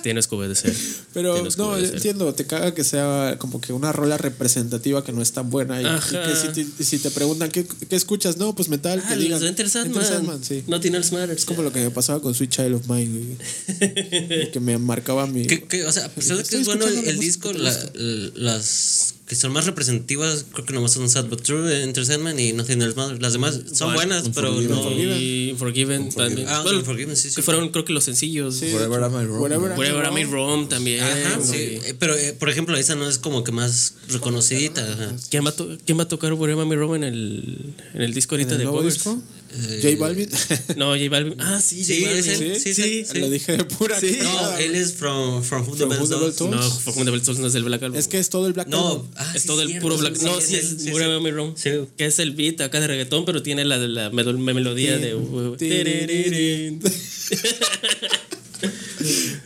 Tienes que obedecer. Pero Tienes que no, obedecer. entiendo, te caga que sea como que una rola representativa que no es tan buena y, Ajá. y que si te, si te preguntan ¿qué, qué escuchas, no, pues metal, Ah, que los digan de Enter Sandman. Enter Sandman, sí. Nothing else matters. Es como lo que me pasaba con Sweet Child of Mine, güey. que me marcaba mi Que, que, o sea, Pues, a pesar de que Estoy es bueno el, escuchando el la música disco, que te la- l- las que son más representativas, creo que nomás son Sad But True, eh, Enter Sandman y Nothing Else Matters. Las demás son buenas, pero no. Y Forgiven también. Ah, Bueno, Unforgiven, sí, sí. que fueron creo que los sencillos. Wherever am I wrong? Wherever Am I Wherever I May Wrong. Roam también. Ajá, sí. güey. Eh, Pero, eh, por ejemplo, esa no es como que más reconocidita. ajá. ¿Quién va, a to- quién va a tocar Wherever I May Roam en el, en el disco ahorita ¿El de nuevo covers? Eh, disco? J Balvin. No, J Balvin. Ah, sí, Sí, J es Balvin. él, sí, sí, sí. Lo dije de pura No, cagada, güey. él es From, from Who the From Who Bells the Tolls. Bell Tolls. No, Fucking Devil Souls no es el Black Album. Es que es todo el Black No, Album. ah, es sí, todo el cierto, puro black. sí, no, sí, él, es sí, Wherever sí. I May Roam. Sí. Que es el beat acá de reggaetón, pero tiene la, la, melo- melodía uh, de. uh, Tin,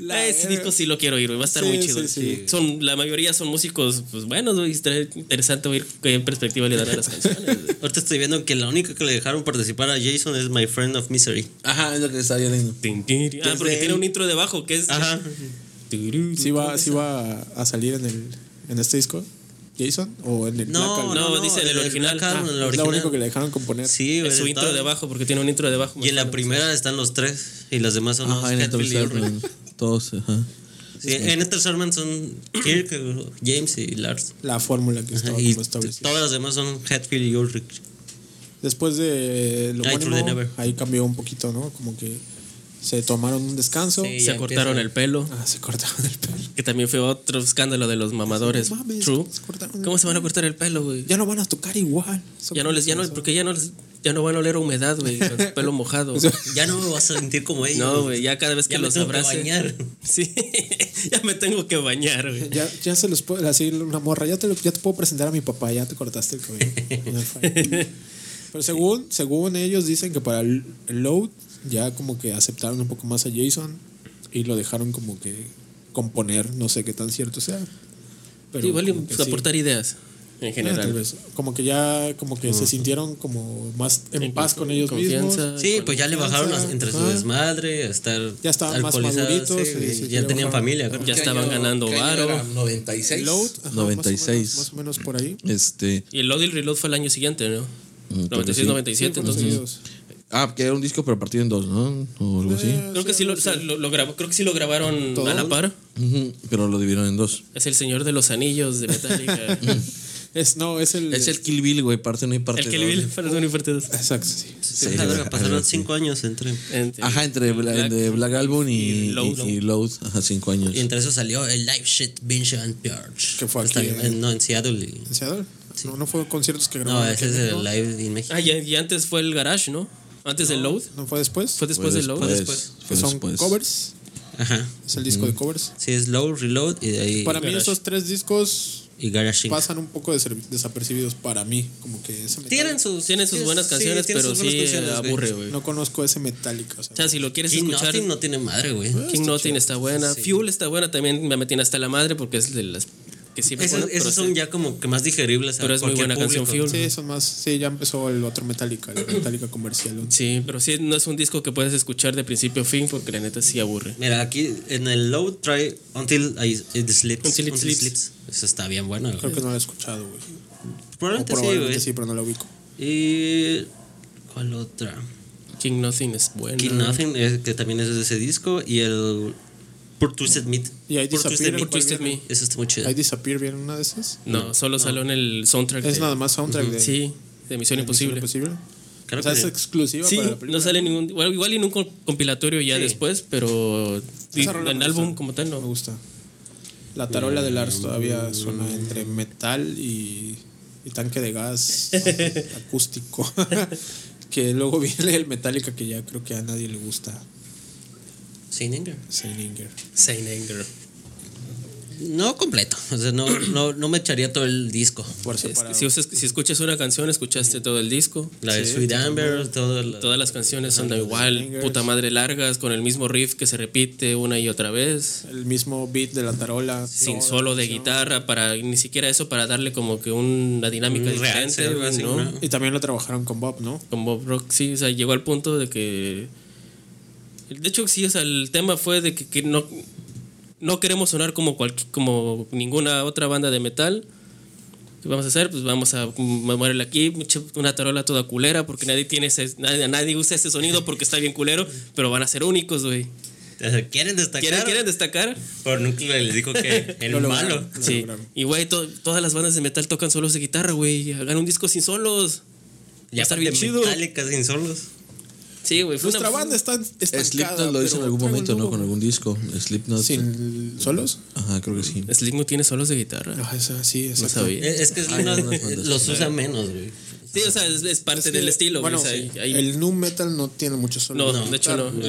Ah, ese disco sí lo quiero oír, güey, va a estar Sí, muy chido. sí, sí. Son, la mayoría son músicos, pues buenos, güey, está interesante oír qué perspectiva le dan a las canciones. Ah, güey. Ahorita estoy viendo que la única que le dejaron participar a Jason es My Friend of Misery. Ajá, es lo que estaba yo leyendo. Tin, tin, tin. ah, porque tiene un intro debajo que es. Ajá. Turú, Sí va, sí va a salir en el en este disco. Jason o en el Black No, Album. No, dice en el original. Black Album, Ah, en el es lo original. único que le dejaron componer. Sí, Es güey, su intro estaba- debajo, porque tiene un intro debajo. Y en la primera están los tres y las demás son los Ajá, en el Hatfield y tercer- Urban. Todos, ajá. Sí, en Enter Sandman son Kirk, James y Lars. La fórmula que Ajá, estaba y como establecida. todas las demás son Hatfield y Ulrich. Después de lo Ay, True Never. ahí cambió un poquito, ¿no? Como que se tomaron un descanso. Sí. se ya cortaron empieza. el pelo, Ah, se cortaron el pelo. que también fue otro escándalo de los mamadores. No mames, True. se cortaron el ¿Cómo se van a pelo? cortar el pelo, güey? Ya no van a tocar igual. Eso Ya no les, ya no, eso. porque ya no, les- ya no van a oler a humedad, güey, con el pelo mojado. Ya no me vas a sentir como ellos. No, güey, ya cada vez que Ya me los tengo que abrace. bañar. Sí, ya me tengo que bañar, güey. Ya, ya se los puedo así una morra, ya te, lo- ya te puedo presentar a mi papá, ya te cortaste el cabello. No hay falla. Pero según, según ellos dicen que para el el load ya como que aceptaron un poco más a Jason y lo dejaron como que componer, no sé qué tan cierto sea. Pero Igual y como que sí. aportar ideas en Ah, tal general. vez. Como que ya como que se sintieron como más en paz con ellos Confianza. mismos. Sí, pues ya le bajaron las- entre su Ajá. desmadre, a estar Ya estaban más alcoholizados, maduritos, sí, sí, sí, ya ya tenían bajaron. familia. Ya estaban ganando varo. 96. Load, ajá, más o menos- 96. Más o, menos, por ahí. Este. Y el Load y el Reload fue el año siguiente, ¿no? Mm, creo que 96, sí. 97, Fueron entonces. seguidos. Ah, que era un disco pero partido en dos, ¿no? O algo así. Eh. Creo que sí lo, o sea, lo- lo grabó- creo que sí lo grabaron a la par. Ujú, Pero lo dividieron en dos. Es el señor de los anillos de Metallica. Mm, Es, no, es el... Es el Kill Bill, güey, parte no y parte el que dos. vive para Sony Partidos. Exacto, sí. Sí, la verga, pasaron cinco años entre. Ajá, entre Bla- Black- de Black Album y, y, Load. y Load, ajá, cinco años. Y entre eso salió el Live Shit Binge and Purge. Que fue Está aquí, bien, no, en Seattle. y- Seattle. No, no fue conciertos que grabó. no, ese es el Live en México. Ah, y, y antes fue el Garage, ¿no? Antes del Load. ¿No fue después? Fue después del Load. Fue después. Pues, fue que son después. covers. Ajá. Es el disco de covers. Sí, es Low, Reload y de ahí. Para mí Garage. esos tres discos y Garage Inc. pasan un poco deser- desapercibidos para mí. Como que ese Tienen Metallica, sus, Tiene sus buenas canciones, tiene pero sus buenas sí canciones, eh, güey. aburre, güey. no conozco ese Metallica. O sea, O sea, si lo quieres King escuchar, Nothing no tiene madre, güey. King Nothing está buena. Fuel está buena también, me metí hasta la madre porque es de las que siempre Esas, ponen, pero esas sí. son ya como que más digeribles. a Pero es muy cualquier buena canción público. Fuel. sí, son más. Sí, ya empezó el otro Metallica, el Metallica comercial. Sí, pero sí, no es un disco que puedes escuchar de principio a fin porque la neta sí aburre. Mira, aquí en el Low try Until I, It Sleeps. Until It Sleeps. Eso está bien bueno. güey. Creo que no lo he escuchado, güey. O Probablemente sí, probablemente güey. sí, pero no lo ubico. Y. ¿Cuál otra? King Nothing es bueno. King Nothing, eh, que también es de ese disco. Y el. Por Twisted Meat. Y ahí Por Twisted Disappear. Meat. ¿cuál Twisted viene? Me. Eso está muy chido. Ahí Disappear, ¿vieron una de esas? No, solo salió en el soundtrack. Es de- nada más soundtrack de. Sí, de Misión Imposible. Posible. Creo O sea, que es sí. exclusiva Sí, para la película. no sale ningún. Igual, igual en un co- compilatorio ya después, pero. di- rola En me álbum gusta. como tal, Me no. gusta. La tarola de Lars todavía suena entre metal y y tanque de gas acústico. que luego viene el Metallica que ya creo que a nadie le gusta. Saint Anger. Seininger. Saint Anger. No completo. O sea, no, no, no me echaría todo el disco. Por Este, separado. si, usas- si escuchas una canción, escuchaste todo el disco. La de Sweet Amber, todo la- Todas las canciones andan igual, Singers. puta madre largas, con el mismo riff que se repite una y otra vez, El mismo beat de la tarola. sin Todo. solo de guitarra, para ni siquiera eso, para darle como que una dinámica Un realce, diferente, algo así, Mm, ¿no? ¿no? Y también lo trabajaron con Bob, ¿no? Con Bob Rock, sí, o sea, llegó al punto de que... De hecho, sí, o sea, el tema fue de que, que no, no queremos sonar como, cualqui- como ninguna otra banda de metal. ¿Qué vamos a hacer? Pues vamos a memoria aquí, mucha- una tarola toda culera, porque nadie tiene ese, nadie, nadie usa ese sonido porque está bien culero, pero van a ser únicos, güey. ¿Quieren destacar? ¿Quieren, quieren destacar? Por núcleo les dijo que el Lo lograron. malo. Lo Sí. lograron. Y, güey, to- todas las bandas de metal tocan solos de guitarra, güey. Hagan un disco sin solos. estar Ya estar bien bien chido. Metallica sin solos. Sí, güey. fue Nuestra una- banda está estancada. Slipknot lo hizo en pero algún trae un momento, ¿no? nuevo- Con algún disco. Slipknot. ¿Sin solos? Ajá, creo que sí. Slipknot tiene solos de guitarra. Ah, esa, sí, no exacto. sabía. Es, es que Ay, Slipknot no, no, no, no, los usa menos, güey. Sí, o sea, es, es parte Es que, del estilo, güey. Bueno, o sea, ahí- ahí- el nu metal no tiene muchos no, solos. de hecho no. No.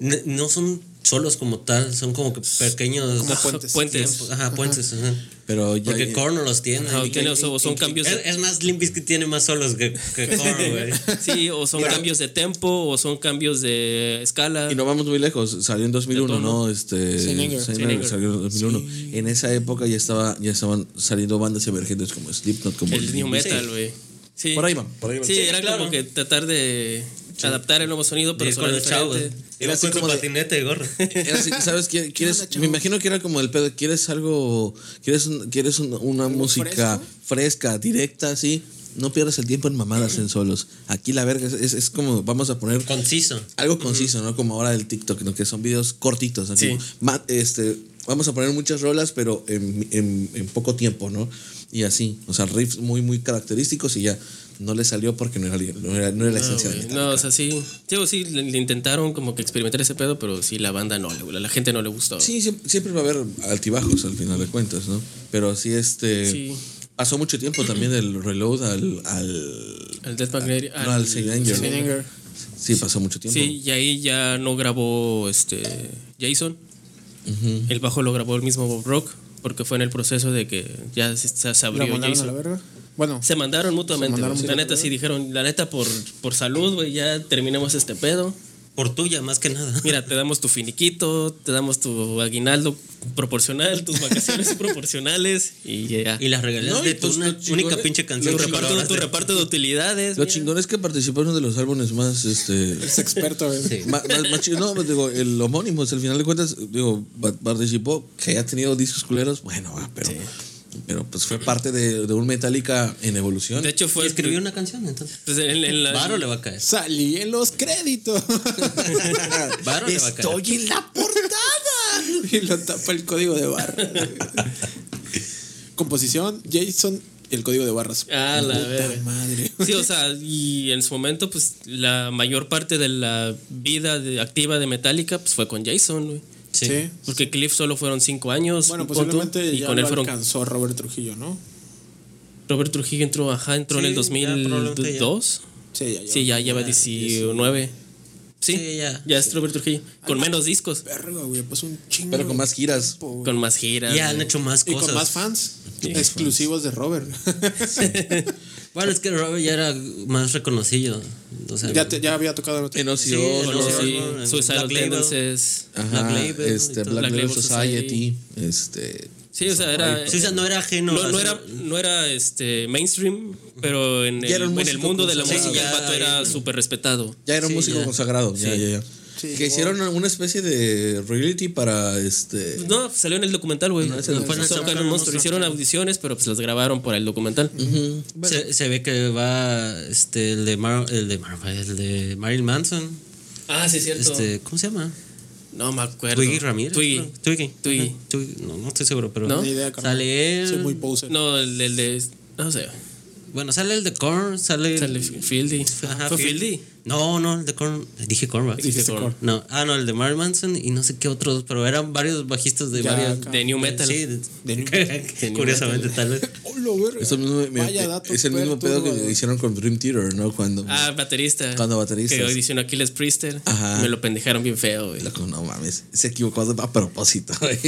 N- no son solos como tal, son como que pequeños Como ajá, puentes. tiempos. Ajá, puentes. ajá. Pero ya. Porque Korn no los tiene. Ajá, Y- tiene y- solos, son y- cambios Es, de- es más, Limbis que tiene más solos que, que Korn, güey. Sí, o son cambios de tempo, o son cambios de escala. Y no vamos muy lejos, salió en 2001, ¿no? Este, Saint Anger. Saint Anger Saint Anger. salió en 2001. En esa época ya estaba ya estaban saliendo bandas emergentes como Slipknot, como el new metal, Sí. güey. Sí. Por ahí van, por ahí van. Sí, Sí, era claro. como que tratar de adaptar el nuevo sonido, pero Pero con sonar los chavos. diferente. Iba así con su como de- patinete y gorra. Era así, ¿Sabes qué? ¿Quieres, me imagino que era como el pedo, quieres algo, quieres, un- quieres un- una música fresca, directa, así. No pierdas el tiempo en mamadas en solos. Aquí la verga es, es- es como, vamos a poner Conciso. algo conciso, ¿no? Como ahora del TikTok, ¿no? Que son videos cortitos. ¿no? Sí. Como, ma- este, vamos a poner muchas rolas, pero en, en- en poco tiempo, ¿no? Y así, o sea, riffs muy, muy característicos y ya no le salió porque no era, li- no era, no era la No, esencia de güey, Metallica. No, o sea, sí. Sí, o sí, le, le intentaron como que experimentar ese pedo, pero sí, la banda no, le- la gente no le gustó. Sí, siem- siempre va a haber altibajos al final de cuentas, ¿no? Pero sí, este. Sí. Pasó mucho tiempo también el reload al. al El Death Magnetic. no, al Saint Anger. Sí, pasó mucho tiempo. Sí, y ahí ya no grabó este Jason. Ujú. El bajo lo grabó el mismo Bob Rock, porque fue en el proceso de que ya se, se- se ¿Lo abrió mandaron a la Jason. verga? Bueno, Se mandaron mutuamente. Se mandaron güey. la mutuamente. neta sí dijeron, la neta por, por salud, güey, ya terminemos este pedo. Por tuya, más que nada. Mira, te damos tu finiquito, te damos tu aguinaldo proporcional, tus vacaciones proporcionales y ya. Y las regalías No, y de tu pues, una- lo chingón única es- pinche canción tu que reparto, tu grabaste. reparto de utilidades. Lo mira. chingón es que participó en uno de los álbumes más. Este, es experto. güey. Sí. ma- más- más chido. No, pues, digo, el homónimo, es, al final de cuentas, digo, pa- participó, que haya tenido discos culeros, bueno, va, pero. Pero pues fue parte de, de un Metallica en evolución. De hecho, Y fue. escribí una canción, entonces. pues, en- en la- Varo le va a caer. Salí en los créditos. Varo le va a caer. Estoy en la portada. y lo tapa el código de barras. Composición, Jason, el código de barras. Ah, la Puta verga. madre. Sí, o sea, y en su momento, pues la mayor parte de la vida de- activa de Metallica pues, fue con Jason, güey. Sí. Sí. Porque Cliff solo fueron cinco años. Bueno, pon tú, posiblemente Y ya con él lo fueron. alcanzó Robert Trujillo, ¿no? Robert Trujillo entró, ajá, entró en el Sí, ya, probablemente ya. 2002. Sí, ya. Sí, ya lleva 19. Sí, Sí, ya. Ya es Robert Trujillo. Con menos discos, Verga, güey, pues un chingo. Pero con más giras. con más giras. Ya han güey. hecho más y cosas. con más fans Sí. exclusivos de Robert. Bueno, es que Robert ya era más reconocido. O sea, ya, te- ya había tocado en otro. En Sí, Ocioso. Con los- sí, no, no, Suicidal Black Label. Tendencies. Ajá, Black Label, este, y todo. Black Black Label Label Society, este, Sí, o sea, era. Sí, o sea, no era ajeno. No, a no ser- era, no era este, mainstream, pero en el, Ya era un en el músico mundo de la consagrado. música el pues, Sí, ya vato era súper respetado. ya era un Sí, músico ya. consagrado, ya, Sí. ya, ya. que hicieron una especie de reality para este Mm, No, salió en el documental, güey. No, ese no Fue en fue. Sound Cannon Monster. Hicieron audiciones, pero pues las grabaron para el documental. se, se ve que va este, el, de Mar- el, de Mar- el de Marilyn Manson. Ah, sí, cierto. Este, ¿Cómo se llama? no me acuerdo. Twiggy Ramírez. Twiggy. creo. Twiggy. Twiggy. Ajá, Twiggy. No, no estoy seguro, pero. ¿No? Ni idea, carnal. Sale él. Soy muy poser. No, el, el de. No sé. Bueno, sale el de Korn, sale. Sale Fieldy. Ajá, ¿Fue Field- Fieldy? No, no, el de Korn. Dije Korn, ¿verdad? Dijiste Dijiste Korn. Korn. No, ah, no, el de Mark Manson y no sé qué otros, pero eran varios bajistas de Ya, varias. acá. De New Metal. Sí, de- De new curiosamente, tal vez. Hola, verga. Eso mismo me- Vaya dato es el mismo pedo que perturbador. hicieron con Dream Theater, ¿no? Cuando. Ah, baterista. Cuando bateristas. Que audicionó Aquiles Priester. Ajá. Me lo pendejaron bien feo, güey. Loco, no mames, se equivocó a propósito. güey.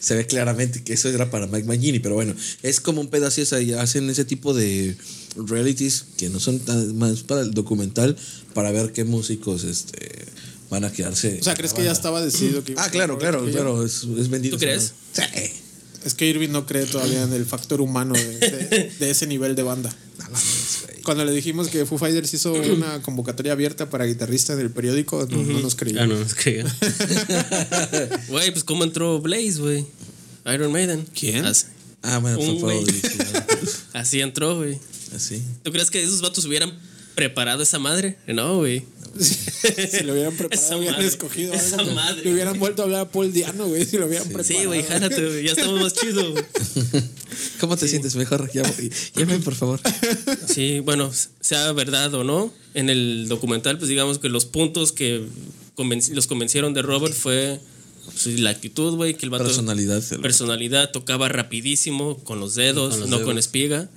se ve claramente que eso era para Mike Magnini, pero bueno, es como un pedacito. o sea, ya hacen ese tipo de realities que no son tan más para el documental, para ver qué músicos este, van a quedarse. O sea, ¿crees que ya estaba decidido que Ah, claro, claro, claro, es, es vendido. ¿Tú crees? Sí. Es que Irving no cree todavía en el factor humano de, de- de ese nivel de banda. No mames, güey. Cuando le dijimos que Foo Fighters hizo una convocatoria abierta para guitarristas del periódico, no, no nos creyó. Ah, no, es que. Güey, pues cómo entró Blaze, güey. Iron Maiden. ¿Quién? Así, Ah, bueno, fue Un por güey. audición, así entró, güey. Así. ¿Tú crees que esos vatos hubieran preparado esa madre? No, güey. si lo hubieran Esa preparado, hubieran madre. escogido Esa algo. madre. Le hubieran vuelto a hablar a Paul Diano, güey, si lo hubieran preparado. Sí, güey, jálate, güey. Ya estamos más chido. güey. ¿Cómo te sientes mejor? Ya, ya ven, por favor. Sí, bueno, sea verdad o no, en el documental, pues digamos que los puntos que convenci- los convencieron de Robert fue pues, la actitud, güey, que el vato. Personalidad. personalidad, tocaba rapidísimo, con los dedos, Con los no dedos. con espiga.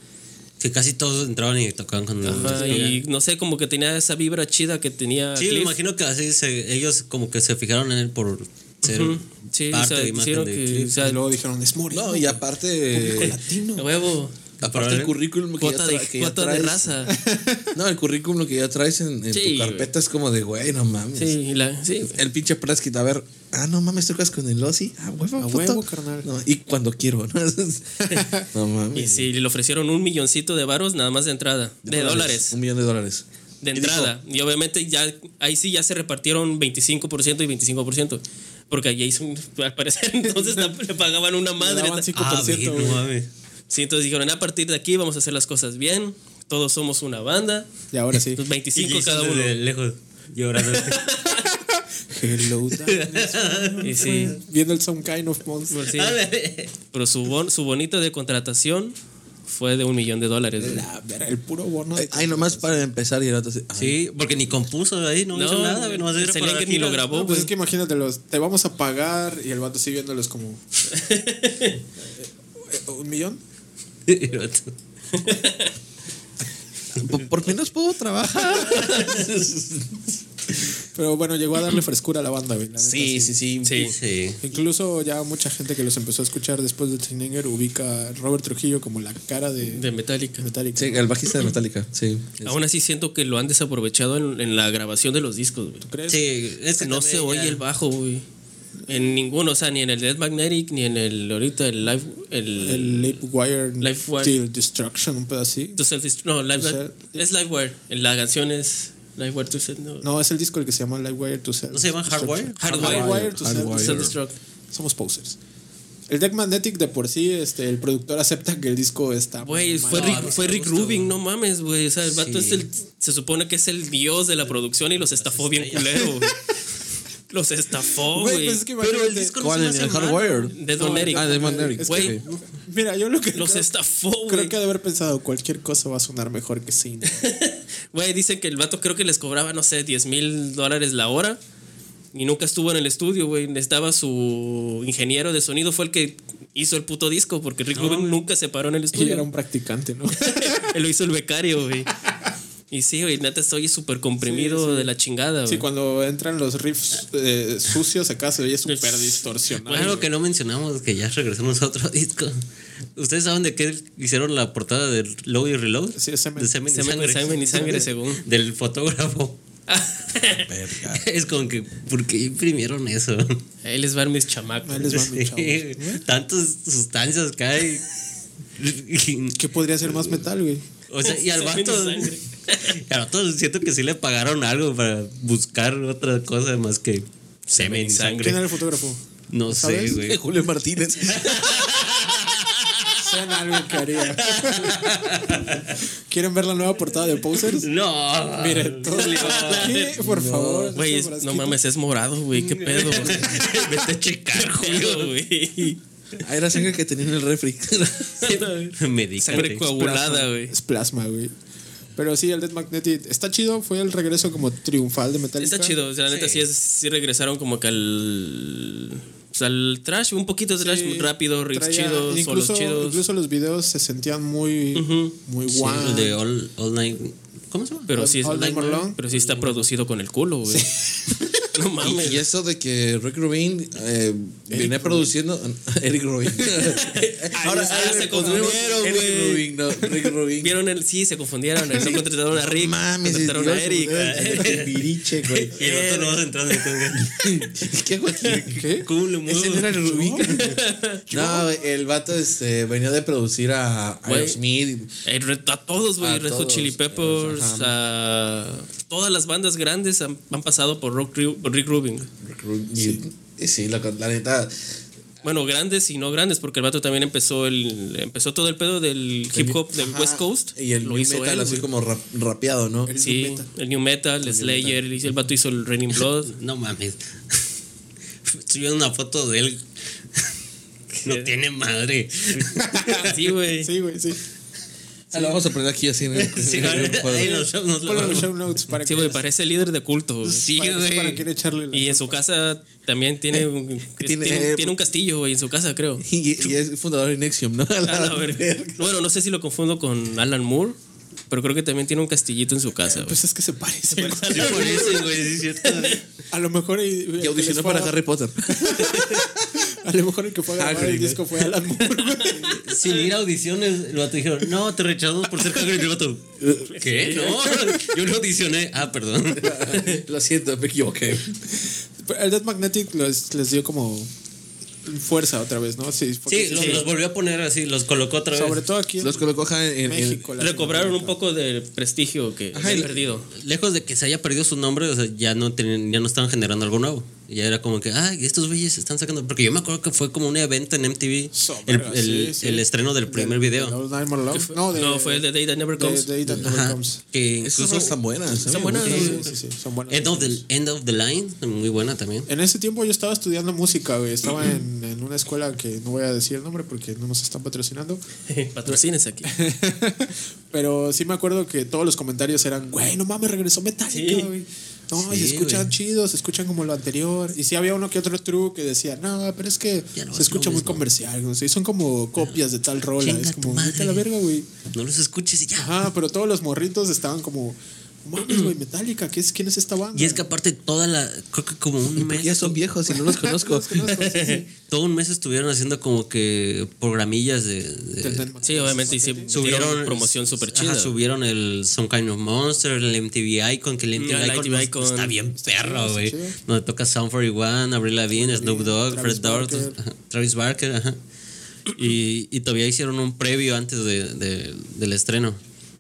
Que casi todos entraban y tocaban con. Ajá, y no sé, como que tenía esa vibra chida que tenía. Sí, me Cliff. imagino que así se- ellos como que se fijaron en él por ser Ujú. Sí, o parte sea, de imagen hicieron de que- Cliff. o sea, Y luego dijeron, es moreno. No, y aparte. A huevo. Aparte el currículum que ya, Cuota de, tra- que ya cuota de traes. raza. No, el currículum que ya traes en, en Sí, tu güey. carpeta es como de, güey, no mames. Sí, y la, sí. güey. El pinche Praskit, a ver, ah, no mames, tocas con el Ozzy. Ah, huevo, A puto. huevo, carnal. No, y cuando quiero, ¿no? no Y mames. sí, le ofrecieron un milloncito de varos nada más de entrada. De dólares. Un millón de dólares. De Y dijo, entrada. Y obviamente ya ahí sí ya se repartieron 25% y 25%. Porque a Jason, al parecer, entonces le pagaban una madre. daban cinco Ah, por cierto, bien, güey. no mames. Sí, entonces dijeron, a partir de aquí vamos a hacer las cosas bien. Todos somos una banda. Y ahora sí. Entonces, Y 25 Jason cada uno. desde lejos llorando. Hello, darkness. Y sí. Viendo el Some Kind of Monster. pues sí. Pero su, bon- su bonito de contratación fue de un millón de dólares. güey. La verga, el puro bono. de- Ay, nomás para empezar y el otro así, ah, sí, porque ni compuso ahí, no, No, hizo nada, güey. nomás era sería para que dar ni lo giras. grabó, No, pues güey. es que imagínate, los, te vamos a pagar y el vato sigue viéndolos como. "Eh, ¿Un millón? ¿por, por menos puedo trabajar? Pero bueno, llegó a darle frescura a la banda, güey. la neta, sí, sí, sí. Sí. Sí. Incluso ya mucha gente que los empezó a escuchar después de Trininger ubica a Robert Trujillo como la cara de, De Metallica. Metallica. Sí, el bajista de Metallica, sí. Es- Aún así siento que lo han desaprovechado en, en la grabación de los discos, güey. ¿Crees? Sí, es que No también se oye Este ya- el bajo, güey. En ninguno, o sea, ni en el Dead Magnetic, ni en el ahorita el Live el, El Lipwire Lifewire. Till Destruction, un pedacito. To Self Dest- no, Live- To Self- es Livewire. La canción es Livewire to Self no, No, es el disco el que se llama Livewire to Self. ¿No se llama Hardwire? Hardwire. to Self- To Self Destruct. Somos posers. El Deck Magnetic de por sí, este, el productor acepta que el disco está. Güey, mal. fue No, a Rick, ver, fue me Rick gusta, Rubin, no mames, güey. O sea, el vato Sí. es el, se supone que es el dios de la producción y los estafó bien culero, güey. Los estafó, Güey, güey. pues es que imagínate- ¿Cuál en el Hardwire? Dead Magnetic. Ah, de Magnetic. Es Güey, ok. Mira, yo lo que. los creo, estafó, creo güey. que de haber pensado, cualquier cosa va a sonar mejor que sin. Güey, dicen que el vato creo que les cobraba, no sé, 10 mil dólares la hora. Y nunca estuvo en el estudio, güey. Estaba su ingeniero de sonido, fue el que hizo el puto disco, porque Rick Rubin nunca se paró en el Y estudio. era un practicante, ¿no? Él lo hizo el becario, güey. Y sí, güey, neta, estoy súper comprimido de la chingada, Sí, güey. cuando entran los riffs eh, sucios acá se oye súper distorsionado. Algo que no mencionamos, que ya regresamos a otro disco. ¿Ustedes saben de qué hicieron la portada del Low y Reload? Sí, de Semen. De semen, y Semen, sangre. Semen y Sangre, según. Del fotógrafo. Verga. es como que, ¿por qué imprimieron eso? Ahí les van mis chamacos. Ahí les van, mis chavos. Sí, Tantas sustancias que hay. Y- ¿Qué podría ser más metal, güey? o sea, y al Semen y vato. sangre. Y al vato siento que sí le pagaron algo para buscar otra cosa más que semen y ¿Quién era sangre. el fotógrafo? No sé, sabes? güey. Julio Martínez. Sean algo que haría. ¿Quieren ver la nueva portada de Posers? No. Miren, todos ¿Qué? Por favor. Güey, este es- no frasquito. mames, es morado, güey. ¿Qué pedo? Vete a checar, Julio, Julio. güey. Ah, era sangre que tenía en el refri. Medícate. Sangre coagulada, güey. Es plasma, güey. Pero sí, el Dead Magnetic está chido. Fue el regreso como triunfal de Metallica. Está chido, o sea, la neta sí, es, sí regresaron como que al. O sea, al trash, un poquito de trash Sí, rápido, riffs traía- chidos, incluso, solos chidos. incluso los videos se sentían muy, muy Sí, guau. el de All, All Night. ¿Cómo se llama? pero sí, es- All Night Long. pero sí está producido con el culo, güey. no mames. Y, y eso de que Rick Rubin eh, venía produciendo. Eric Rubin. ahora se confundieron, confundieron, Eric güey. Rubin, no, Rick Rubin. Vieron el sí, se confundieron. No contrataron a Rick, contrataron a Eric. Eric. güey. Y el otro no va a entrar en el ¿Qué, güey? ¿Qué? ¿Cómo le muevo? ¿Ese no era el Rubin? No, el vato este, venía de producir a Güey. Aerosmith. Eh, re- A todos, güey. A Red Hot todos, Chili Peppers. a- todas las bandas grandes han, han pasado por Rock Ru- por Rick Rubin. Y- y Sí, la, la neta. Bueno, grandes y no grandes, porque el vato también empezó el empezó todo el pedo del hip hop del Ajá. West Coast. Y el Lo new hizo metal él, así güey. como rap- rapeado, ¿no? Sí, el New Metal, el Slayer. y El vato hizo el Raining Blood. No mames. Subieron una foto de él. que No tiene madre. Sí, güey. Sí, güey, sí. Ah, lo vamos a poner aquí así en el- Sí, en el cuadro. ahí los shows nos lo- Ponlo en los show notes para Sí, que güey, parece líder de culto. güey. Sí, para, güey. para que le echarle la- Y en su casa también tiene un, tiene- tiene, un- tiene un castillo, güey, en su casa, creo. Y, y es fundador de Nexium, ¿no? A la verga. Bueno, no sé si lo confundo con Alan Moore, pero creo que también tiene un castillito en su casa. güey. Pues es que se parece. güey. Sí, por eso, güey, sí, es cierto. A lo mejor. Y, Y audicionó para Harry Potter. A lo mejor el que fue a grabar Hagrid, el disco fue Alan Moore. güey. Sin ir a audiciones, el vato dijeron, no, te rechazamos por ser Hagrid. Y el vato, ¿qué? No, yo no audicioné. Ah, perdón. lo siento, me equivoqué. Pero el Dead Magnetic les, les dio como fuerza otra vez, ¿no? Sí, porque Sí, los, los volvió a poner así, los colocó otra vez. sobre todo aquí en Los colocó ajá, en, en- México. Recobraron un poco de prestigio que Ajá, habían y- perdido. Lejos de que se haya perdido su nombre, o sea, ya no, tenían- ya no estaban generando algo nuevo. Ya era como que, ay, estos güeyes están sacando. Porque yo me acuerdo que fue como un evento en MTV. el, Sobre- el- sí, sí. el estreno del primer De- de video. All Night More Love. No, de, no, fue el de Day That Never de- Comes. de It That Never Ajá, Comes. que en- incluso ¿eh? Esas cosas están buenas. ¿sabes? buenas. Sí, sí, sí, son buenas. End of, the, End of the Line, muy buena también. En ese tiempo yo estaba estudiando música, güey. Estaba en, en una escuela que no voy a decir el nombre porque no nos están patrocinando. Patrocines aquí. Pero sí me acuerdo que todos los comentarios eran, güey, no mames, regresó Metallica, güey. No, y Sí, se escuchan güey. chidos, se escuchan como lo anterior. Y sí había uno que otro truco que decía, no, pero es que Ya no se es escucha lo muy mismo". comercial, no sé, son como copias de tal rola. Chinga es tu como, madre. vete a la verga, güey. No los escuches y ya. Ajá, pero todos los morritos estaban como, mames, güey, Metallica, ¿qué es, ¿quién es esta banda? Y es que aparte toda la, creo que como un mes, Ya son viejos y no los Ah, conozco. todo un mes estuvieron haciendo como que programillas de... de- Sí, obviamente hicieron subieron promoción súper ajá, chida. subieron el Some Kind of Monster, el MTV Icon, que el Mm, MTV el Icon, MTV no- Icon. está bien perro, güey. chido. Donde toca Sound 41, Avril Lavigne, Snoop Dogg, Travis Fred Durst, Barker. ajá, Travis Barker, ajá. Y, y todavía hicieron un previo antes de- de- del estreno.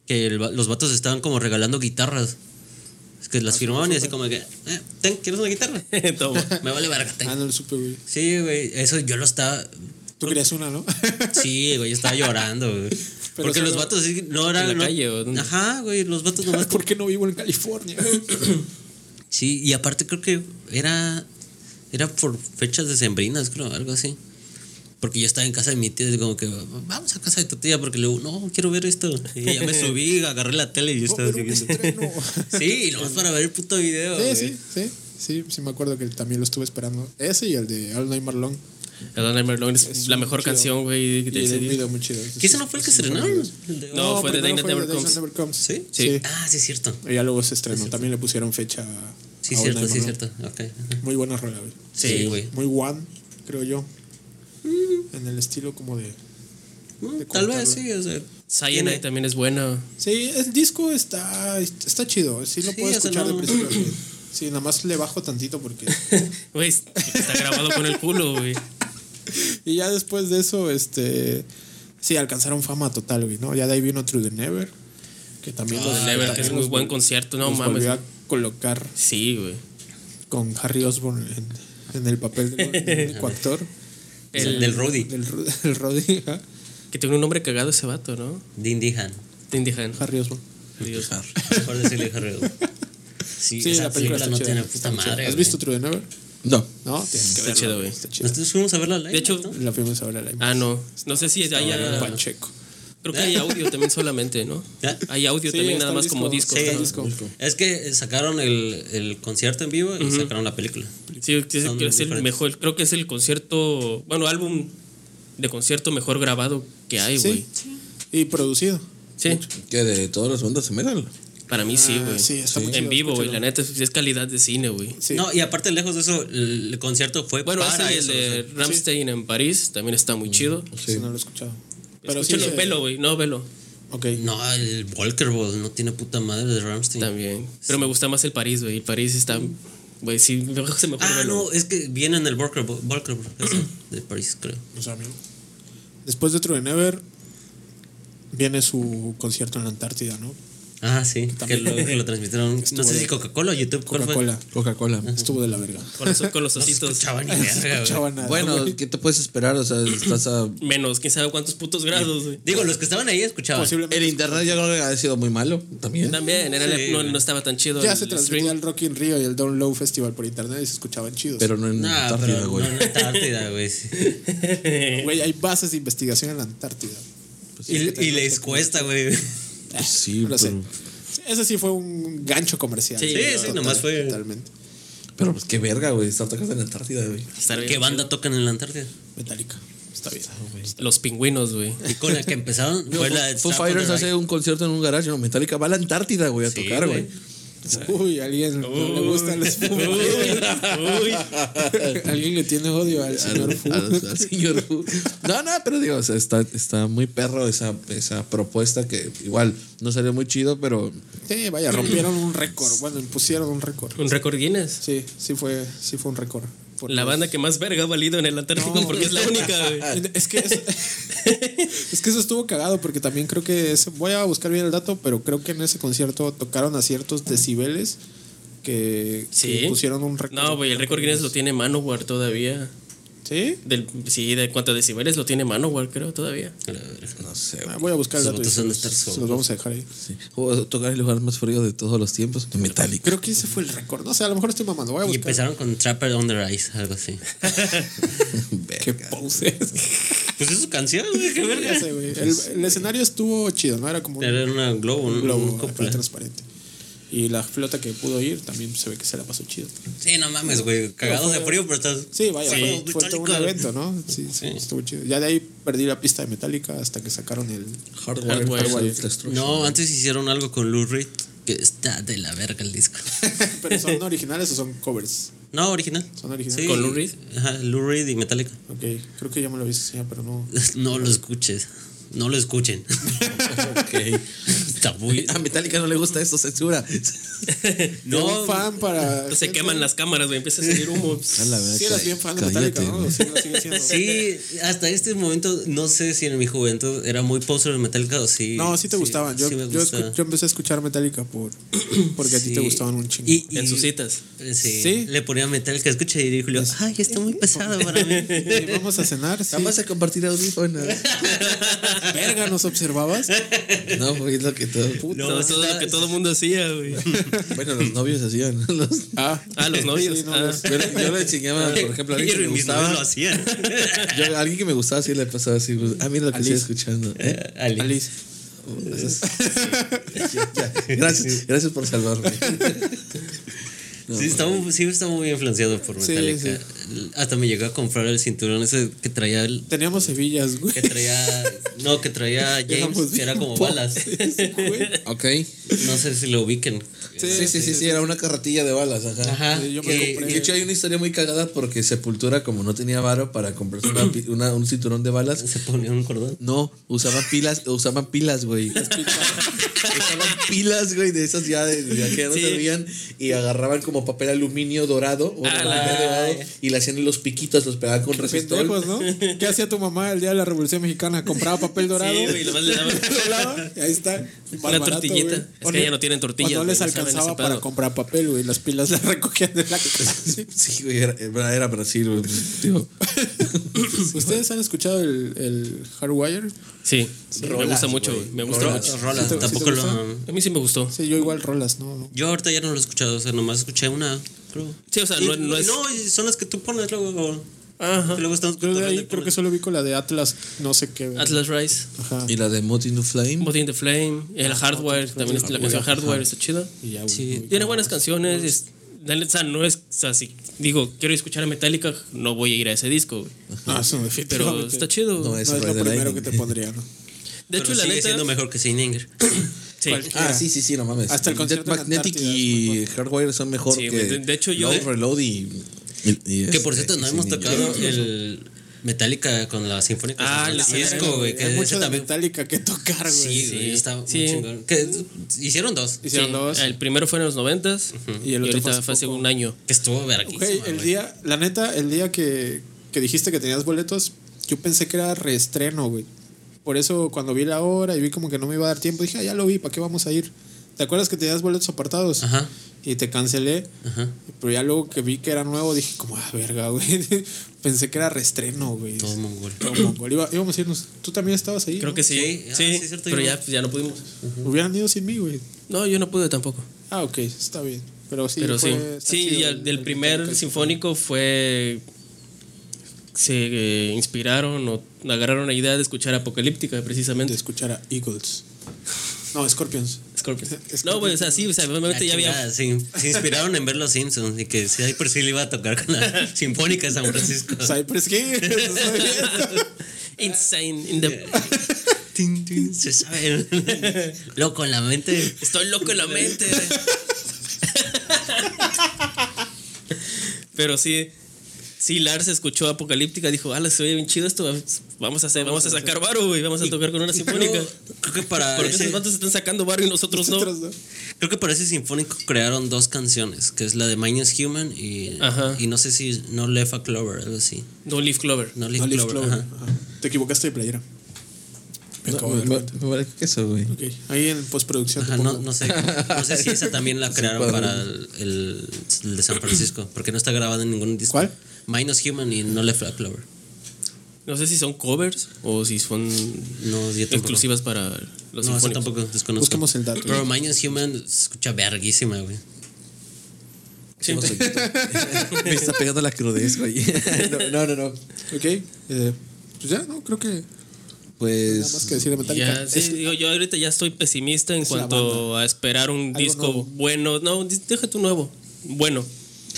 Que el va- los vatos estaban como regalando guitarras. Es que las firmaban y así como que, eh, ten, ¿quieres una guitarra? Ah, Toma. Me vale verga, ten. Ah, no lo supe, güey. Sí, güey, eso yo lo estaba. Tú querías una, ¿no? Sí, güey, yo estaba llorando, güey. Pero Porque solo- los vatos sí no eran. la no- calle, ¿o dónde? Ajá, güey, los vatos nomás. ¿Por qué no vivo en California? Sí, y aparte creo que era. Era por fechas decembrinas, creo, algo así. Porque yo estaba en casa de mi tía, y como que, vamos a casa de tu tía, porque le digo, no, quiero ver esto. Y ya me subí, agarré la tele y yo estaba pero un siguiendo. estreno. Sí, nomás para ver el puto video. Sí, güey. sí, sí. Sí, sí me acuerdo que también lo estuve esperando. Ese y el de All Night Marlon. El Don't Remember Long es, la mejor canción, güey. Y del el CD. video muy chido. ¿Que ese no fue el que estrenaron? El de- No, fue de Day primero That Never The Comes. Never Comes. ¿Sí? Sí. Ah, sí, es cierto. Y ya luego se estrenó. También le pusieron fecha. Sí, a es All cierto, Night sí, es Marlon. cierto. Ok. ajá. Muy buena rola, güey. Sí, güey. Muy one, creo yo. En el estilo como de. Mm, Tal vez contarlo. sí, o sea. Cyanide tiene- también es buena. Sí, el disco está, está chido. Sí, lo Sí, puedo o sea, escuchar de no- principio a fin. Sí, nada más le bajo tantito porque. Güey, está grabado con el culo, güey. Y ya después de eso, este. Sí, alcanzaron fama total, güey, ¿no? Ya de ahí vino True the Never. Que también Lo de Ah, Never, que es muy buen concierto, no los mames. volvió a colocar Sí, güey. con Harry Osborn en, en el papel del del único actor. El del Rudy. Del, Ru- del Roddy, ajá. Que tiene un nombre cagado ese vato, ¿no? Dindy Han. Lindy Han. Harry Osborn. Dios. Mejor decirle Harry. Sí, Sí, esa la película está no chida. tiene puta Está chida. madre. ¿Has güey. visto True the Never? No. No, tienes que Está verla, chido, güey, güey. Está chido. Nosotros fuimos a verla live. De hecho, La fuimos ahora la Ah, no. No sé si haya. Pacheco. Creo que hay audio también solamente, ¿no? ¿Ya? Hay audio Sí, también está nada el más como disco, discos. está ¿no? el disco. Es que sacaron el, el concierto en vivo y sacaron la película. Sí, que es, Son que es el diferentes. mejor, creo que es el concierto, bueno, álbum de concierto mejor grabado que hay, güey. Sí. Y producido. Sí. Que de todas las bandas de metal. para mí sí, güey. Ah, sí, está muy chido, en vivo, güey, escúchalo. la neta es, es calidad de cine, güey. Sí. No, y aparte, lejos de eso, el, concierto fue Bueno, para ese y el eso. de o sea. Mm, Ramstein en París también está muy chido. Ese no lo he escuchado. Pero sí. eh, Escúchalo, se- velo, güey, no velo. Ok. No, el Volkerball no tiene puta madre de Ramstein. También. Pero me gusta más el París, güey. El París está, güey, sí, me- se me ocurre Mm. Ah, velo. no, es que viene en el Volkerball, Volkerball ese, de París, creo. Pues, amigo. Después de True Never viene su concierto en la Antártida, ¿no? Ah, sí, que lo, que lo transmitieron. no sé si Coca-Cola o YouTube. ¿cuál fue? Coca-Cola. Coca-Cola. Estuvo de la verga. Con los, con los No se ositos. escuchaba ni verga, güey. Chava nada, Bueno, güey. ¿qué te puedes esperar? O sea, estás a... Menos, quién sabe cuántos putos grados, güey. Digo, los que estaban ahí escuchaban. posiblemente. El internet yo creo que ha sido muy malo también. También, era la- Sí, no, güey. no estaba tan chido. Ya el se stream. transmitía el Rock in Rio y el Down Low Festival por internet y se escuchaban chidos. Pero no en No, Antártida, pero güey. no en Antártida, güey. sí. Pues Güey, hay bases de investigación en la Antártida. Y, y les cuesta, güey. Pues Sí, Lo sé. pero, Ese sí fue un gancho comercial. Sí, sí, nomás fue- Totalmente. pero pues qué verga, güey. Estar tocando en Antártida, güey. Estar bien ¿Qué chido. banda tocan en la Antártida? Metallica. Está bien. Ah, Los pingüinos, güey. Y con la que empezaron fue la de Foo Stop Fighters the Ride. hace un concierto en un garage, no, Metallica va a la Antártida, güey, a Sí, tocar, güey. güey. Uy, alguien no le gusta el Alguien le tiene odio al señor Fu. Al, al señor Fu. No, no, pero digo, o sea, está, está muy perro esa, esa propuesta que igual no salió muy chido, pero Sí, vaya, rompieron un récord. Bueno, impusieron un récord. Un récord Guinness. Sí, sí fue, sí fue un récord. Por- La banda que más verga ha valido en el Antártico porque es la única, güey. Es que eso, es que eso estuvo cagado porque también creo que ese- voy a buscar bien el dato, pero creo que en ese concierto tocaron a ciertos decibeles que, Sí. que pusieron un récord. No, güey, el récord Guinness lo tiene Manowar todavía. Sí. Del, sí, de cuánto decibeles lo tiene Manowar, creo, todavía. A la verga. no sé, Ah, güey. Voy a buscar el Esos dato. y vatos se han de los, estar se los solos. vamos a dejar ahí. Sí. O tocar en el lugar más frío de todos los tiempos, Metallica. Creo que ese fue el récord. No sé, a lo mejor estoy mamando. Voy a Y buscar. empezaron con Trapper on the Rise, algo así. Qué poses. Pues es su canción, güey, qué verga. Ya sé, güey. El, el escenario estuvo chido, ¿no? Era como un, Era una globo, un un globo un copla. era transparente. Y la flota que pudo ir también se ve que se la pasó chido. Sí, no mames, güey. Cagados de frío, pero estás. Sí, vaya, Sí. fue, fue todo un Metallica. evento, ¿no? Sí, sí, estuvo chido. Ya de ahí perdí la pista de Metallica hasta que sacaron el Hardware, Hardware, Hardware. No, antes hicieron algo con Lou Reed que está de la verga el disco. ¿Pero son originales o son covers? No, original. Son originales. ¿Con Lou Reed? Ajá, Lou Reed y Metallica. Ok, creo que ya me lo habías enseñado, pero no. No lo escuches. No lo escuchen. Ok. Está muy. A Metallica no le gusta esto, censura. No, un fan para. Se gente- queman las cámaras, güey, empieza a salir humo. A la verdad, Sí, eras bien fan de Metallica, ¿no? O sí, lo sigues siendo. Sí, hasta este momento, no sé si en mi juventud era muy poser de Metallica o sí. No, sí te gustaban. Yo, sí me yo, escu- gustaba. yo empecé a escuchar Metallica por, porque a ti Sí. te gustaban un chingo. Y- y- En sus citas. Sí, Sí. le ponía Metallica, escucha y Julio, ay, está muy pesado para mí. Y vamos a cenar. sí. Vamos a compartir audífonos. Verga, ¿nos observabas? No, güey, es lo que todo. No, Todo, todo lo que todo mundo hacía, güey. Bueno, los novios hacían. Los- Ah, Ah, los novios. Sí, no, ah. los- Yo, le- yo le enseñaba, por ejemplo, a alguien que me mis novios lo gustaba. hacían. Yo, a alguien que me gustaba, sí le pasaba así. pues, Ah, mira lo que estoy escuchando. ¿eh? Oh, Alice. Ya, gracias, gracias por salvarme. sí, está muy, sí, está muy influenciado por Sí, Metallica. Hasta me llegó a comprar el cinturón ese que traía el- Teníamos Sevillas, güey. que traía no que traía James Éramos que era bien como balas Güey. Ok. no sé si lo ubiquen Sí, sí, sí, sí, era una carretilla de balas. Ajá. ajá Sí, yo me que- compré. De hecho, hay una historia muy cagada porque Sepultura, como no tenía varo para comprarse una pi- una- un cinturón de balas, se ponía un cordón no, usaban pilas, usaban pilas, güey. usaban pilas, güey, de esas ya, de, ya que ya no Sí. servían y agarraban como papel aluminio dorado o papel dorado y le hacían los piquitos, los pegaban con resistol. Pendejos, Pues ¿no? ¿Qué hacía tu mamá el día de la Revolución Mexicana? Compraba papel dorado. Sí, güey, nomás le daban- doblaba, y ahí está. Más Una tortillita. güey. Es O que ya no tienen tortillas, o No güey, les no saben alcanzaba ese para pedo. comprar papel, güey. Las pilas las recogían de la casa. Sí, güey, era, era- era Brasil, güey. pues, digo, ¿Ustedes han escuchado el, el Hardwire? Sí, me gusta mucho, güey. Me gusta mucho. Rolas, rolas, ¿Sí te- tampoco sí te lo A mí sí me gustó. Sí, yo igual rolas, ¿no? no. yo ahorita ya no lo he escuchado o sea nomás escuché una creo Sí, o sea, Y- no, no es. no, y son las que tú pones luego Ajá. Que luego estamos Yo de ahí cotorreando creo como que solo vi con la de Atlas, no sé qué. Atlas Rise, Ajá. Y la de Mot in the Flame. Body in the Flame, el Hardware, también está la canción Hardware está chida. Y ya, Sí. güey. Tiene buenas canciones. es- la neta no es. O sea, si digo, quiero escuchar a Metallica, no voy a ir a ese disco, güey. Ah, eso Pero definitivamente. está chido. No es No es Rider lo primero Lightning. que te pondrían. de hecho, pero la sigue neta. siendo mejor que Saint Anger. sí. Ah, sí, sí, sí, no mames. Hasta el concierto Death en Magnetic Antártida es y Hardwire son mejor Sí, que. de- de hecho, yo- Load, Reload y. este, Que por cierto, no hemos tocado el Metallica con la Sinfónica. Ah, San la Francisco, güey. Que Hay ese mucho de también. Metallica que tocar, güey. Sí, güey. Está muy Sí. chingón. Que hicieron dos. Y Hicieron Sí, dos. El primero fue en los 90s Y y, el otro fue ahorita hace fue hace poco. un año. Que estuvo verguísima. Güey, el güey. día, la neta, el día que, que dijiste que tenías boletos, yo pensé que era reestreno, güey. Por eso cuando vi la hora y vi como que no me iba a dar tiempo, dije, ah, ya lo vi, ¿para qué vamos a ir? ¿Te acuerdas que tenías boletos apartados? Ajá. Y te cancelé. Ajá. Pero ya luego que vi que era nuevo, dije, como, ah, verga, güey. pensé que era reestreno, güey. Todo mongol. Todo mongol. Iba- íbamos a irnos. Tú también estabas ahí. Creo ¿no? que sí. Sí, Sí, ah, sí, es cierto, pero yo no- ya, ya no pudimos. Hubieran ido sin mí, güey. No, yo no pude tampoco. Ah, ok, está bien. Pero sí, pero sí. fue- está Sí, chido y el- el, el del primer Metallica. sinfónico fue. Se eh, inspiraron o agarraron la idea de escuchar Apocalíptica, De precisamente. escuchar a Eagles. No, Scorpions. Scorpion. Scorpion. No, güey, o sea, sí, o sea, La obviamente Este, ya había. Ah, chingada, sí, se inspiraron en ver los Simpsons y que si hay por sí le iba a tocar con la Sinfónica de San Francisco. Cypress King. Insane in the- Tin, tin, se sabe. Loco en la mente. Estoy loco en la mente. Pero sí. Sí, Lars escuchó Apocalíptica, dijo, ala, se oye bien chido esto, vamos a hacer, vamos, a sacar varo, güey, vamos a tocar con una sinfónica. Pero Creo que para Porque ese, esos vatos están sacando varo y nosotros no. Otros dos. creo que para ese sinfónico crearon dos canciones, que es la de Minus Human y, Ajá. y no sé si No Left a Clover, algo así. No Leaf Clover. No No, Left Leaf Clover. Clover. ajá. Ajá. Te equivocaste de playera. Me acabo de dar cuenta. eso, güey? Ok, ahí en postproducción. Ajá, te no, pongo. no sé, no sé si esa también la crearon padre. para el, el- el de San Francisco, porque no está grabada en ningún disco. ¿Cuál? Minus Human y No Left a Clover. No sé si son covers o si son No, yo tampoco. exclusivas para los no, eso sinfónicos. tampoco desconozco. Busquemos el dato. Pero Minus Human se escucha verguísima, güey. Sí. Me está pegando la crudez, güey. No, no, no. no. Ok. eh, pues ya, no, creo que nada más Pues. que decir de Metallica. Ya, sí, Es- digo, yo ahorita ya estoy pesimista en es la cuanto a esperar un Algo disco nuevo. bueno. No, un dis- deja tu nuevo. Bueno,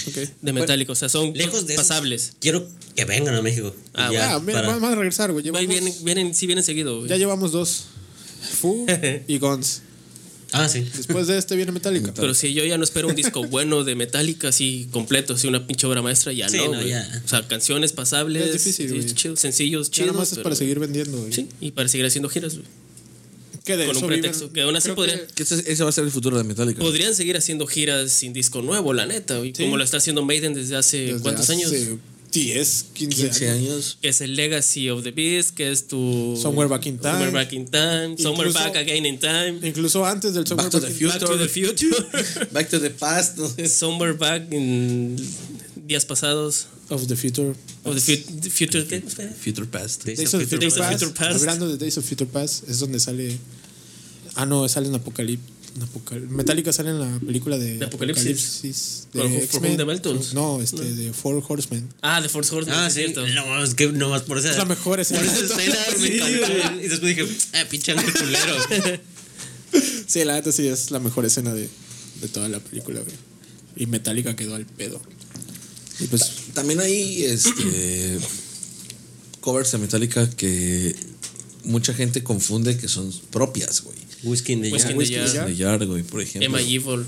ok. de Metallica. O sea, son Lejos de eso, pasables. Quiero que vengan a México. Ah, Ya, Ah, mira, para- vamos a regresar, güey. Ahí Llevamos- vienen, vienen, sí vienen seguido. güey. Ya llevamos dos. Fu y Guns. Ah, sí. Después de este viene Metallica. Pero si yo ya no espero un disco bueno de Metallica así completo, así una pinche obra maestra, ya Sí, no. no, güey. ya. O sea, canciones pasables, Es difícil, sí, güey. chidos, sencillos, Ya chidos. nada más es pero- para seguir vendiendo, güey. Sí, y para seguir haciendo giras. güey. Que de Con un eso viven- pretexto, que aún así creo podrían- que ese, ese va a ser el futuro de Metallica. Podrían seguir haciendo giras sin disco nuevo, la neta. güey, Sí. Como lo está haciendo Maiden desde hace desde eh, cuántos años. hace 10, 15, 15 años. años. que es el Legacy of the Beast, que es tu Somewhere Back in Time. Somewhere Back in Time, Somewhere Incluso- Back Again in Time, Incluso antes del Summer Back to the Break- Future. Back to the Future, Back to the Past. ¿no? Somewhere Back in días pasados of the Future. o the, Pues fut- the Future ¿qué? Future Past. Days of Future, Days of Past. Future Past. Hablando de Days of Future Past, es donde sale. Ah, no, sale en Apocalipsis. Metallica sale en la película de, De Apocalipsis. Apocalipsis, de For- for X-Men. whom the bell tolls. No, este, de Four Horsemen. Ah, The Force Horseman. Ah, es sí. cierto. No, es que nomás por esa. Es la mejor escena. Por esa escena me encantó. Y después dije, ah, pinche ángel culero. Sí, la neta sí es la mejor escena de, de toda la película, güey. Y Metallica quedó al pedo. Y pues, También hay este, covers de Metallica que mucha gente confunde que son propias, güey. Whisky in the Whisky Jar. in the Jar. Es de Yard, güey, por ejemplo. Emma Evil.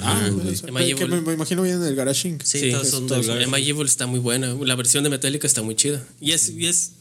ah, bueno, güey. o sea, Emma que me, Evil. me imagino bien en el Garashing. Sí, Sí, todos son dos. Emma Evil está muy buena. La versión de Metallica está muy chida. Y es, y es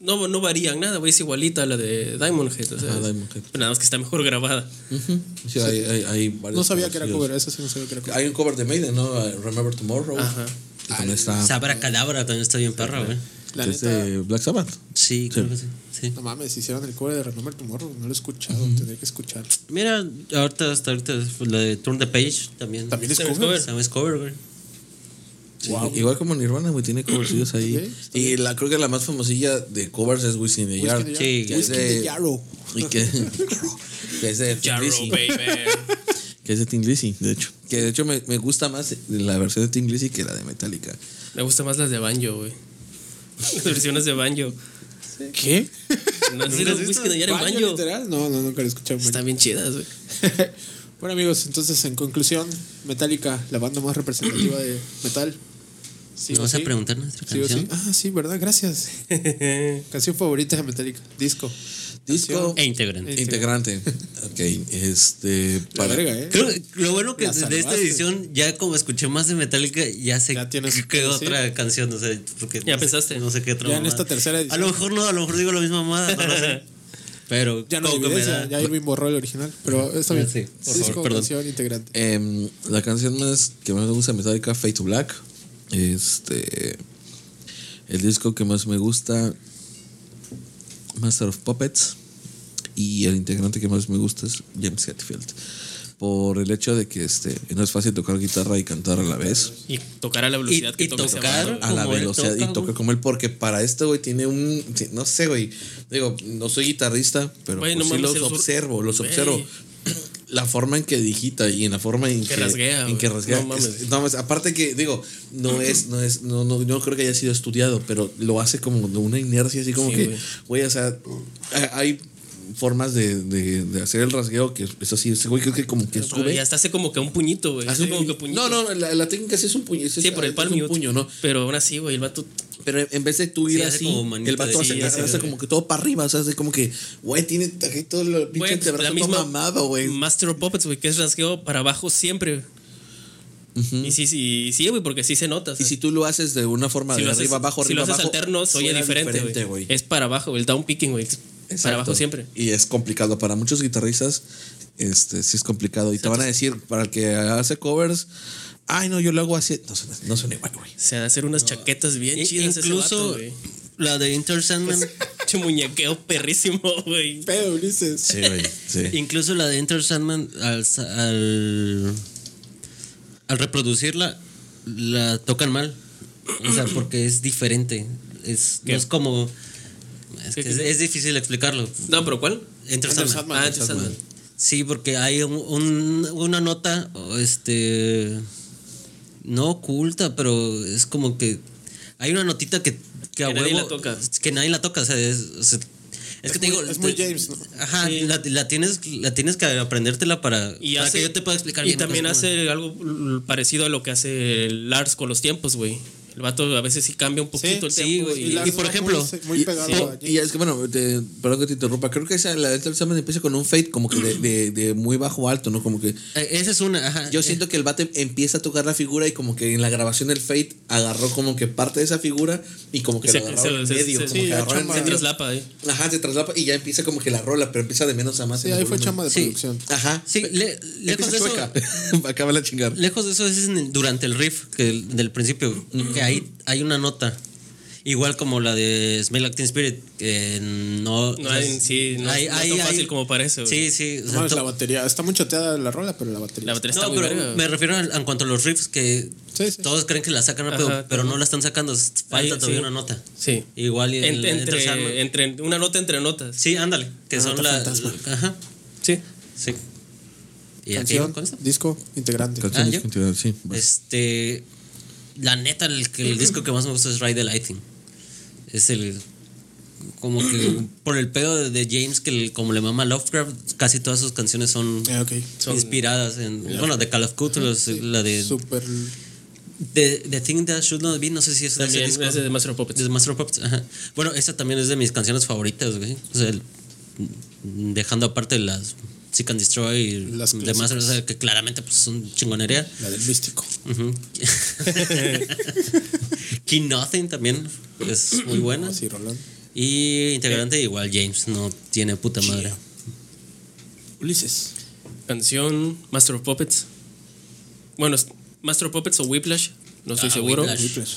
no, no varían nada, güey, es igualita a la de Diamond Head. o sea, Ah, Diamond Head. Nada más que está mejor grabada. Ujú. Sí, hay- hay- hay varios No sabía que era covers. cover, eso sí no sabía que era cover. Hay un cover de Maiden, ¿no? Ah, Remember Tomorrow. Ajá. está. Sabra Cadabra también está bien perra, güey. La que es neta, de Black Sabbath. Sí, creo que sí. sí. no mames, hicieron el cover de Remember Tomorrow, no lo he escuchado, tendría que escuchar. Mira, ahorita, hasta ahorita, pues, la de Turn the Page también. También es cover. También es cover, güey. Sí, Igual como Nirvana, güey, tiene covers suyos ahí. y la, creo que la más famosilla de covers es Whisky in the Yard. Whiskey Sí, Whiskey de Yarrow. Y que, que es de Tin Jarro, Lizzy. baby. Que es de Tin Lizzy, de hecho. Que Que de hecho me, me gusta más la versión de Tin Lizzy que la de Metallica. Me gustan más las de Banjo, güey. Las versiones de Banjo. ¿Qué? No sé si las busquen allá en Banjo. literal? No, no, nunca lo he escuchado. Banjo. Están bien chidas, güey. bueno, amigos, entonces en conclusión, Metallica, la banda más representativa de metal. Sí ¿Nos o vas sí. a preguntar nuestra Sí o sí. canción? Ah, sí, ¿verdad? Gracias. Canción favorita de Metallica. Disco. Disco E integrante. integrante. ok, este. La verga, ¿eh? Creo que lo bueno que La de esta salvaste. edición, ya como escuché más de Metallica, ya sé Ya tienes qué que decir. otra canción, o sea, porque Ya no sé- pensaste. no sé qué otra Ya en mamada. esta tercera edición. A lo mejor no, a lo mejor digo la misma mamada, no lo sé. Pero Ya no hay como que me evidencia, da- ya Irving borró el original, pero está bien. Ah, sí, por favor, Disco, perdón. canción, integrante. Em, la canción más que más me gusta de Metallica, Fade to Black. Este. El disco que más me gusta, Master of Puppets. Y el integrante que más me gusta es James Hetfield. Por el hecho de que este, no es fácil tocar guitarra y cantar a la vez. Y tocar a la Y, velocidad que y toca ese tocar vato. a la como él velocidad toca, y toca güey. como él porque para esto güey tiene un ti- no sé güey digo no soy guitarrista pero Güey, pues no sí mames, los el sur- observo los Güey. observo la forma en que digita y en la forma en que, rasguea, en güey. que rasguea No mames. Es- no mames, aparte que digo no es no es no, no yo no creo que haya sido estudiado pero lo hace como de una inercia así como Sí, que güey. güey o sea ha- hay formas de, de- de hacer el rasgueo que es así ese güey creo que como que Pero sube Y hasta hace como que un puñito, güey. hace Hace como que un- puñito. Ah, no no la, la técnica sí es un puño Sí, por el es un palmio. puño no Pero aún así, güey, el vato. pero en vez de tú Sí, ir hace así, como manita el vato de- hace, sí, hace- hace como que todo para arriba, o sea, hace como que, güey, tiene aquí todo el pinche Güey, pues, antebrazo la todo misma mamado, güey. Master of Puppets, güey, que es rasgueo para abajo siempre. Y sí, sí, sí, güey, porque sí se nota. o Y sea, si tú lo haces de una forma si de lo haces- arriba abajo, si arriba lo haces abajo, alterno, se oye suena diferente, diferente, güey. Es para abajo, güey, el down picking, güey. es Para Exacto. abajo siempre. Y es complicado para muchos guitarristas, este, sí es complicado. Y te van a decir, para el que hace covers, ay, no, yo lo hago así. No suena, no suena igual, güey. Se ha de hacer unas chaquetas bien I- chidas. incluso ese vato, la de Inter Sandman, Pues güey. Che muñequeo perrísimo, güey. Pedo, Ulises. Sí, güey. Sí. incluso la de Enter Sandman al, sa- al al reproducirla la tocan mal. O sea, porque es diferente. Es, no ¿Qué? es como es, que es- es difícil explicarlo. No, pero ¿cuál? Enter Enter Sandman. Sandman. Ah, Enter Sandman. Sí, porque hay un- un- una nota, o este, no oculta, pero es como que hay una notita que, que a Que nadie huevo- la toca. Que nadie la toca, o sea, es, o sea, es que te muy- digo... es muy te- James, ¿no? Ajá, la, la tienes, la tienes que aprendértela para, Y para hace- que yo te pueda explicar Y bien, también pues, hace algo l- parecido a lo que hace el Lars con los tiempos, güey. El vato a veces sí cambia un poquito el sí, tiempo. güey. y- la- Lars y por va muy- ejemplo, muy, pegado a James. Y, y es que, bueno, te- perdón que te interrumpa. Creo que esa, la del examen empieza con un fade como que de, de- de muy bajo a alto, ¿no? Como que Eh, Esa es una, ajá. Yo siento que el bate empieza a tocar la figura y como que en la grabación del Fate agarró como que parte de esa figura y como que Y se- lo se- agarró en se- medio. se- como sí, que la agarró en chamba. Se medio. traslapa, eh. Ajá, se traslapa y ya empieza como que la rola, pero empieza de menos a más. Sí, en el ahí fue volumen. chamba de Sí. producción. Ajá. Sí, le- lejos Empieza de eso- chueca. Acaba la Ah, chingar. Lejos de eso es en el- durante el riff que el- del principio, que ahí hay una nota. Igual como la de Smell Like Teen Spirit, que no... o No sea, hay- sí, no es- no es tan fácil como parece, güey. Sí, sí. o sea, No mames, to- la batería. Está muy chateada la rola, pero la batería. La batería está no, muy pero verga. me refiero al- en cuanto a los riffs que Sí, sí. todos creen que la sacan rápido, Ajá, pero no la están sacando. es- Ahí, Falta todavía sí. una nota. Sí. Igual y el- Ent- el Sandman. entre, entre- una nota entre notas. Sí, ándale, que son nota la- fantasma. la- Ajá, Sí. sí. ¿Y aquí Canción, con esto? disco, integrante. Ah, ¿yo? Continuidad, sí. Eh. Este. La neta, el, que- el disco que más me gusta es Ride the Lighting. Es el. Como que por el pedo de, de James, que el- como le mama Lovecraft, casi todas sus canciones son Ah, ok. inspiradas en. Bueno, de Call of Cthulhu, la de, Super. de. The Thing That Should Not Be, no sé si es de ese También disco. es de Master of Puppets. De Master of Puppets, ajá. Bueno, esta también es de mis canciones favoritas, güey. O sea, el- dejando aparte las Seek and Destroy y Las demás, o sea, que claramente pues, son chingonería. La del místico. Ujú. King Nothing también es muy buena. Sí, Rolón. Y integrante igual James, no tiene puta madre. Ulises. Canción Master of Puppets. Bueno, es Master of Puppets o Whiplash. No estoy Ah, seguro. Whiplash.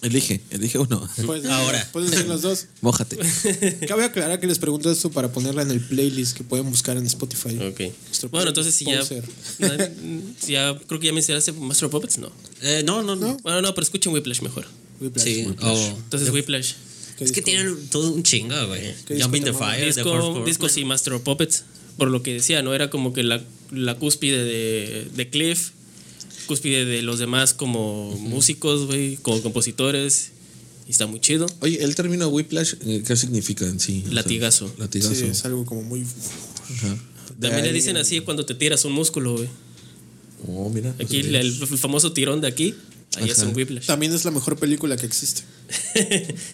Elige, elige uno. Puedes- Ahora. Puedes decir los dos. Mójate. pues. Cabe aclarar que les pregunto esto para ponerla en el playlist que pueden buscar en Spotify. Ok. Nuestro Bueno, entonces si ya, sponsor. si ya. Creo que ya mencionaste Master of Puppets, no. Eh, no, no, no. Bueno, no, pero escuchen Whiplash mejor. Whiplash. Sí, o- Entonces, Whiplash. ¿Qué es que disco? tienen todo un chingo, güey. disco Jumping te the mama? Fire, The Fourth Disco, Floor. disco sí, Master of Puppets. Por lo que decía, ¿no? Era como que la, la cúspide de, de Cliff cúspide de los demás como músicos, güey, como compositores. Y está muy chido. Oye, el término Whiplash, eh, ¿qué significa en sí? O sea, Latigazo. latigazo. Sí, es algo como muy. Ajá. De También le ahí- dicen así cuando te tiras un músculo, güey. Oh, mira. Aquí el, el famoso tirón de aquí, ahí es Ajá. un whiplash. También es la mejor película que existe.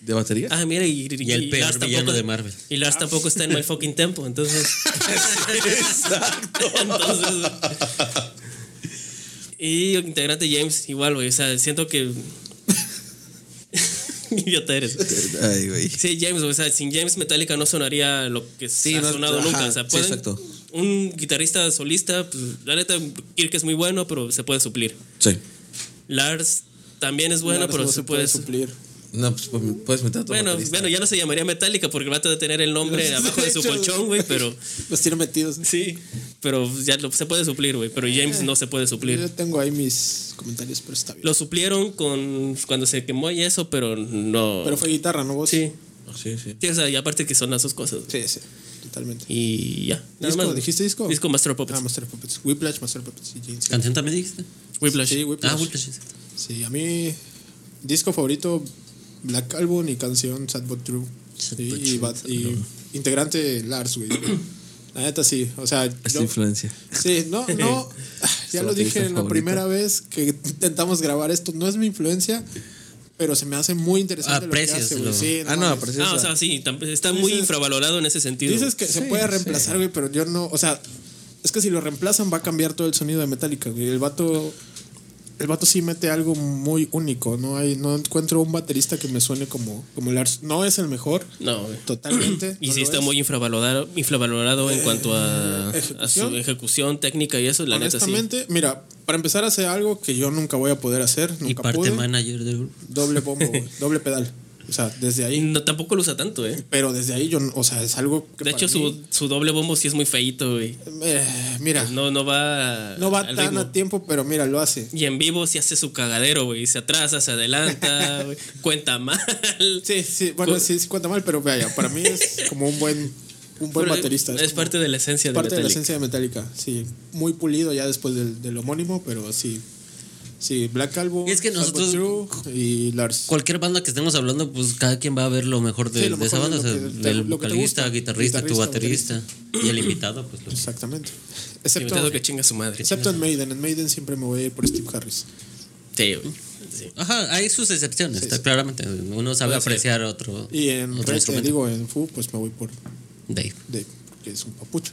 ¿De batería? Ah, mira, y, Y el peor Lars villano de Marvel. Y Lars tampoco está en My Fucking Tempo, entonces. Exacto. entonces. Y el integrante James, igual, güey. O sea, siento que. Idiota eres. Ay, güey. Sí, James, güey, o sea, sin James Metallica no sonaría lo que Sí, ha no, sonado ajá, nunca. O sea, sí, pueden- exacto. Un guitarrista solista, pues, la neta, Kirk es muy bueno, pero se puede suplir. Sí. Lars también es bueno, Claro, pero no se, puede, suplir. suplir. No, pues pu- puedes meter a tu Bueno, baterista. bueno, ya no se llamaría Metallica porque va a tener el nombre abajo de su hecho, colchón, güey, pero Los tiene metidos. sí, pero ya lo- se puede suplir, güey, pero James no se puede Yo suplir. ya tengo ahí mis comentarios, pero está bien. Lo suplieron con cuando se quemó y eso, pero no. Pero fue guitarra, ¿no? ¿Vos? sí, Sí, sí. sí, o sea, y aparte que son las dos cosas. Sí, sí, totalmente. Y ya. Nada ¿Disco? más. ¿Dijiste disco? Disco Master of Puppets. Ah, Master of Puppets. Whiplash, Master of Puppets y James. ¿Canción también dijiste? Whiplash. Sí, Ah, Whiplash. Whiplash. exacto. Sí, a mí, disco favorito, Black Album y canción Sad But True. Sad Sí, But y, True, bat- Sad y integrante Lars, güey. La neta sí, o sea, Esta yo- influencia. sí, no, no, ya lo baterista dije en la favorito. primera vez que intentamos grabar esto, no es mi influencia, pero se me hace muy interesante Aprecias lo que lo- hace, güey. Sí, Ah, no, mames. aprecio Ah, o sea, sí, tam- está muy infravalorado en ese sentido. Dices que se puede reemplazar, güey, pero yo no. O sea, es que si lo reemplazan va a cambiar todo el sonido de Metallica, güey. El vato. El vato sí mete algo muy único. No hay, no encuentro un baterista que me suene como, como Lars. No es el mejor, No, güey. totalmente. Y no sí lo está es. Eh, muy infravalorado, infravalorado en cuanto a, a su ¿ejecución? ejecución técnica y eso, la neta sí. Honestamente, mira, para empezar hace algo que yo nunca voy a poder hacer, nunca Y parte pude. manager del grupo. Doble bombo, güey, doble pedal. O sea, desde Y ahí. no, tampoco lo usa tanto, ¿eh? Pero desde ahí yo, no- o sea, es algo que De para hecho, mí- su, su doble bombo sí es muy feíto, güey. eh, mira, no, No, no va. va al tan a ritmo. tiempo, pero mira, lo hace. Y en vivo sí hace su cagadero, güey. Se atrasa, se adelanta, güey, cuenta mal. Sí, sí, bueno, Cu- sí, sí cuenta mal, pero vaya, para mí es como un buen, un buen Pero baterista. Es, como parte de la esencia de parte de la Metallica. esencia de Metallica, sí. Muy pulido ya después del, del homónimo, pero sí. Sí, Black Album, Y es que Sad But nosotros- True y Lars. Cualquier banda que estemos hablando, pues cada quien va a ver lo mejor de, Sí, lo de esa mejor banda. de O sea, lo que te- el lo que te vocalista, gusta. guitarrista, tu Guitarrista, baterista y el invitado, pues lo que- Exactamente. Y Excepto, me tengo que chinga su madre. excepto en Maiden. En Maiden siempre me voy a ir por Steve Harris. Sí, güey. Sí. Ah, Ajá, hay sus excepciones, está- claramente. Uno sabe apreciar otro. Y en otro Red, eh, instrumento. digo, en Fu, pues me voy por Dave. Dave, que es un papucho.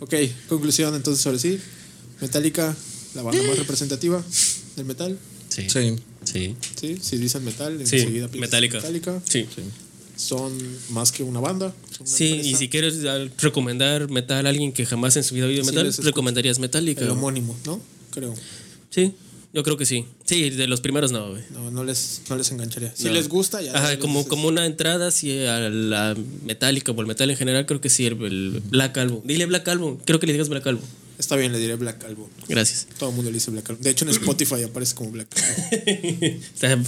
ok, conclusión entonces ahora sí. Metallica, la banda más representativa del metal. Sí. Sí. Sí. Sí, si dicen metal, Sí, enseguida piensas en Metallica. Sí. sí. Son más que una banda. son una Sí, y empresa. si quieres al- recomendar metal a alguien que jamás en su vida ha oído Sí, metal, les escucho. recomendarías Metallica. El homónimo, ¿no? Creo. Sí, yo creo que sí. Sí, de los primeros no, güey. No, no les, no les engancharía. Si No. les gusta, ya. Ajá, les- como, les- como una entrada sí, a la metálica o el metal en general, creo que sí, el, el Black Album. Dile Black Album, creo que le digas Black Album. Está bien, le diré Black Album. Gracias. Todo el mundo le dice Black Album. De hecho, en Spotify aparece como Black Album. O sea,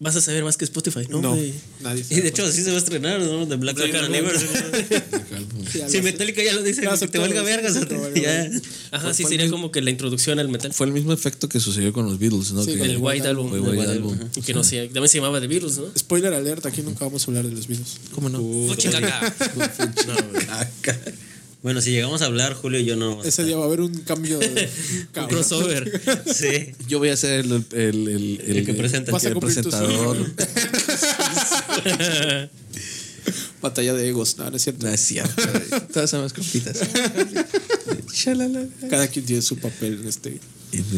vas a saber más que Spotify, ¿no? No, güey? nadie. se Y de da hecho así se va a estrenar, ¿no? De Black, Black Album Album. Anniversary. cuenta. Ya lo si sé. Metallica ya lo Ya dice, que te aceptó, valga sí, vergas. sí, te valga ya. Ajá, sí, sería como que la introducción al metal. Fue el mismo efecto que sucedió con los Beatles, ¿no? Sí, Que- con El White Album. Fue El White White Album. Album. Y que no sé, también se llamaba The Virus, ¿no? Oh, Spoiler alert, aquí nunca vamos a hablar de los videos. ¿Cómo no? Fuchi caca. Ah, Acá. Bueno, si llegamos a hablar, Julio y yo no. vamos Ese a estar. día va a haber un cambio de Un cabrón. crossover. Sí. Yo voy a ser el, el, el, el, El que presenta. Vas a el cumplir tu presentador. sueño. Batalla de egos, no, no es cierto. No es cierto. güey. Todas son más compitas. Shalala. Cada quien tiene su papel en este. En este,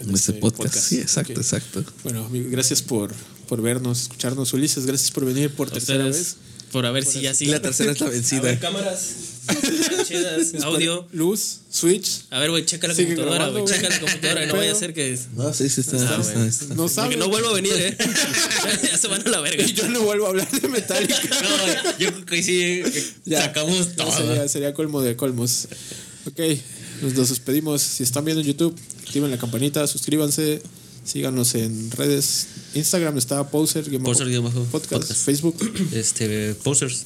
en este este podcast. podcast. Sí, exacto, Ok. exacto. Bueno, amigo, gracias por, por vernos, escucharnos. Ulises, gracias por venir por tercera Ustedes, por a ver si ya sí. La tercera es la A ver, vencida. cámaras. Chidas, vez. audio. Luz, Switch. A ver, güey, checa la Sigue computadora, grabando, güey. güey. Checa la computadora, no Pero- vaya a ser que. No, sí, sí, está. está, está, está. No sabe. Porque no vuelvo a venir, ¿eh? ya, ya se van a la verga. Y yo no vuelvo a hablar de Metallica. No, yo creo que ahí sí eh, Ya. sacamos No, todo. sería, sería colmo de colmos. Ok, nos los despedimos. Si están viendo en YouTube, activen la campanita, suscríbanse, síganos en redes. Instagram está Poser, guión bajo Poser, guión bajo, podcast, podcast. Facebook. Este, posers.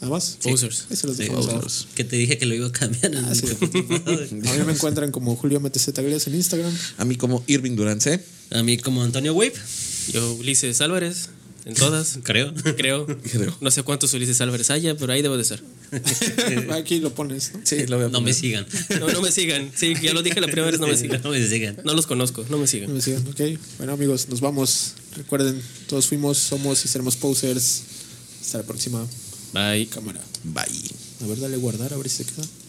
nada más. Posers. Ahí se los dejamos abajo. Outlaws. eh, Que te dije que lo iba a cambiar. en- sí. A mí me encuentran como Julio MTZ Aguiles en Instagram. A mí como Irving Durán C. a mí como Antonio Wave, Yo, Ulises Álvarez, en todas. creo. Creo. No sé cuántos Ulises Álvarez haya, pero ahí debo de ser. Aquí lo pones, ¿no? Sí, lo voy a No me sigan. No, no me sigan. Sí, ya lo dije la primera vez, no me sigan. No me sigan. No los conozco, no me No sigan. me sigan, ok. Bueno, amigos, nos vamos. Recuerden, todos fuimos, somos y seremos posers. Hasta la próxima Bye. cámara. Bye. A ver, dale guardar, a ver si se queda.